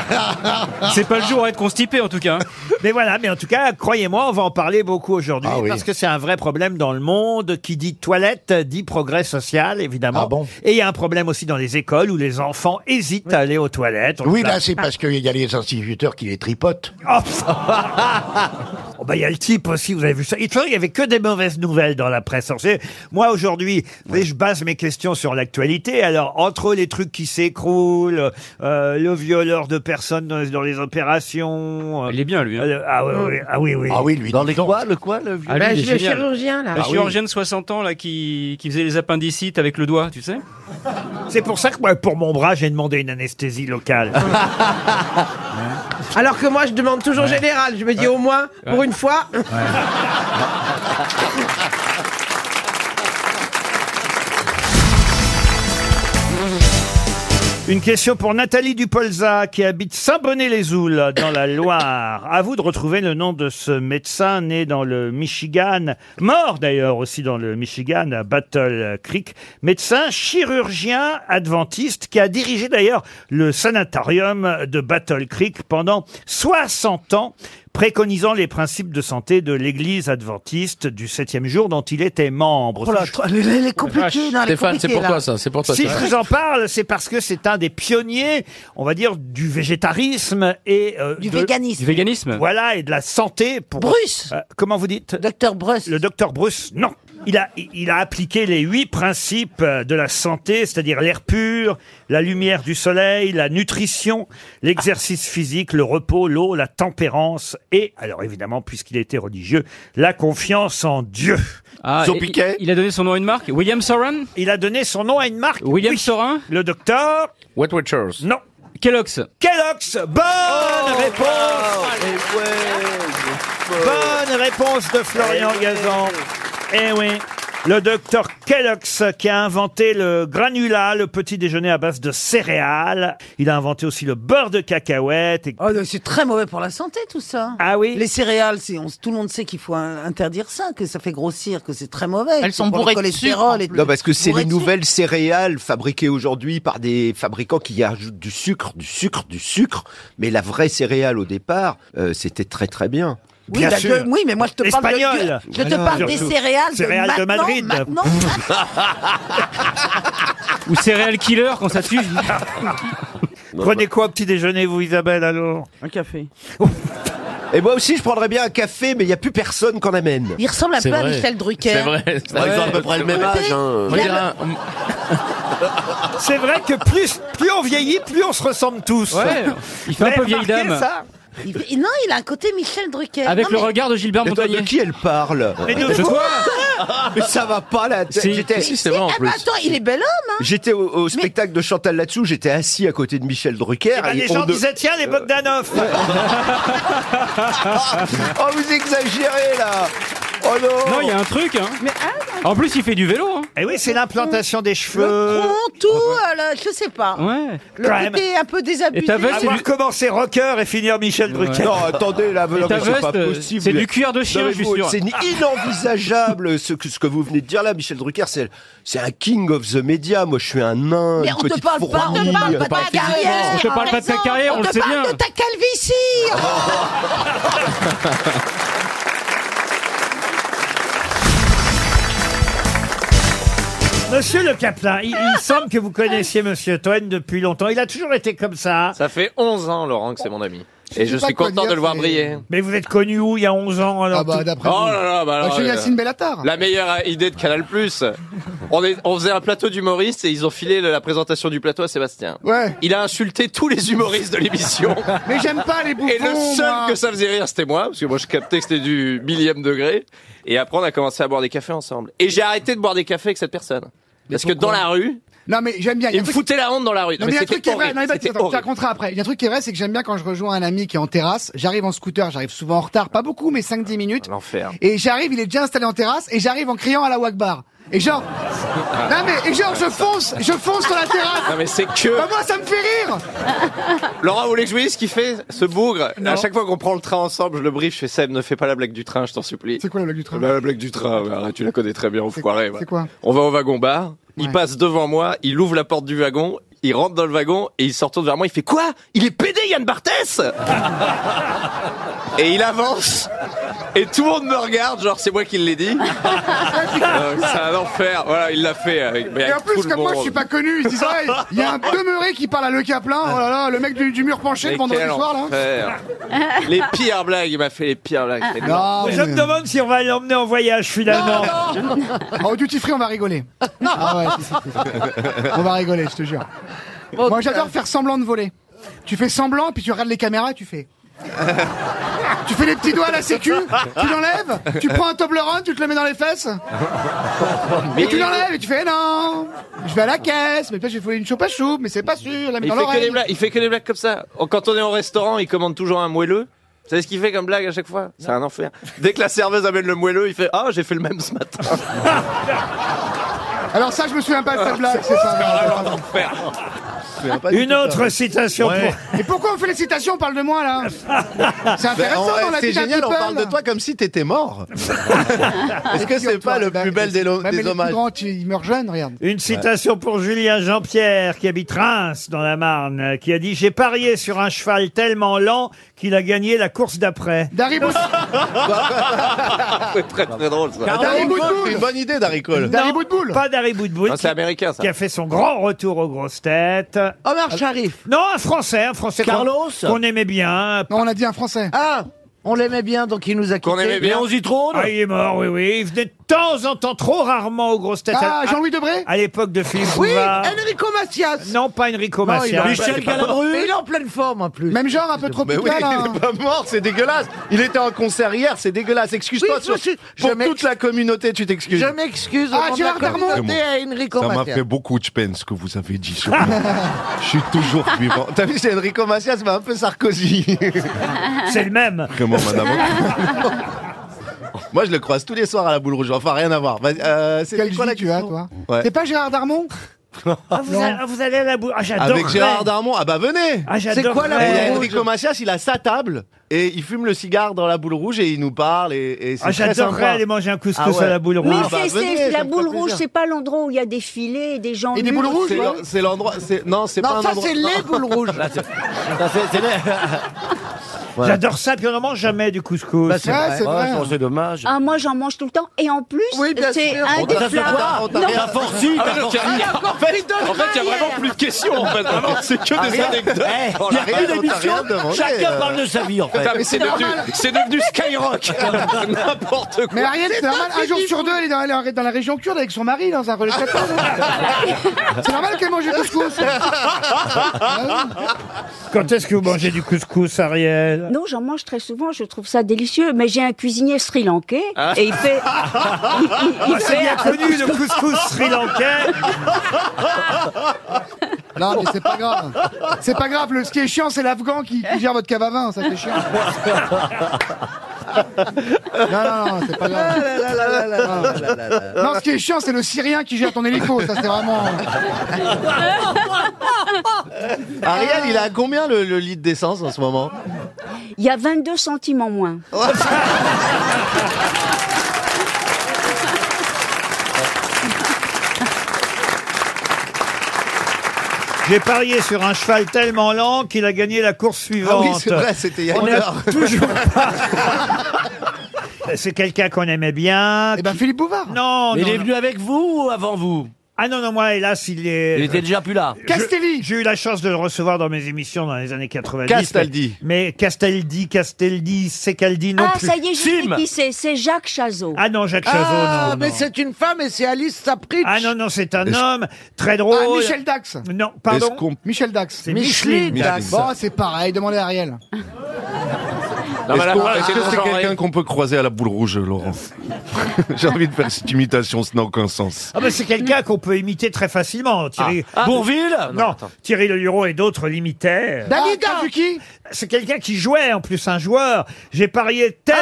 Speaker 1: C'est pas le jour à être constipé en tout cas. hein. mais voilà, mais en tout cas, croyez-moi, on va en parler beaucoup aujourd'hui
Speaker 31: Ah
Speaker 1: parce que c'est un vrai problème dans le monde. Qui dit toilette dit progrès social, évidemment.
Speaker 31: Ah
Speaker 1: Et il y a un problème aussi dans les écoles où les enfants hésitent à aller aux toilettes.
Speaker 31: Oui, là, c'est parce qu'il y a les instituteurs qui les tripotent.
Speaker 1: Oh, Oh, bah, il y a le type aussi, vous avez vu ça. Il il y avait que des mauvaises nouvelles dans la presse. Alors, c'est- moi, aujourd'hui, vous voyez, je base mes questions sur l'actualité. Alors, entre les trucs qui s'écroulent, euh, le violeur de personnes dans, dans les opérations... il est bien, lui. ah, ouais, ouais, ah oui, oui.
Speaker 31: Ah oui, lui.
Speaker 29: Dans les quoi, le quoi, le vieux
Speaker 16: Ah, lui, Bah, il est je- le génial. chirurgien, là.
Speaker 29: Ah
Speaker 2: La
Speaker 29: oui.
Speaker 2: chirurgienne de 60 ans, là, qui, qui faisait les appendicites avec le doigt, tu sais
Speaker 1: C'est pour ça que moi, pour mon bras, j'ai demandé une anesthésie locale.
Speaker 16: Alors que moi, je demande toujours général. Je me dis au moins, pour une fois.
Speaker 1: Une question pour Nathalie Dupolza qui habite Saint-Bonnet-les-Oules dans la Loire. À vous de retrouver le nom de ce médecin né dans le Michigan, mort d'ailleurs aussi dans le Michigan à Battle Creek, médecin chirurgien adventiste qui a dirigé d'ailleurs le sanatorium de Battle Creek pendant 60 ans préconisant les principes de santé de l'Église adventiste du septième jour dont il était membre.
Speaker 14: Oh là, toi, elle est compliquée, non, elle est
Speaker 3: Ah, Stéphane, c'est pour
Speaker 14: compliquée,
Speaker 3: toi
Speaker 14: là.
Speaker 3: ça, c'est pour toi.
Speaker 1: Si
Speaker 3: ça.
Speaker 1: je vous en parle, c'est parce que c'est un des pionniers, on va dire, du végétarisme et euh,
Speaker 14: Du
Speaker 1: de-
Speaker 14: véganisme. Du
Speaker 2: véganisme.
Speaker 1: Voilà et de la santé pour
Speaker 14: Bruce.
Speaker 1: Euh, comment vous dites Docteur Bruce. Le docteur Bruce. Non. Il a, il a appliqué les huit principes euh, de la santé, c'est-à-dire l'air pur, la lumière du soleil, la nutrition, l'exercice physique, le repos, l'eau, la tempérance et, alors évidemment, puisqu'il était religieux, la confiance en Dieu.
Speaker 2: Ah, Ils ont et- piqué
Speaker 1: Il a donné son nom à une marque William Soren Il a donné son nom à une marque William Soren Le docteur
Speaker 3: Wet Watchers.
Speaker 1: Non.
Speaker 2: Kellogg's.
Speaker 1: Kellogg's Bonne
Speaker 30: Oh,
Speaker 1: réponse Bonne réponse de Florian Gazan. Eh oui. Le docteur Kellogg's qui a inventé le granula, le petit déjeuner à base de céréales. Il a inventé aussi le beurre de cacahuète. Et...
Speaker 13: Oh, C'est très mauvais pour la santé tout ça.
Speaker 1: Ah oui.
Speaker 13: Les céréales, c'est on- tout le monde sait qu'il faut un- interdire ça, que ça fait grossir, que c'est très mauvais. que c'est pour le cholestérol et tout.
Speaker 30: Non, parce que c'est
Speaker 13: Bourré
Speaker 30: les
Speaker 13: de
Speaker 30: nouvelles céréales fabriquées aujourd'hui par des fabricants qui ajoutent du sucre, du sucre, du sucre. Mais la vraie céréale au départ, euh, c'était très très bien. Ah
Speaker 13: Oui, bah, je- oui, mais moi je te parle de-
Speaker 1: Espagnol.
Speaker 13: je te parle des
Speaker 30: Surtout.
Speaker 13: céréales,
Speaker 30: Céréales
Speaker 13: de,
Speaker 30: de
Speaker 13: maintenant,
Speaker 30: Madrid.
Speaker 13: maintenant.
Speaker 2: Ou Serial Killer quand ça tue.
Speaker 30: Ah,
Speaker 1: Prenez quoi au petit déjeuner, vous, Isabelle, alors
Speaker 13: Un café.
Speaker 30: Et moi aussi, je prendrais bien un café, mais il n'y a plus personne qu'on amène.
Speaker 13: Il ressemble un C'est peu à vrai. Michel Drucker. C'est vrai, c'est
Speaker 30: Ouais, ils ont à
Speaker 13: vrai.
Speaker 30: peu près le même âge. hein.
Speaker 13: Moi, je dirais
Speaker 1: C'est vrai que plus, plus on vieillit, plus on se ressemble tous.
Speaker 13: Ouais.
Speaker 1: Vous avez remarqué ça
Speaker 13: Il- il- non, il a un côté Michel Drucker.
Speaker 30: Avec
Speaker 13: Non,
Speaker 30: le
Speaker 13: mais-
Speaker 30: regard de Gilbert Montagnier. De qui elle parle
Speaker 13: Mais de
Speaker 30: Je
Speaker 13: vous.
Speaker 30: vois Mais ça va pas la tête.
Speaker 13: Si,
Speaker 30: J'étais-
Speaker 13: si, c'est vrai, en Ah, plus. bah, attends, il est bel homme, hein.
Speaker 30: J'étais au, au spectacle de Chantal là-dessous, j'étais assis à côté de Michel Drucker.
Speaker 1: Eh ben, les
Speaker 30: on
Speaker 1: gens
Speaker 30: de-
Speaker 1: disaient tiens les Bogdanov. Ah,
Speaker 30: oh, vous exagérez là Oh non
Speaker 32: Non, il y a un truc, hein.
Speaker 13: ah,
Speaker 32: En plus, il fait du vélo, hein.
Speaker 1: Eh oui, c'est l'implantation des
Speaker 13: Le
Speaker 1: cheveux.
Speaker 13: tronc, tout, euh, le- je sais pas.
Speaker 32: Ouais.
Speaker 13: Le
Speaker 1: Crime.
Speaker 13: côté un peu désabusé.
Speaker 1: Avoir commencé rocker et finir Michel Drucker.
Speaker 30: Non, attendez, là, non, mais c'est pas possible. Non, mais vous- C'est
Speaker 1: ni-
Speaker 30: inenvisageable ce que, ce que vous venez de dire là, Michel Drucker. C'est c'est un king of the media. Moi, je suis un nain.
Speaker 13: Mais
Speaker 30: une
Speaker 13: on te
Speaker 30: petite
Speaker 13: parle pas, on te
Speaker 30: fourmi.
Speaker 13: parle euh, pas de ta carrière.
Speaker 30: On te parle pas de ta
Speaker 13: Raison,
Speaker 30: carrière, on le
Speaker 13: te
Speaker 30: sait
Speaker 13: parle
Speaker 30: bien.
Speaker 13: de ta calvitie. Ah.
Speaker 1: Monsieur Le Caplin, il, il semble que vous connaissiez Monsieur Toen depuis longtemps. Il a toujours été comme ça.
Speaker 19: Ça fait 11 ans, Laurent, que c'est mon ami. Et je
Speaker 1: pas
Speaker 19: suis content
Speaker 1: cognac,
Speaker 19: de le voir
Speaker 1: mais-
Speaker 19: briller.
Speaker 1: Mais vous êtes connu où il y a 11 ans
Speaker 30: Ah
Speaker 1: alors
Speaker 30: bah,
Speaker 1: tout-
Speaker 19: Oh là là, bah
Speaker 11: Bah,
Speaker 19: alors,
Speaker 11: chez
Speaker 19: euh,
Speaker 11: Yacine Bellatar.
Speaker 19: La meilleure idée de Canal Plus. On, est- on faisait un plateau d'humoristes et ils ont filé la présentation du plateau à Sébastien.
Speaker 11: Ouais.
Speaker 19: Il a insulté tous les humoristes de l'émission.
Speaker 11: Mais j'aime pas les bouffons.
Speaker 19: Et le seul
Speaker 11: moi.
Speaker 19: que ça faisait rire, c'était moi, parce que moi je captais que c'était du millième degré. Et après, on a commencé à boire des cafés ensemble. Et j'ai arrêté de boire des cafés avec cette personne. Parce que dans la rue,
Speaker 11: Non, mais j'aime bien. il y a
Speaker 19: il
Speaker 11: un
Speaker 19: me
Speaker 11: truc-
Speaker 19: foutait la honte dans la rue.
Speaker 11: Non, mais il y a un
Speaker 19: c'était
Speaker 11: truc qui est vrai.
Speaker 19: horrible,
Speaker 11: Non, mais
Speaker 19: c'était
Speaker 11: attends, je te
Speaker 19: horrible.
Speaker 11: raconterai après. Il y a un truc qui est vrai, c'est que j'aime bien quand je rejoins un ami qui est en terrasse. J'arrive en scooter, j'arrive souvent en retard, pas beaucoup, mais 5-10 minutes.
Speaker 19: L'enfer.
Speaker 11: Et j'arrive, il est déjà installé en terrasse, et j'arrive en criant à la Wagbar. Et genre. Non, mais et genre, je fonce, je fonce sur la terrasse.
Speaker 19: Ah. Non, mais c'est que-
Speaker 11: Bah, moi, ça me fait rire.
Speaker 19: Laurent, vous voulez que je vous dise ce qu'il fait, ce bougre
Speaker 11: Non.
Speaker 19: À chaque fois qu'on prend le train ensemble, je le brief, je fais Seb, ne fais pas la blague du train, je t'en supplie. C'est
Speaker 11: quoi la blague du train
Speaker 19: La blague du train, ouais, arrête, tu la connais très bien, enfoiré.
Speaker 11: c'est
Speaker 19: va.
Speaker 11: quoi
Speaker 19: On va au wagon-bar, il
Speaker 11: Ouais.
Speaker 19: passe devant moi, il ouvre la porte du wagon, il rentre dans le wagon et il se retourne vers moi, il fait Quoi Il est pédé, Yann Barthès Et il avance, et tout le monde me regarde, genre c'est moi qui l'ai dit. Donc, c'est un enfer, voilà, il l'a fait avec. mais
Speaker 11: Et en
Speaker 19: avec tout
Speaker 11: plus,
Speaker 19: le
Speaker 11: comme moi, je
Speaker 19: monde.
Speaker 11: suis pas connu, ils disent, ouais, il y a un demeuré qui parle à Le Caplin. Oh là là, le mec du, du mur penché
Speaker 19: Mais
Speaker 11: de vendredi
Speaker 19: quel
Speaker 11: soir, là.
Speaker 19: enfer. Les pires blagues, il m'a fait les pires blagues. c'est énorme.
Speaker 11: Ah,
Speaker 1: Je me demande si on va l'emmener en voyage finalement.
Speaker 11: Oh, au duty free, on va rigoler. Ah ouais, si, si, si. On va rigoler, je te jure. Moi, j'adore faire semblant de voler. Tu fais semblant, puis tu regardes les caméras, tu fais. tu fais les petits doigts à la sécu, tu l'enlèves, tu prends un Toblerone, tu te le mets dans les fesses, et tu l'enlèves, et tu fais non, je vais à la caisse, mais peut-être je vais voler une choupe à choupe, mais c'est pas sûr, la mets
Speaker 19: Il
Speaker 11: dans
Speaker 19: fait, que des
Speaker 11: l'oreille.
Speaker 19: blagues, il fait que des blagues comme ça. Oh, Quand on est au restaurant, il commande toujours un moelleux. Vous savez ce qu'il fait comme blague à chaque fois C'est un enfer. Dès que la serveuse amène le moelleux, il fait Ah, j'ai fait le même ce matin.
Speaker 11: Alors ça, je me souviens pas de cette blague, c'est ça.
Speaker 19: un enfer.
Speaker 1: Une autre citation
Speaker 11: Ouais. Et pourquoi on fait les citations, on parle de moi là C'est intéressant
Speaker 6: Ben, on-
Speaker 11: dans la
Speaker 6: C'est
Speaker 11: vie d'un
Speaker 6: génial, on
Speaker 11: people.
Speaker 6: parle de toi comme si t'étais mort. Est-ce que c'est pas le plus bel des, lo-
Speaker 11: Même
Speaker 6: des
Speaker 11: les plus
Speaker 6: hommages
Speaker 11: grands, tu- ils meurent jeunes, regarde.
Speaker 1: Une citation pour Julien Jean-Pierre qui habite Reims dans la Marne, euh, qui a dit J'ai parié sur un cheval tellement lent qu'il a gagné la course d'après.
Speaker 11: Dari Bous-
Speaker 19: c'est très très drôle ça.
Speaker 6: Ah,
Speaker 11: Dari Boudboul.
Speaker 6: une bonne idée, Darry Cole.
Speaker 1: Non, Pas Dari Boudboul.
Speaker 19: Non, c'est américain ça.
Speaker 1: Qui a fait son grand retour aux grosses têtes. Ah,
Speaker 5: Omar Sharif.
Speaker 1: Non, un Français, un Français. qu'on-
Speaker 5: Carlos
Speaker 1: Qu'on aimait bien.
Speaker 11: Non, on a dit un Français.
Speaker 5: Ah, on l'aimait bien, donc il nous a quittés.
Speaker 1: Ah, il est mort, oui, oui. Il venait de temps en temps, trop rarement aux grosses têtes.
Speaker 11: Ah,
Speaker 1: À-
Speaker 11: Jean-Louis Debré
Speaker 1: À l'époque de Philippe
Speaker 5: Oui,
Speaker 1: Bouvard.
Speaker 5: Enrico Macias.
Speaker 1: Non, pas Enrico
Speaker 5: Non, il
Speaker 1: Macias.
Speaker 5: a- Michel Galabru. Mais il est en pleine forme en plus.
Speaker 11: Même genre un peu
Speaker 6: Mais
Speaker 11: tropical.
Speaker 6: oui,
Speaker 11: hein.
Speaker 6: il est pas mort, c'est dégueulasse. Il était en concert hier, c'est dégueulasse. Excuse-toi
Speaker 5: Oui, je
Speaker 6: sur-
Speaker 5: me suis-
Speaker 6: pour
Speaker 5: je m'ex-
Speaker 6: toute la communauté, tu t'excuses.
Speaker 5: Je m'excuse. au
Speaker 11: Ah,
Speaker 5: nom de
Speaker 11: Gérard
Speaker 5: la
Speaker 11: Darmon.
Speaker 5: communauté à Enrico
Speaker 33: Ça m'a
Speaker 5: Macias.
Speaker 33: fait beaucoup de peine ce que vous avez dit sur moi. Je suis toujours vivant.
Speaker 6: T'as vu, c'est Enrico Macias, mais un peu Sarkozy.
Speaker 1: C'est le même.
Speaker 33: Vraiment, madame.
Speaker 6: Moi, je le croise tous les soirs à la boule rouge. Enfin, rien à voir. Vas-y, euh, c'était
Speaker 11: Quelle vie
Speaker 6: quoi la
Speaker 11: tu as, toi
Speaker 6: Ouais.
Speaker 11: T'es pas Gérard Darmon
Speaker 1: Ah, vous, allez, ah, vous allez à la boule. Ah, j'adore.
Speaker 6: Avec Gérard Darmon. Ah bah venez
Speaker 1: Ah, j'adorerais. C'est quoi la
Speaker 6: Et il y a
Speaker 1: boule
Speaker 6: Enrico
Speaker 1: rouge
Speaker 6: Macias, il a sa table et il fume le cigare dans la boule rouge et il nous parle et, et c'est
Speaker 1: Ah,
Speaker 6: très
Speaker 1: j'adorerais
Speaker 6: sympa.
Speaker 1: aller manger un couscous
Speaker 6: Ah ouais.
Speaker 1: à la boule rouge.
Speaker 6: Ah, bah,
Speaker 2: Mais c'est- c'est-
Speaker 6: venez, ça
Speaker 2: la
Speaker 6: me
Speaker 2: boule
Speaker 6: fait
Speaker 2: rouge,
Speaker 6: plaisir.
Speaker 2: c'est pas l'endroit où il y a des filets, des gens
Speaker 6: C'est
Speaker 2: nus.
Speaker 6: l'en- C'est l'endroit. c'est- Non, c'est
Speaker 2: Non,
Speaker 6: pas un
Speaker 2: ça,
Speaker 6: endroit-
Speaker 2: c'est les boules
Speaker 5: rouges.
Speaker 6: Là, c'est- ça, c'est- c'est les-
Speaker 1: Voilà. J'adore ça, puis on n'en mange jamais du couscous.
Speaker 6: Bah, c'est Ouais, vrai. c'est vrai. Ouais, c'est
Speaker 2: dommage. Ah, moi, j'en mange tout le temps. Et en plus, c'est un
Speaker 6: On t'a-
Speaker 2: des
Speaker 6: ça, c'est quoi
Speaker 2: plats.
Speaker 6: On t'a
Speaker 2: Non.
Speaker 6: rien forci,
Speaker 2: Ah,
Speaker 6: t'as
Speaker 2: mais
Speaker 6: forci.
Speaker 2: le carrière.
Speaker 19: En fait, en fait, il y a vraiment plus de questions en fait. Vraiment, c'est que des
Speaker 6: Rien.
Speaker 19: anecdotes.
Speaker 6: Eh,
Speaker 19: Oh,
Speaker 6: il y a
Speaker 19: la
Speaker 6: plus
Speaker 19: rien,
Speaker 6: d'émission.
Speaker 19: on t'a rien demandé.
Speaker 6: Chacun parle de sa vie, en fait.
Speaker 19: Putain, mais c'est
Speaker 6: C'est
Speaker 19: devenu,
Speaker 6: normal.
Speaker 19: c'est devenu Skyrock. N'importe quoi.
Speaker 11: Mais Ariel, c'est normal, un jour sur deux, elle est dans la, dans la région kurde avec son mari dans un relais de sapin, non C'est normal qu'elle mange du couscous. Ah oui.
Speaker 1: Quand est-ce que vous mangez du couscous, Ariel
Speaker 2: euh, Non, j'en mange très souvent, je trouve ça délicieux. Mais j'ai un cuisinier sri-lankais et il fait. il- il- il
Speaker 1: Ah, c'est
Speaker 2: fait
Speaker 1: bien
Speaker 2: un
Speaker 1: connu le couscous sri-lankais.
Speaker 11: Non, mais c'est pas grave. C'est pas grave. Le, ce qui est chiant, c'est l'Afghan qui, qui gère votre cave à vin. Ça, c'est chiant. Non, non, non, c'est pas grave. Non, ce qui est chiant, c'est le Syrien qui gère ton hélico. Ça, c'est vraiment.
Speaker 34: Ariel, il a combien le, le litre d'essence en ce moment
Speaker 2: Il y a 22 centimes en moins.
Speaker 1: J'ai parié sur un cheval tellement lent qu'il a gagné la course
Speaker 34: Ah
Speaker 1: suivante.
Speaker 34: oui, c'est vrai, c'était il y a
Speaker 1: On
Speaker 34: une
Speaker 1: a
Speaker 34: heure.
Speaker 1: toujours pas- C'est quelqu'un qu'on aimait bien. Eh
Speaker 11: ben Philippe Bouvard.
Speaker 1: Non,
Speaker 5: Ah. Mais
Speaker 1: non,
Speaker 5: il est
Speaker 1: non.
Speaker 5: venu avec vous ou avant vous
Speaker 1: Ah non, non, moi, hélas, il est. euh,
Speaker 5: Il était déjà plus là.
Speaker 1: Je- J'ai eu la chance de le recevoir dans mes émissions dans les années 90.
Speaker 5: Castaldi.
Speaker 1: Mais, mais Castaldi, Castaldi, Secaldi non
Speaker 2: ah,
Speaker 1: plus.
Speaker 2: ça y est, je sais
Speaker 1: Sim.
Speaker 2: qui c'est. C'est Jacques Chazot.
Speaker 1: Ah non, Jacques Chazot,
Speaker 2: Ah,
Speaker 1: non,
Speaker 2: mais
Speaker 1: non.
Speaker 2: c'est une femme et c'est Alice Sapritch.
Speaker 1: Ah non, non, c'est un homme très drôle.
Speaker 11: Ah, Michel Dax.
Speaker 1: Non, pardon.
Speaker 11: Est-ce Michel Dax.
Speaker 1: C'est Micheline Dax.
Speaker 11: Bon, c'est pareil. Demandez à Ariel.
Speaker 6: Est-ce
Speaker 35: Ah, mais la
Speaker 6: qu'on-
Speaker 35: phrase,
Speaker 6: est-ce que
Speaker 35: c'est
Speaker 6: c'est
Speaker 35: genre-
Speaker 6: quelqu'un qu'on peut croiser à la boule rouge, Laurent J'ai envie de faire cette imitation, ça n'a aucun sens.
Speaker 1: Ah ben c'est quelqu'un qu'on peut imiter très facilement. Thierry
Speaker 6: Ah, ah.
Speaker 5: Bourvil
Speaker 1: Non, Thierry Le Luron et d'autres l'imitaient.
Speaker 11: Dalida
Speaker 1: C'est quelqu'un qui jouait en plus un joueur. J'ai parié tel.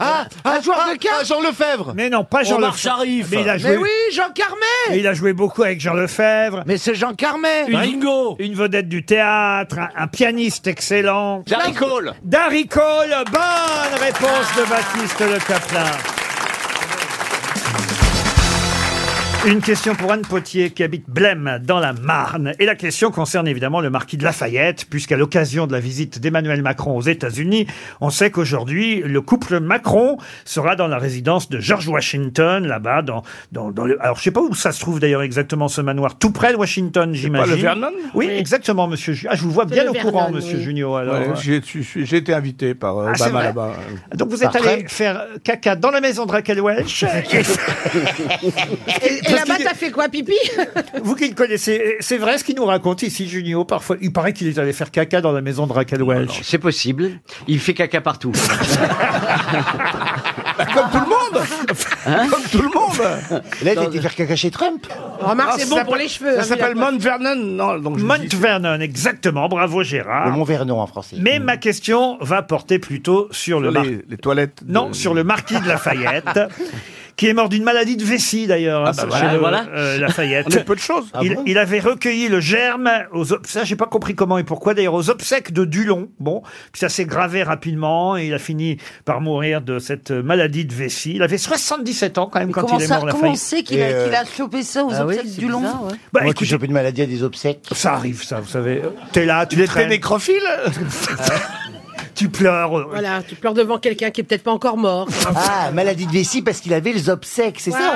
Speaker 1: Ah,
Speaker 11: un joueur
Speaker 1: de cartes.
Speaker 34: Jean Lefebvre.
Speaker 1: Mais non, pas Jean
Speaker 5: Omar
Speaker 1: Lefebvre.
Speaker 5: Sharif.
Speaker 1: Ah, Mais il a
Speaker 5: Mais
Speaker 1: joué.
Speaker 5: oui,
Speaker 1: Jean Carmet. il a joué beaucoup avec Jean Lefebvre. Mais c'est Jean Carmet. Une,
Speaker 5: Ringo.
Speaker 1: Une vedette du théâtre, un, un pianiste excellent.
Speaker 35: Darry Cole.
Speaker 1: Darry Cole. Bonne réponse de Baptiste Le Caplin. Une question pour Anne Potier qui habite Blême dans la Marne. Et la question concerne évidemment le marquis de Lafayette, puisqu'à l'occasion de la visite d'Emmanuel Macron aux États-Unis, on sait qu'aujourd'hui, le couple Macron sera dans la résidence de George Washington, là-bas, dans, dans, dans le. Alors, je sais pas où ça se trouve d'ailleurs exactement ce manoir, tout près de Washington, j'imagine.
Speaker 4: le Vernon
Speaker 1: Oui, exactement, monsieur. Ju- Ah, je vous vois
Speaker 4: C'est
Speaker 1: bien
Speaker 4: le
Speaker 1: au courant,
Speaker 4: Vernon,
Speaker 1: monsieur
Speaker 4: oui.
Speaker 1: Junio, alors. hein.
Speaker 4: Ouais, j'ai- je suis- j'ai été invité par euh,
Speaker 1: Ah, c'est
Speaker 4: Obama
Speaker 1: vrai
Speaker 4: là-bas.
Speaker 1: Donc, vous êtes
Speaker 4: Par
Speaker 1: allé
Speaker 4: Trump.
Speaker 1: faire euh, caca dans la maison de Raquel Welch.
Speaker 14: Et, et là-bas, t'as fait quoi, pipi
Speaker 1: Vous qui le connaissez, euh, c'est vrai ce qu'il nous raconte ici, Junio, parfois. Il paraît qu'il est allé faire caca dans la maison de Raquel Welch.
Speaker 36: Oh C'est possible. Il fait caca partout.
Speaker 4: Comme tout le monde
Speaker 36: Hein
Speaker 4: Comme tout le monde
Speaker 36: Là, il était
Speaker 4: faire caca chez Trump
Speaker 1: Remarque, c'est bon pour les cheveux, hein,
Speaker 4: Ça
Speaker 1: mais
Speaker 4: s'appelle
Speaker 1: d'accord.
Speaker 4: Mount Vernon. Non, donc je
Speaker 1: Mont
Speaker 4: dis-
Speaker 1: Vernon, exactement. Bravo, Gérard.
Speaker 4: Le Mont
Speaker 1: Vernon en français. Mais ma question va porter plutôt sur le.
Speaker 4: les-
Speaker 1: toilettes. Non, sur le marquis de Lafayette. Qui est mort d'une maladie de vessie d'ailleurs, hein,
Speaker 4: bah
Speaker 1: chez
Speaker 4: voilà,
Speaker 1: le,
Speaker 4: voilà.
Speaker 1: euh, Lafayette.
Speaker 4: On est peu de choses. Ah
Speaker 1: il,
Speaker 4: bon
Speaker 1: il avait recueilli le germe aux ob- ça j'ai pas compris comment et pourquoi d'ailleurs aux obsèques de Dulon. Bon, puis ça s'est gravé rapidement et il a fini par mourir de cette maladie de vessie. Il avait 77 ans quand même quand
Speaker 13: Comment,
Speaker 1: il est
Speaker 13: ça,
Speaker 1: mort
Speaker 13: comment on
Speaker 1: Lafayette.
Speaker 13: sait qu'il a, qu'il
Speaker 4: euh,
Speaker 1: euh,
Speaker 13: a chopé ça aux
Speaker 1: Ah
Speaker 13: obsèques du long
Speaker 1: Bah, écoutez, j'ai une maladie à des obsèques. Ça arrive, ça, vous savez. T'es là, tu
Speaker 4: Les
Speaker 1: traînes,
Speaker 4: pénécrophiles
Speaker 1: tu pleures. euh,
Speaker 14: Voilà, tu pleures devant quelqu'un qui est peut-être pas encore mort.
Speaker 36: Ah, maladie de vessie parce qu'il avait les obsèques, c'est ça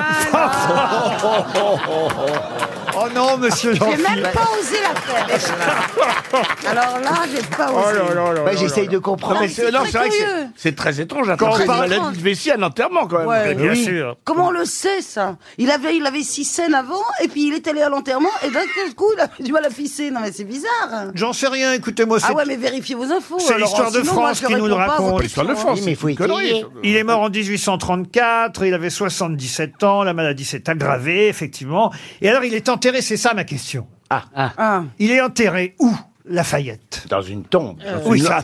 Speaker 1: Oh non, monsieur
Speaker 36: Jean-Philippe.
Speaker 13: J'ai même pas osé la faire. Alors là, j'ai pas
Speaker 4: Oh
Speaker 1: Oh
Speaker 13: osé.
Speaker 36: Bah, j'essaye de comprendre.
Speaker 4: Non, mais c'est- non,
Speaker 13: Non, mais c'est
Speaker 4: c'est vrai que
Speaker 13: très
Speaker 4: c'est-
Speaker 13: curieux.
Speaker 4: c'est très étrange.
Speaker 13: Quand
Speaker 4: Quand
Speaker 13: on
Speaker 4: une
Speaker 13: parle-
Speaker 4: maladie de vessie à l'enterrement, quand même.
Speaker 13: Ouais. Comment on le sait ça Il avait, il avait six scènes avant, et puis il est allé à l'enterrement, et d'un seul coup, il a du mal à pisser. Non mais c'est bizarre.
Speaker 1: J'en sais rien, écoutez-moi.
Speaker 13: Ah
Speaker 1: c'est-
Speaker 13: ouais, mais vérifiez vos infos.
Speaker 1: C'est
Speaker 13: alors,
Speaker 1: l'histoire de
Speaker 13: sinon, moi,
Speaker 1: France
Speaker 13: je
Speaker 1: qui nous le
Speaker 13: réponds pas à vos
Speaker 1: raconte.
Speaker 13: questions, hein.
Speaker 1: Il est mort en 1834, il avait 77 ans, la maladie s'est aggravée, effectivement. Et alors, il est enterré, c'est ça ma question. Ah. Il est enterré où, Lafayette Dans une tombe. Oui,
Speaker 4: Dans une-
Speaker 1: ça.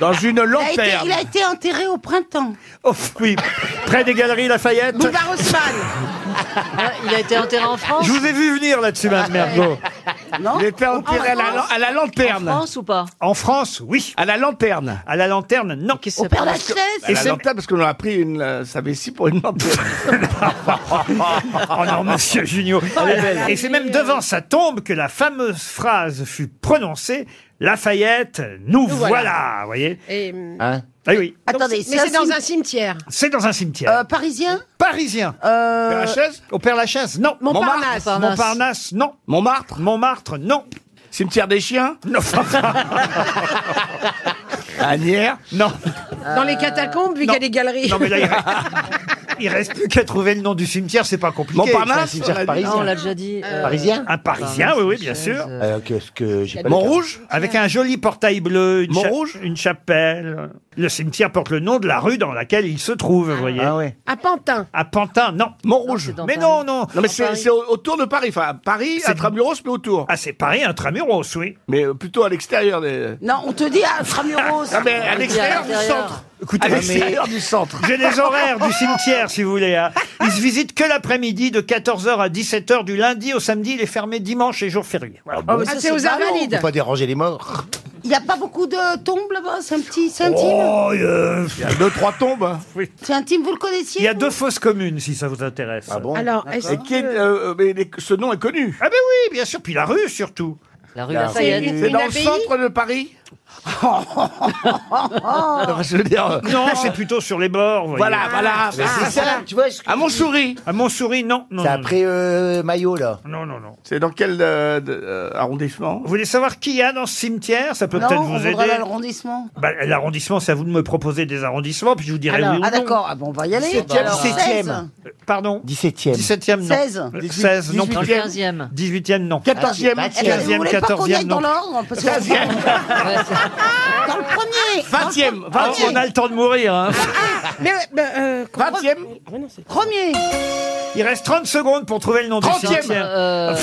Speaker 4: Dans une
Speaker 13: Il a, été,
Speaker 4: lanterne.
Speaker 13: il a été enterré au printemps.
Speaker 1: Oh, oui, près des galeries Lafayette.
Speaker 13: Boulevard Haussmann.
Speaker 37: Il a été enterré en France
Speaker 1: Je vous ai vu venir là-dessus,
Speaker 2: Ah,
Speaker 1: Mme Mergo.
Speaker 13: Non
Speaker 1: Il était
Speaker 37: enterré à la- France à la lanterne. En France ou pas
Speaker 1: En France, oui. À la lanterne. À la lanterne, non.
Speaker 37: Au Père Parce que- Lachaise.
Speaker 1: Et
Speaker 4: Et c'est
Speaker 1: c'est
Speaker 4: lanterne parce qu'on a pris une, euh, sa vessie pour une lanterne.
Speaker 1: oh non, monsieur Junio.
Speaker 4: Elle est belle.
Speaker 1: Et c'est même devant sa tombe que la fameuse phrase fut prononcée Lafayette, nous,
Speaker 14: Nous
Speaker 1: voilà.
Speaker 14: voilà.
Speaker 1: Vous voyez
Speaker 14: Et, hum,
Speaker 1: Hein Ah oui.
Speaker 14: Attendez,
Speaker 13: euh, c'est
Speaker 14: mais c'est
Speaker 13: un
Speaker 14: dans
Speaker 13: cim-
Speaker 14: un cimetière.
Speaker 1: C'est dans un cimetière.
Speaker 13: Parisien
Speaker 1: Parisien.
Speaker 31: Euh,
Speaker 4: Père-Lachaise
Speaker 1: Au Père-Lachaise, non.
Speaker 14: Montparnasse.
Speaker 1: Montparnasse, non. Montmartre Montmartre, non. Cimetière des chiens Non. Agnières Non.
Speaker 31: Euh.
Speaker 13: Euh,
Speaker 14: Dans les catacombes, vu qu'il y a des galeries.
Speaker 1: Non, mais là, il, Il reste plus qu'à trouver le nom du cimetière, c'est pas compliqué.
Speaker 31: Montparnasse,
Speaker 1: C'est un cimetière
Speaker 31: on l'a dit.
Speaker 1: parisien.
Speaker 31: Non, on l'a déjà dit. Euh,
Speaker 1: Parisien Un Parisien, oui, oui, bien
Speaker 31: Sanchez,
Speaker 1: sûr.
Speaker 31: euh,
Speaker 1: Qu'est-ce que
Speaker 31: j'ai pas le Montrouge cas.
Speaker 1: Avec un joli portail bleu, une, cha- une chapelle. Le cimetière porte le nom de la rue dans laquelle il se trouve, vous voyez. Ah ouais.
Speaker 16: À Pantin.
Speaker 1: À Pantin, non. Montrouge. mais non, non.
Speaker 4: Non, mais c'est c'est au- autour de Paris. Enfin, à Paris, intramuros, mais autour.
Speaker 1: Ah, c'est Paris, intramuros, oui.
Speaker 4: Mais euh, plutôt à l'extérieur des.
Speaker 13: Non, on te dit intramuros.
Speaker 4: Ah, mais à
Speaker 13: On te dit
Speaker 4: l'extérieur du centre.
Speaker 1: Écoutez,
Speaker 4: à l'extérieur du centre.
Speaker 1: J'ai les horaires du cimetière, si vous voulez. hein. Il se visite que l'après-midi, de 14h à 17h, du lundi au samedi. Il est fermé dimanche et jour férié. Voilà.
Speaker 13: Ah, mais ça, Ah, c'est c'est aux pas long. Invalides.
Speaker 31: Faut pas déranger les morts.
Speaker 13: Ah, Il n'y a pas beaucoup de tombes là-bas C'est un petit. C'est intime
Speaker 1: Oh, euh, il y a deux, trois
Speaker 4: hein.
Speaker 1: tombes.
Speaker 13: C'est intime, vous le connaissiez
Speaker 1: Il y a deux fausses communes, si ça vous intéresse. Ah bon
Speaker 13: Alors, est-ce
Speaker 4: Et qui est- euh, euh, mais les- ce nom est connu.
Speaker 1: Ah ben oui, bien sûr. Puis la rue, surtout.
Speaker 4: La
Speaker 1: rue La Lafayette. rue.
Speaker 4: C'est dans
Speaker 1: Une
Speaker 4: le
Speaker 1: abbaye
Speaker 4: centre de Paris Ah.
Speaker 1: je veux dire. Non, c'est plutôt sur les bords. vous voyez.
Speaker 4: euh, Voilà, voilà. Mais c'est Ah, ça, voilà.
Speaker 31: tu vois.
Speaker 4: À Montsouris.
Speaker 1: À Montsouris, non. non
Speaker 31: C'est
Speaker 1: non,
Speaker 31: après euh, Maillot, là.
Speaker 1: Non, non, non.
Speaker 4: C'est dans quel euh, de- euh, arrondissement
Speaker 1: Vous voulez savoir qui y a dans ce cimetière Ça peut
Speaker 13: Non,
Speaker 1: peut-être
Speaker 13: on
Speaker 1: vous
Speaker 13: voudrait
Speaker 1: aider.
Speaker 13: l'arrondissement.
Speaker 1: Bah, L'arrondissement, c'est à vous de me proposer des arrondissements, puis je vous dirai
Speaker 13: Alors,
Speaker 1: oui ou
Speaker 13: ah
Speaker 1: non.
Speaker 13: d'accord, ah bon, on va y aller.
Speaker 1: 17e,
Speaker 13: Alors,
Speaker 1: 17e.
Speaker 13: 16e.
Speaker 1: Pardon 17e. 17e, non.
Speaker 13: 16.
Speaker 1: 16, non.
Speaker 13: 18e.
Speaker 1: 15e. 18e, non.
Speaker 13: 14e.
Speaker 1: Ah,
Speaker 13: Eh ben, vous
Speaker 1: 15e,
Speaker 13: voulez pas qu'on y
Speaker 1: 14e,
Speaker 13: aille dans
Speaker 1: non.
Speaker 13: l'ordre parce que- Dans le premier. dans le
Speaker 1: Ah,
Speaker 13: premier.
Speaker 1: on a le temps de mourir. hein.
Speaker 31: Ah.
Speaker 16: Mais, mais, euh, comment- Ouais, non, c'est-
Speaker 13: Premier.
Speaker 1: Il reste 30 secondes pour trouver le nom
Speaker 13: 30e.
Speaker 1: du cimetière.
Speaker 13: Euh,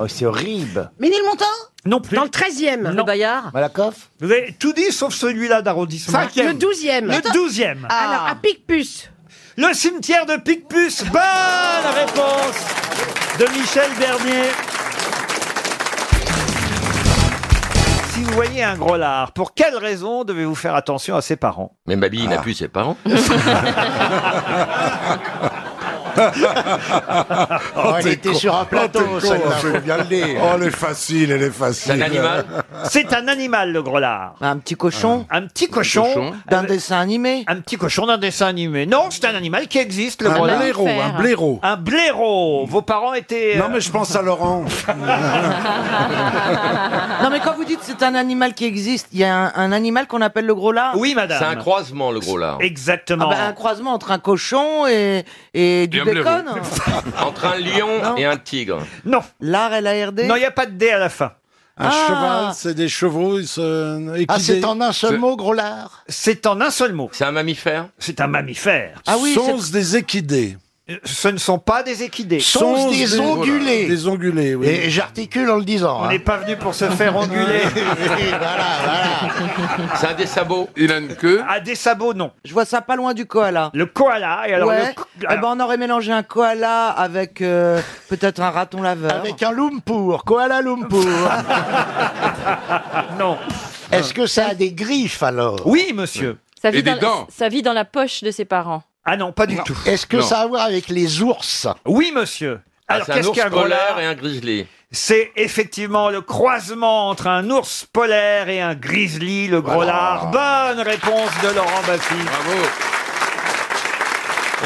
Speaker 31: Oh, c'est horrible.
Speaker 13: Ménilmontant
Speaker 1: Non plus.
Speaker 16: Dans le 13e.
Speaker 1: Non.
Speaker 31: Bayard Malakoff
Speaker 1: Vous avez tout dit sauf celui-là d'arrondissement.
Speaker 16: Le 12e.
Speaker 1: Le 12e.
Speaker 16: Alors, à Picpus.
Speaker 1: Le cimetière de Picpus. Bonne réponse de Michel Bernier. Si vous voyez un gros lard, pour quelle raison devez-vous faire attention à ses parents
Speaker 19: Mais Mabi, il n'a plus ses parents.
Speaker 31: Oh, elle
Speaker 38: t'es
Speaker 31: était
Speaker 38: con.
Speaker 31: sur un
Speaker 38: Oh,
Speaker 31: plateau,
Speaker 38: t'es con,
Speaker 31: celle-là,
Speaker 38: hein.
Speaker 31: faut bien le dire.
Speaker 38: Oh, elle est facile, elle est facile.
Speaker 1: C'est un animal, le gros lard. Un petit cochon Un petit cochon.
Speaker 38: cochon.
Speaker 1: D'un dessin animé Un petit cochon d'un dessin animé. Non, c'est un animal qui existe, le
Speaker 38: Un
Speaker 1: gros lard.
Speaker 38: blaireau, un blaireau.
Speaker 1: Un blaireau. Vos parents étaient... euh,
Speaker 38: Non, mais je pense à Laurent.
Speaker 5: Non, mais quand vous dites c'est un animal qui existe, il y a un, un animal qu'on appelle le gros lard
Speaker 1: Oui, madame.
Speaker 19: C'est un croisement, le gros lard.
Speaker 5: Ah
Speaker 1: Exactement.
Speaker 5: bah, un croisement entre un cochon et, et du
Speaker 19: Et un blaireau.
Speaker 5: bacon. hein.
Speaker 19: Entre un lion et un tigre.
Speaker 1: Non.
Speaker 5: L'art et la RD
Speaker 1: Non, il n'y a pas de dé à la fin.
Speaker 5: Un Ah. cheval,
Speaker 1: c'est des chevaux.
Speaker 31: Ah, c'est en un seul mot, gros lard.
Speaker 1: C'est en un seul mot.
Speaker 19: C'est un mammifère
Speaker 1: C'est un mammifère.
Speaker 31: Ah oui,
Speaker 38: Sont
Speaker 31: c'est-
Speaker 38: des équidés.
Speaker 1: Euh, Ce ne sont pas des équidés.
Speaker 31: Sont des ongulés.
Speaker 38: Des ongulés, oui.
Speaker 31: Et j'articule en le disant.
Speaker 1: On
Speaker 31: hein.
Speaker 1: n'est pas venu pour se faire onguler.
Speaker 19: C'est un des sabots.
Speaker 1: Il a une queue. Ah, des sabots, non.
Speaker 5: Je vois ça pas loin du koala.
Speaker 1: Le koala, et alors
Speaker 5: Ouais.
Speaker 1: le...
Speaker 5: Eh ben, on aurait mélangé un koala avec euh, peut-être un raton laveur.
Speaker 31: Avec un lumpur, koala lumpur.
Speaker 1: ah, non.
Speaker 31: Est-ce que ça a des griffes alors
Speaker 1: Oui, monsieur.
Speaker 9: Ça vit, dans la, ça vit dans la poche de ses parents.
Speaker 1: Ah non, pas du tout.
Speaker 31: Est-ce que
Speaker 19: Non.
Speaker 31: ça a à voir avec les ours
Speaker 1: Oui, monsieur.
Speaker 19: Ah,
Speaker 1: Alors,
Speaker 19: c'est un
Speaker 1: qu'est-ce
Speaker 19: ours
Speaker 1: qu'un gros
Speaker 19: polaire
Speaker 1: lard
Speaker 19: et un grizzly.
Speaker 1: C'est effectivement le croisement entre un ours polaire et un grizzly, le gros lard. Bonne réponse de Laurent Baffy. Bravo.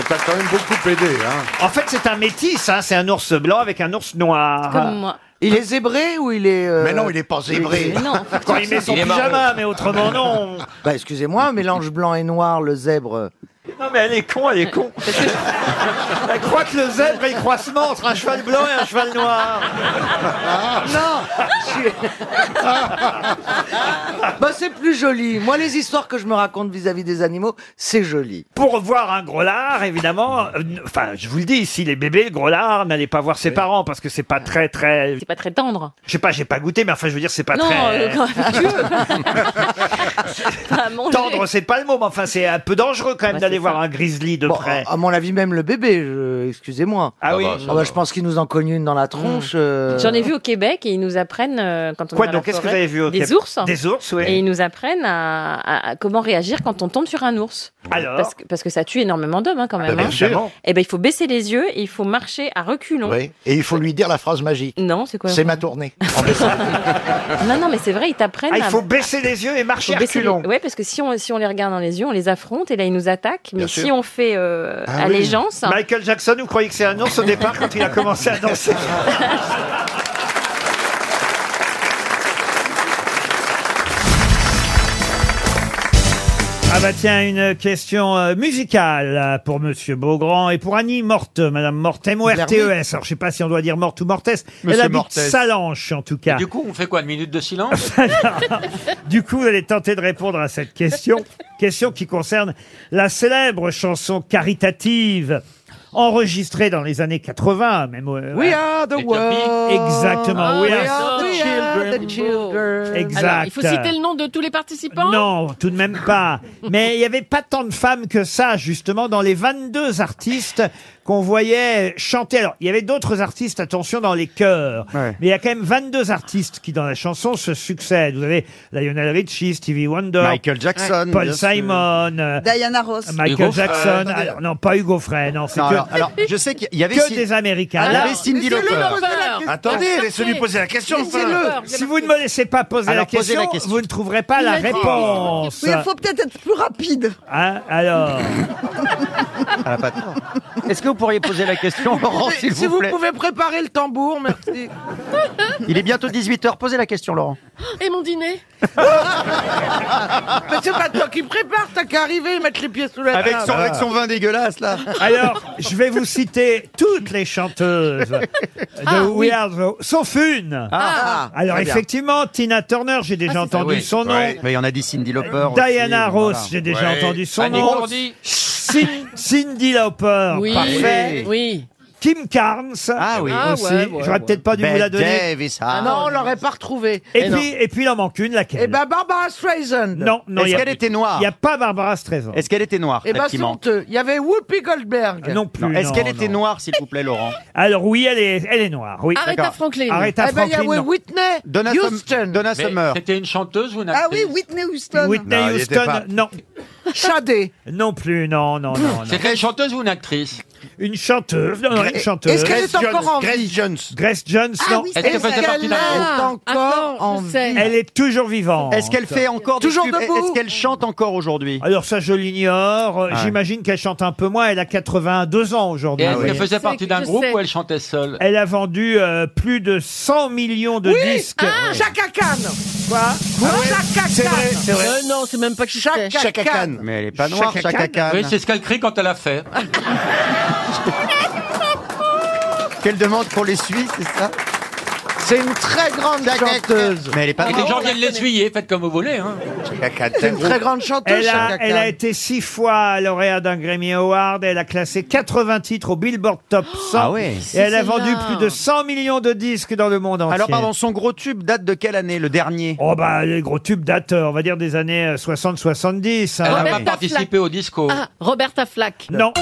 Speaker 38: On t'a quand même beaucoup aidé, hein.
Speaker 1: En fait, c'est un métis, hein, c'est un ours blanc avec un ours noir.
Speaker 5: Comme moi. Il est zébré ou il est. euh,
Speaker 31: Mais non, il est pas zébré.
Speaker 5: il-
Speaker 31: Non.
Speaker 1: Quand il met son
Speaker 5: Il est
Speaker 1: pyjama,
Speaker 5: marron.
Speaker 1: mais autrement non.
Speaker 5: Bah, excusez-moi, un mélange blanc et noir, le zèbre.
Speaker 1: Non mais elle est con, elle est con. elle croit que le zèbre est le croisement entre un cheval blanc et un cheval noir.
Speaker 5: Non Bah, c'est plus joli. Moi, les histoires que je me raconte vis-à-vis des animaux, c'est joli.
Speaker 1: Pour voir un gros lard, évidemment, euh, n- enfin, je vous le dis, si les bébés, le gros lard, n'allez pas voir ses parents parce que c'est pas très, très.
Speaker 9: C'est pas très tendre.
Speaker 1: Je sais pas, j'ai pas goûté, mais enfin, je veux dire, c'est pas
Speaker 9: non,
Speaker 1: très.
Speaker 9: euh, quand tu veux. Pas à manger.
Speaker 1: Tendre, c'est pas le mot, mais enfin, c'est un peu dangereux quand même
Speaker 5: Ouais,
Speaker 1: d'aller
Speaker 5: c'est
Speaker 1: voir
Speaker 5: ça.
Speaker 1: un grizzly de
Speaker 5: Bon,
Speaker 1: près.
Speaker 5: à mon avis, même le bébé, je- excusez-moi.
Speaker 1: Ah oui.
Speaker 5: Ah bah, je pense qu'il nous en cogne une dans la tronche. euh.
Speaker 9: J'en ai vu au Québec et ils nous apprennent euh, quand on
Speaker 5: Quoi
Speaker 9: est dans
Speaker 5: donc
Speaker 9: la
Speaker 5: Qu'est-ce que
Speaker 9: forêt,
Speaker 5: vous avez vu au
Speaker 9: Des
Speaker 5: Québec
Speaker 9: ours.
Speaker 5: Des ours, oui.
Speaker 9: Et ils nous apprennent à, à- à comment réagir quand on tombe sur un ours.
Speaker 1: Alors
Speaker 9: parce que, parce que ça tue énormément d'hommes hein, quand même.
Speaker 31: bien
Speaker 9: hein.
Speaker 31: sûr.
Speaker 9: Et ben il faut baisser les yeux et il faut marcher à reculons.
Speaker 31: Oui. Et il faut lui dire la phrase magique.
Speaker 9: Non, c'est quoi
Speaker 31: C'est ma tournée.
Speaker 9: Non non mais c'est vrai ils t'apprennent.
Speaker 31: Ah, il
Speaker 9: à-
Speaker 31: faut
Speaker 1: baisser les yeux et marcher
Speaker 9: Faut
Speaker 1: à
Speaker 9: baisser les-
Speaker 1: reculons.
Speaker 9: Ouais, parce que si on, si on les regarde dans les yeux, on les affronte et là ils nous attaquent. Mais
Speaker 1: Bien
Speaker 9: si
Speaker 1: sûr.
Speaker 9: on fait euh,
Speaker 1: Ah oui.
Speaker 9: allégeance,
Speaker 1: Michael Jackson, vous croyez que c'est un ours au départ quand il a commencé à danser À va Ah bah tiens une question euh, musicale euh, pour Monsieur Beaugrand et pour Annie Morte, Madame Morte, m o r t e s Alors je sais pas si on doit dire Morte ou Mortes. Elle
Speaker 20: Monsieur
Speaker 1: habite
Speaker 20: Mortes.
Speaker 1: Salanches en tout cas.
Speaker 20: Du coup, on fait quoi Une minute de silence
Speaker 1: Du coup, vous allez tenter de répondre à cette question. question qui concerne la célèbre chanson caritative enregistrée dans les années 80, même. euh,
Speaker 30: We
Speaker 1: à-
Speaker 30: are the world. Ah,
Speaker 1: Exactement, we are the
Speaker 30: we are the children.
Speaker 1: Exact.
Speaker 9: Alors, il faut citer le nom de tous les participants
Speaker 1: Non, tout de même pas. Mais il n'y avait pas tant de femmes que ça, justement, dans les 22 artistes qu'on voyait chanter. Alors, il y avait d'autres artistes, attention, dans les chœurs. Mais il y a quand même 22 artistes qui, dans la chanson, se succèdent. Vous avez Lionel Richie, Stevie Wonder,
Speaker 14: Michael Jackson,
Speaker 1: Paul
Speaker 14: bien sûr.
Speaker 1: Simon, euh,
Speaker 39: Diana Ross.
Speaker 1: Michael
Speaker 14: Hugo
Speaker 1: Jackson.
Speaker 14: Frey.
Speaker 1: alors, non, pas Hugo Frey, non. c'est
Speaker 14: Euh, Non,
Speaker 1: que-
Speaker 14: alors- alors, je sais qu'il y avait
Speaker 1: que
Speaker 14: Cin-
Speaker 1: des Américains.
Speaker 14: Il y
Speaker 1: Là-
Speaker 14: avait Cyndi Laissez-le Lauper. poser la question. Attendez, laissez-lui poser la question, enfin.
Speaker 1: Laissez-le. Si vous ne me laissez pas poser
Speaker 14: Alors,
Speaker 1: la
Speaker 14: posez
Speaker 1: question,
Speaker 14: la question.
Speaker 1: vous ne trouverez pas la réponse.
Speaker 39: peut-être être plus rapide.
Speaker 1: Hein, alors.
Speaker 16: Est-ce que vous pourriez poser la question, Laurent,
Speaker 5: si
Speaker 16: s'il vous
Speaker 5: vous
Speaker 16: plaît
Speaker 5: pouvez préparer le tambour, merci.
Speaker 16: Il est bientôt 18h, posez la question, Laurent.
Speaker 5: Et mon dîner Mais c'est pas toi qui prépare, t'as qu'à arriver et mettre les pieds sous la
Speaker 16: Avec
Speaker 5: table.
Speaker 16: son- avec son
Speaker 14: vin dégueulasse, là.
Speaker 1: Ah, Alors, je vais vous citer toutes les chanteuses de
Speaker 30: Ah,
Speaker 1: We
Speaker 30: oui.
Speaker 1: Are the- sauf une.
Speaker 30: Ah,
Speaker 1: Alors,
Speaker 30: très bien. Ah,
Speaker 1: effectivement, Tina Turner, j'ai déjà entendu son nom.
Speaker 16: Ouais, Mais on a dit Cindy Lauper.
Speaker 30: Oh,
Speaker 1: Diana
Speaker 16: aussi,
Speaker 1: Ross,
Speaker 16: voilà.
Speaker 1: j'ai déjà
Speaker 16: Ouais.
Speaker 1: entendu son
Speaker 16: Annie
Speaker 1: nom.
Speaker 16: Cordy.
Speaker 1: Cin- Cindy Lauper,
Speaker 16: Oui.
Speaker 1: parfait.
Speaker 9: Oui.
Speaker 1: Kim Carnes. Ah
Speaker 16: oui. Ah,
Speaker 1: aussi.
Speaker 16: ouais, ouais,
Speaker 1: J'aurais peut-être pas dû
Speaker 16: Ben
Speaker 1: vous la donner.
Speaker 16: Davis, ah. Eh
Speaker 5: Ah non, on l'aurait pas retrouvé.
Speaker 1: Et puis, et puis, il en manque une, laquelle
Speaker 5: Et ben Barbara Streisand.
Speaker 1: Non, non.
Speaker 16: Est-ce qu'elle était noire
Speaker 1: Il n'y a pas Barbara Streisand.
Speaker 16: Est-ce qu'elle était noire
Speaker 5: Et ben
Speaker 16: celle qui manque
Speaker 5: honteux. Il y avait Whoopi Goldberg.
Speaker 1: Non plus.
Speaker 16: Non. Est-ce qu'elle
Speaker 1: non,
Speaker 16: était
Speaker 1: non.
Speaker 16: noire, s'il vous plaît, Laurent
Speaker 1: Alors oui, elle est, elle est noire. Oui.
Speaker 9: Aretha
Speaker 1: D'accord.
Speaker 9: Franklin.
Speaker 1: Aretha
Speaker 9: Eh ben, il y
Speaker 1: Franklin.
Speaker 9: avait
Speaker 1: non.
Speaker 9: Whitney
Speaker 16: Donna Sum- Houston. Donna
Speaker 9: Mais
Speaker 16: Summer.
Speaker 9: C'était une chanteuse ou une
Speaker 39: Ah
Speaker 9: actrice
Speaker 39: oui, Whitney Houston.
Speaker 1: Whitney
Speaker 9: Non, il était
Speaker 1: Houston,
Speaker 9: pas.
Speaker 1: non.
Speaker 39: Chadé.
Speaker 1: Non plus, non, non, non. non.
Speaker 20: C'était une chanteuse ou une actrice
Speaker 1: Une chanteuse, non, non,
Speaker 20: Gra-
Speaker 1: une chanteuse.
Speaker 20: Est-ce qu'elle est Grace encore en Jones, vie
Speaker 1: Grace Jones. Grace Jones,
Speaker 20: Ah
Speaker 1: non.
Speaker 20: oui, Est-ce c'est qu'elle faisait elle. partie d'un
Speaker 5: Ah,
Speaker 20: groupe
Speaker 5: attends, je sais.
Speaker 1: Elle est toujours vivante.
Speaker 16: Est-ce qu'elle fait encore des
Speaker 1: Toujours
Speaker 16: tubes
Speaker 1: debout.
Speaker 16: Est-ce qu'elle chante encore aujourd'hui
Speaker 1: Alors ça, je l'ignore.
Speaker 16: Ah.
Speaker 1: J'imagine qu'elle chante un peu moins. Elle a 82 ans
Speaker 20: Et
Speaker 1: aujourd'hui.
Speaker 5: Ah
Speaker 1: Ah
Speaker 20: Est-ce qu'elle
Speaker 1: Oui.
Speaker 20: faisait partie d'un groupe ou elle chantait seule
Speaker 1: Elle a vendu euh, plus de 100 millions de
Speaker 20: Oui.
Speaker 1: disques.
Speaker 20: Ah,
Speaker 5: Chaka Khan. Quoi Chaka Khan.
Speaker 20: C'est vrai, c'est vrai.
Speaker 5: Euh, non, c'est même pas qui Chaka, Chaka Khan.
Speaker 16: Mais elle est pas noire, Ah,
Speaker 20: Chaka
Speaker 16: Chaka Khan.
Speaker 20: Oui, c'est ce qu'elle crie quand elle a fait.
Speaker 16: Quelle demande pour les Suisses, c'est ça
Speaker 5: C'est une très grande chanteuse.
Speaker 16: Mais elle est pas
Speaker 20: Et les gens viennent l'essuyer, faites comme vous voulez. Hein.
Speaker 5: C'est une très grande chanteuse,
Speaker 1: Elle a,
Speaker 5: Chaka Khan.
Speaker 1: elle a été six fois lauréat d'un Grammy Award. Elle a classé 80 titres au Billboard Top 100.
Speaker 16: Ah ouais.
Speaker 1: Et
Speaker 16: C'est
Speaker 1: elle
Speaker 16: celle-là.
Speaker 1: a vendu plus de 100 millions de disques dans le monde entier.
Speaker 16: Alors, pardon, son gros tube date de quelle année, le dernier
Speaker 1: Oh bah, les gros tubes datent, euh, on va dire, des années euh, 60-70. hein.
Speaker 20: Ah, Elle n'a pas participé au disco.
Speaker 9: Ah, Roberta Flack.
Speaker 1: Non.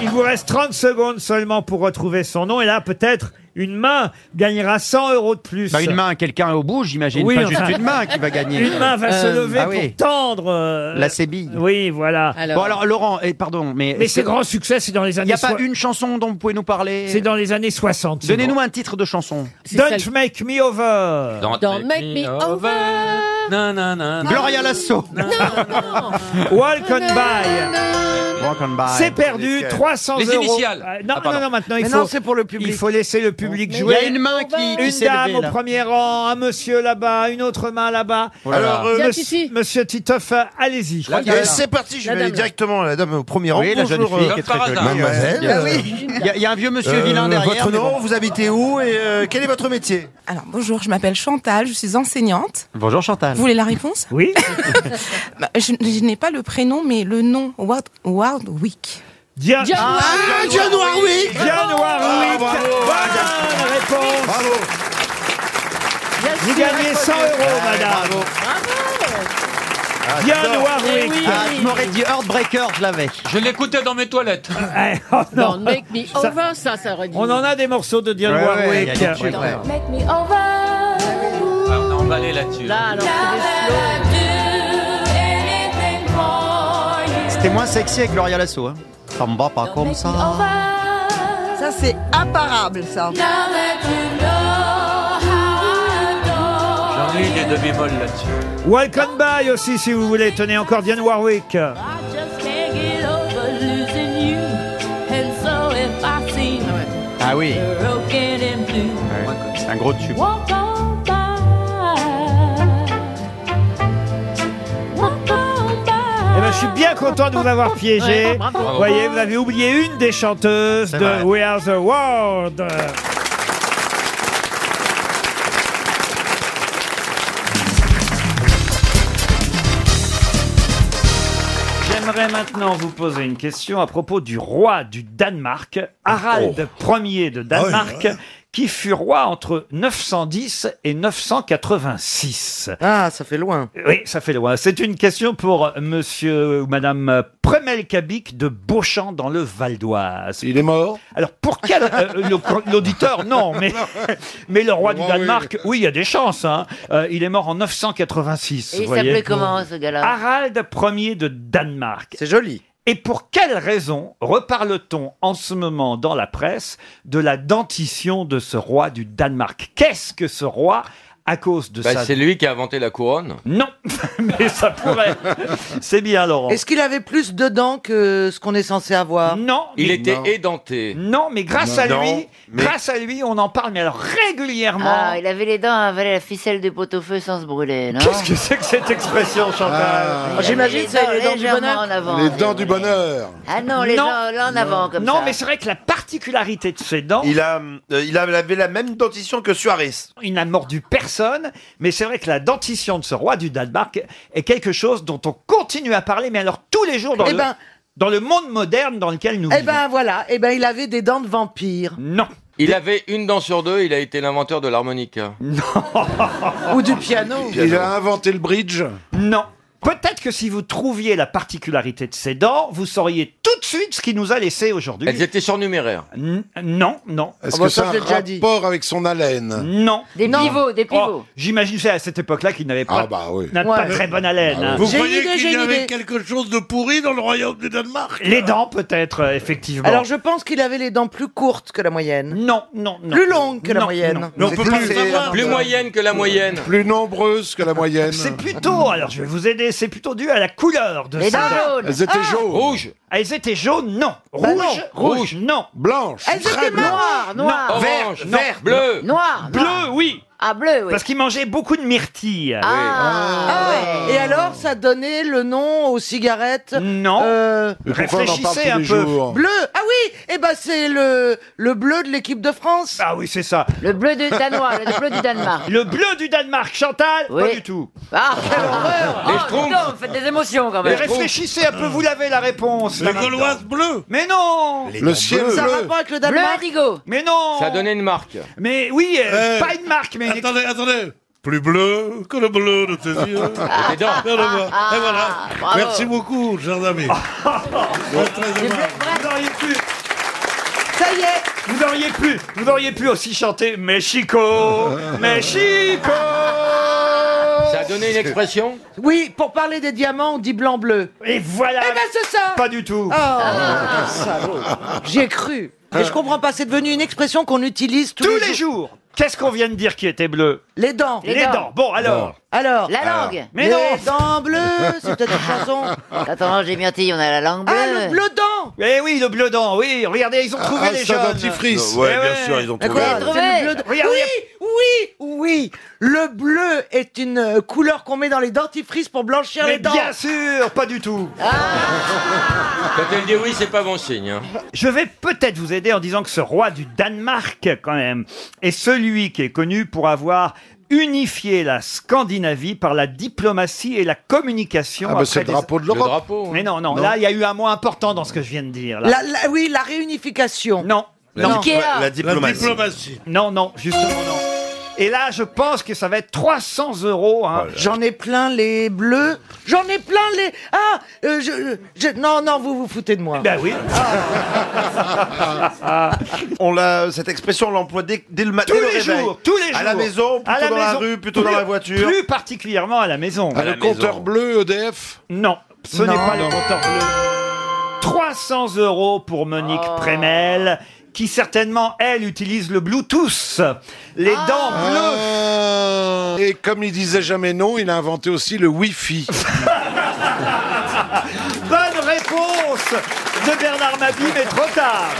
Speaker 1: Il vous reste 30 secondes seulement pour retrouver son nom. Et là, peut-être, une main gagnera 100 euros de plus.
Speaker 16: Bah, une main, quelqu'un au bout, j'imagine.
Speaker 1: Oui,
Speaker 16: pas
Speaker 1: enfin,
Speaker 16: juste une main qui va gagner.
Speaker 1: Une main va se lever
Speaker 16: ah
Speaker 1: pour
Speaker 16: oui.
Speaker 1: tendre... euh,
Speaker 16: La sébille.
Speaker 1: Oui, voilà.
Speaker 16: Bon, alors, Laurent, eh, pardon, mais.
Speaker 1: Mais ses grands succès, c'est dans les
Speaker 16: Il
Speaker 1: années...
Speaker 16: n'y a pas
Speaker 1: soi-
Speaker 16: une chanson dont vous pouvez nous parler
Speaker 1: C'est dans les années 60. c'est
Speaker 16: Donnez-nous
Speaker 1: bon.
Speaker 16: un titre de chanson.
Speaker 1: Don't make me over.
Speaker 20: Don't
Speaker 9: make me over.
Speaker 20: Non, non, non.
Speaker 16: Gloria Lasso.
Speaker 1: Walk on by.
Speaker 16: Walk on by.
Speaker 1: C'est perdu, 300
Speaker 16: Les
Speaker 1: euros.
Speaker 16: initiales.
Speaker 1: Euh, non,
Speaker 16: Ah, pardon.
Speaker 1: non, non, maintenant il
Speaker 16: Mais
Speaker 1: faut.
Speaker 16: non, c'est pour le public.
Speaker 1: Il faut laisser le public
Speaker 16: Mais
Speaker 1: jouer.
Speaker 16: il y a une main qui- qui
Speaker 1: Une
Speaker 16: s'est
Speaker 1: dame
Speaker 16: levée,
Speaker 1: au
Speaker 16: là.
Speaker 1: premier rang, un monsieur là-bas, une autre main là-bas.
Speaker 16: Oh là là.
Speaker 1: Alors, euh, monsieur, monsieur Titoff, euh, allez-y.
Speaker 19: Et c'est parti, je
Speaker 1: La
Speaker 19: vais aller
Speaker 1: dame, là.
Speaker 19: directement à la dame au premier rang.
Speaker 16: Oui, la jeune
Speaker 19: Bonjour,
Speaker 16: fille
Speaker 19: euh,
Speaker 16: qui est très jolie.
Speaker 19: Mademoiselle. Euh,
Speaker 16: Ah oui. Il y a- il y a un vieux monsieur vilain derrière,
Speaker 19: Votre
Speaker 16: mais
Speaker 19: nom,
Speaker 16: bon.
Speaker 19: vous habitez où et euh, quel est votre métier
Speaker 13: Alors bonjour, je m'appelle Chantal, je suis enseignante.
Speaker 16: Bonjour Chantal.
Speaker 13: Vous voulez la réponse
Speaker 1: Oui.
Speaker 13: Bah, je je n'ai pas le prénom, mais le nom Ward, Wardwick.
Speaker 1: Diane
Speaker 13: Ah, Dionne Warwick.
Speaker 1: Diane
Speaker 16: Ah,
Speaker 1: Warwick. Ah, Bonne réponse. Vous gagnez 100 euros,
Speaker 16: Ah,
Speaker 1: madame. Diane
Speaker 5: Eh
Speaker 1: Warwick.
Speaker 16: Ah, je m'aurais dit Heartbreaker, je l'avais.
Speaker 20: Eh Je l'écoutais dans mes toilettes.
Speaker 1: Eh, oh non.
Speaker 9: Don't make me
Speaker 1: Ça-
Speaker 9: over, ça, ça aurait dit.
Speaker 1: On en a des morceaux de Diane
Speaker 20: Ouais, ouais,
Speaker 1: Warwick.
Speaker 20: il y a des trucs, ouais.
Speaker 9: Don't make me over.
Speaker 20: Ah, on est emballé là-dessus.
Speaker 9: Là, alors, c'est des
Speaker 16: C'était moins sexy avec Gloria Lasso. Hein. Ça me va pas comme
Speaker 13: oh,
Speaker 16: ça.
Speaker 39: Ça, c'est imparable, ça.
Speaker 20: J'en ai eu des demi-molles là-dessus.
Speaker 1: Welcome by aussi, si vous voulez. Tenez encore Diane Warwick.
Speaker 16: Ah oui. Ouais. C'est un gros tube.
Speaker 1: Eh ben, je suis bien content de vous avoir piégé.
Speaker 23: Ouais, bravo.
Speaker 1: Vous voyez, vous avez oublié une des chanteuses
Speaker 23: C'est
Speaker 1: de
Speaker 23: vrai.
Speaker 1: We Are the World. J'aimerais maintenant vous poser une question à propos du roi du Danemark, Harald
Speaker 20: Oh.
Speaker 1: Ier de
Speaker 20: Ah
Speaker 1: Danemark, qui fut roi entre 910 et 986. Ah, ça fait loin. Oui, ça fait loin. C'est une question pour monsieur ou madame Premelkabik de Beauchamp dans le Val d'Oise. Il est mort Alors, pour quel... euh, le- L'auditeur, non, mais, mais le roi du Danemark, oui, il y a des chances. hein. Euh, il est mort en 986.
Speaker 24: Et il
Speaker 1: vous voyez.
Speaker 24: s'appelait comment, ce gars-là
Speaker 14: Ah.
Speaker 1: Harald Ier de Danemark. C'est joli. Et pour quelle raison reparle-t-on en ce moment dans la presse de la dentition de ce roi du Danemark Qu'est-ce que ce roi à cause de
Speaker 19: Bah,
Speaker 1: ça
Speaker 19: c'est lui qui a inventé la couronne.
Speaker 1: Non, mais ça pourrait. C'est bien, Laurent.
Speaker 5: Est-ce qu'il avait plus de dents que ce qu'on est censé avoir
Speaker 1: Non.
Speaker 19: Il était édenté.
Speaker 1: Non, mais grâce à
Speaker 19: Non,
Speaker 1: lui,
Speaker 19: mais-
Speaker 1: grâce à lui, on en parle mais alors régulièrement.
Speaker 24: Ah, il avait les dents à avaler la ficelle du pot-au-feu sans se brûler, non
Speaker 1: Qu'est-ce que c'est que cette expression, Chantal
Speaker 24: Il
Speaker 5: Ah,
Speaker 24: avait
Speaker 1: J'imagine
Speaker 24: les dents légèrement en avant.
Speaker 38: Les dents du bonheur.
Speaker 24: Ah non, les
Speaker 1: Non.
Speaker 24: dents là en avant, comme
Speaker 1: Non,
Speaker 24: ça.
Speaker 1: mais c'est vrai que la particularité de ses dents.
Speaker 2: Il, a, euh, il avait la même dentition que Suarez.
Speaker 1: Il n'a mordu personne, mais c'est vrai que la dentition de ce roi du Danemark est quelque chose dont on continue à parler, mais alors tous les jours dans,
Speaker 5: Eh
Speaker 1: le,
Speaker 5: ben-
Speaker 1: dans le monde moderne dans lequel nous
Speaker 5: Eh
Speaker 1: vivons.
Speaker 5: ben voilà, eh ben il avait des dents de vampire.
Speaker 1: Non.
Speaker 19: Il avait une dent sur deux, il a été l'inventeur de l'harmonica.
Speaker 5: Ou du piano.
Speaker 38: Il a inventé le bridge.
Speaker 1: Non. Peut-être que si vous trouviez la particularité de ses dents, vous sauriez tout de suite ce qu'il nous a laissé aujourd'hui.
Speaker 19: Elles étaient surnuméraires.
Speaker 1: N- non, non.
Speaker 38: Est-ce que ça a un rapport avec son haleine
Speaker 1: Non.
Speaker 24: Des
Speaker 1: Non.
Speaker 24: pivots, des pivots.
Speaker 1: Oh, J'imagine c'est à cette époque-là qu'il n'avait pas,
Speaker 38: Ah bah oui.
Speaker 1: n'a
Speaker 38: Ouais.
Speaker 1: pas très bonne haleine. hein.
Speaker 21: Vous croyez qu'il y avait quelque chose de pourri dans le royaume du Danemark
Speaker 1: Les dents peut-être, euh, effectivement.
Speaker 5: Alors je pense qu'il avait les dents plus courtes que la moyenne.
Speaker 1: Non, non, non.
Speaker 5: Plus longues que la
Speaker 1: Non,
Speaker 5: moyenne.
Speaker 1: non.
Speaker 38: Mais on peut pas le savoir.
Speaker 19: Plus moyenne que la moyenne.
Speaker 38: Plus nombreuse que la moyenne.
Speaker 1: C'est plutôt, alors je vais vous aider, c'est plutôt dû à la couleur de
Speaker 38: Les
Speaker 1: ces
Speaker 38: dents
Speaker 1: dents.
Speaker 38: jaunes. Elles étaient Ah. jaunes. Bah
Speaker 19: Rouges.
Speaker 1: Ah, Elles étaient jaunes, non. Rouge,
Speaker 19: non.
Speaker 1: rouge, non.
Speaker 38: Blanche.
Speaker 24: Elles étaient noires, noires.
Speaker 1: Orange, non.
Speaker 19: bleu.
Speaker 24: Noir,
Speaker 1: Bleu, oui.
Speaker 24: Ah, bleu, oui.
Speaker 1: Parce qu'il mangeait beaucoup de myrtilles.
Speaker 24: Ah, ouais.
Speaker 5: Et alors, ça donnait le nom aux cigarettes
Speaker 1: Non.
Speaker 5: Euh,
Speaker 1: Mais pourquoi on en parle Réfléchissez tous un les peu. jours
Speaker 5: Bleu. Ah oui. Eh ben, c'est le le bleu de l'équipe de France.
Speaker 1: Ah oui, c'est ça.
Speaker 24: Le bleu du Danois, le bleu du Danemark.
Speaker 1: Le bleu du Danemark, Chantal
Speaker 24: Oui.
Speaker 1: Pas du tout.
Speaker 24: Ah, quelle horreur
Speaker 1: Les
Speaker 24: Oh, dis
Speaker 1: Schtroumpfs.
Speaker 24: donc, vous faites des émotions, quand
Speaker 1: Mais
Speaker 24: même.
Speaker 1: réfléchissez un peu, vous l'avez la réponse.
Speaker 19: Les
Speaker 1: là,
Speaker 19: Gauloises
Speaker 1: maintenant. Mais non
Speaker 19: Les Le dents ciel bleues. Ça a bleu. rapport
Speaker 5: avec le
Speaker 24: Danemark Bleu indigo.
Speaker 1: Mais non
Speaker 19: Ça donnait une marque.
Speaker 1: Mais oui, euh,
Speaker 21: Eh.
Speaker 1: pas une marque, mais... une ex-
Speaker 21: Attendez, attendez. Plus bleu que le bleu de tes
Speaker 19: Ah,
Speaker 21: yeux. Et
Speaker 19: dents. ah.
Speaker 21: Et voilà.
Speaker 1: Bravo.
Speaker 21: Merci beaucoup, chers amis.
Speaker 1: Vous auriez pu... Ça y est Vous auriez pu, vous auriez pu aussi chanter Mexico Mexico
Speaker 19: Ça a donné une expression
Speaker 5: Oui, pour parler des diamants, on dit blanc bleu.
Speaker 1: Et voilà
Speaker 5: Eh ben, c'est ça.
Speaker 1: Pas du tout
Speaker 5: Oh,
Speaker 19: Ah.
Speaker 1: Ah,
Speaker 5: salaud. J'y ai cru. Et je comprends pas, c'est devenu une expression qu'on utilise tous,
Speaker 1: Euh. Tous les jours Qu'est-ce qu'on vient de dire qui était bleu
Speaker 5: Les dents.
Speaker 1: Les, dents. Bon, alors
Speaker 5: Alors.
Speaker 24: La langue.
Speaker 1: Mais
Speaker 5: les
Speaker 1: non
Speaker 5: dents bleues, c'est peut-être une chanson.
Speaker 24: Quand on mange des myrtilles, on a la langue bleue.
Speaker 5: Ah, le bleu dent.
Speaker 1: Eh oui, le bleu dent, oui, regardez, ils ont trouvé les jeunes
Speaker 38: dentifrice.
Speaker 1: Eh ouais.
Speaker 5: D'accord,
Speaker 24: trouvé.
Speaker 5: c'est le bleu de-
Speaker 1: Regardez.
Speaker 5: Oui, oui, oui. Le bleu est une euh, couleur qu'on met dans les dentifrices pour blanchir
Speaker 1: Mais
Speaker 5: les dents. Ah.
Speaker 1: bien sûr, pas du tout
Speaker 19: Quand elle dit oui, c'est pas bon signe. hein.
Speaker 1: Je vais peut-être vous aider en disant que ce roi du Danemark, quand même, est celui qui est connu pour avoir unifié la Scandinavie par la diplomatie et la communication.
Speaker 38: Ah bah,
Speaker 1: après
Speaker 38: c'est le
Speaker 1: des-
Speaker 38: drapeau de l'Europe. Le drapeau,
Speaker 1: Mais non, non,
Speaker 38: Non.
Speaker 1: là, il y a eu un mot important dans ce que je viens de dire. Là.
Speaker 5: La- la- oui, la réunification.
Speaker 1: Non.
Speaker 5: La
Speaker 1: non.
Speaker 5: diplo- Ikea. la
Speaker 21: diplomatie. diplomatie.
Speaker 1: Non, non, justement, non. Et là, je pense que ça va être 300 euros.
Speaker 2: Oh
Speaker 1: hein.
Speaker 5: J'en ai plein les bleus. J'en ai plein les. Ah, euh, je, je- non, non, vous vous foutez de moi.
Speaker 1: Ben oui. Ah.
Speaker 2: On l'a, cette expression, on l'emploie dès, dès le matin.
Speaker 1: Tous les jours, tous les jours.
Speaker 2: À la maison, plutôt
Speaker 1: À la
Speaker 2: dans la
Speaker 1: maison.
Speaker 2: rue, plutôt dans
Speaker 1: Plus-
Speaker 2: la voiture.
Speaker 1: Plus particulièrement à la maison.
Speaker 38: Ah, le compteur bleu
Speaker 2: E
Speaker 38: EDF
Speaker 1: Non, ce n'est pas le compteur bleu. 300 euros pour Monique
Speaker 2: Ah.
Speaker 1: Prémel, qui certainement, elle, utilise le Bluetooth. Les dents bleues.
Speaker 38: Ah. Et comme il disait jamais non, il a inventé aussi le Wi-Fi.
Speaker 1: Bonne réponse de Bernard Mabie, mais trop tard.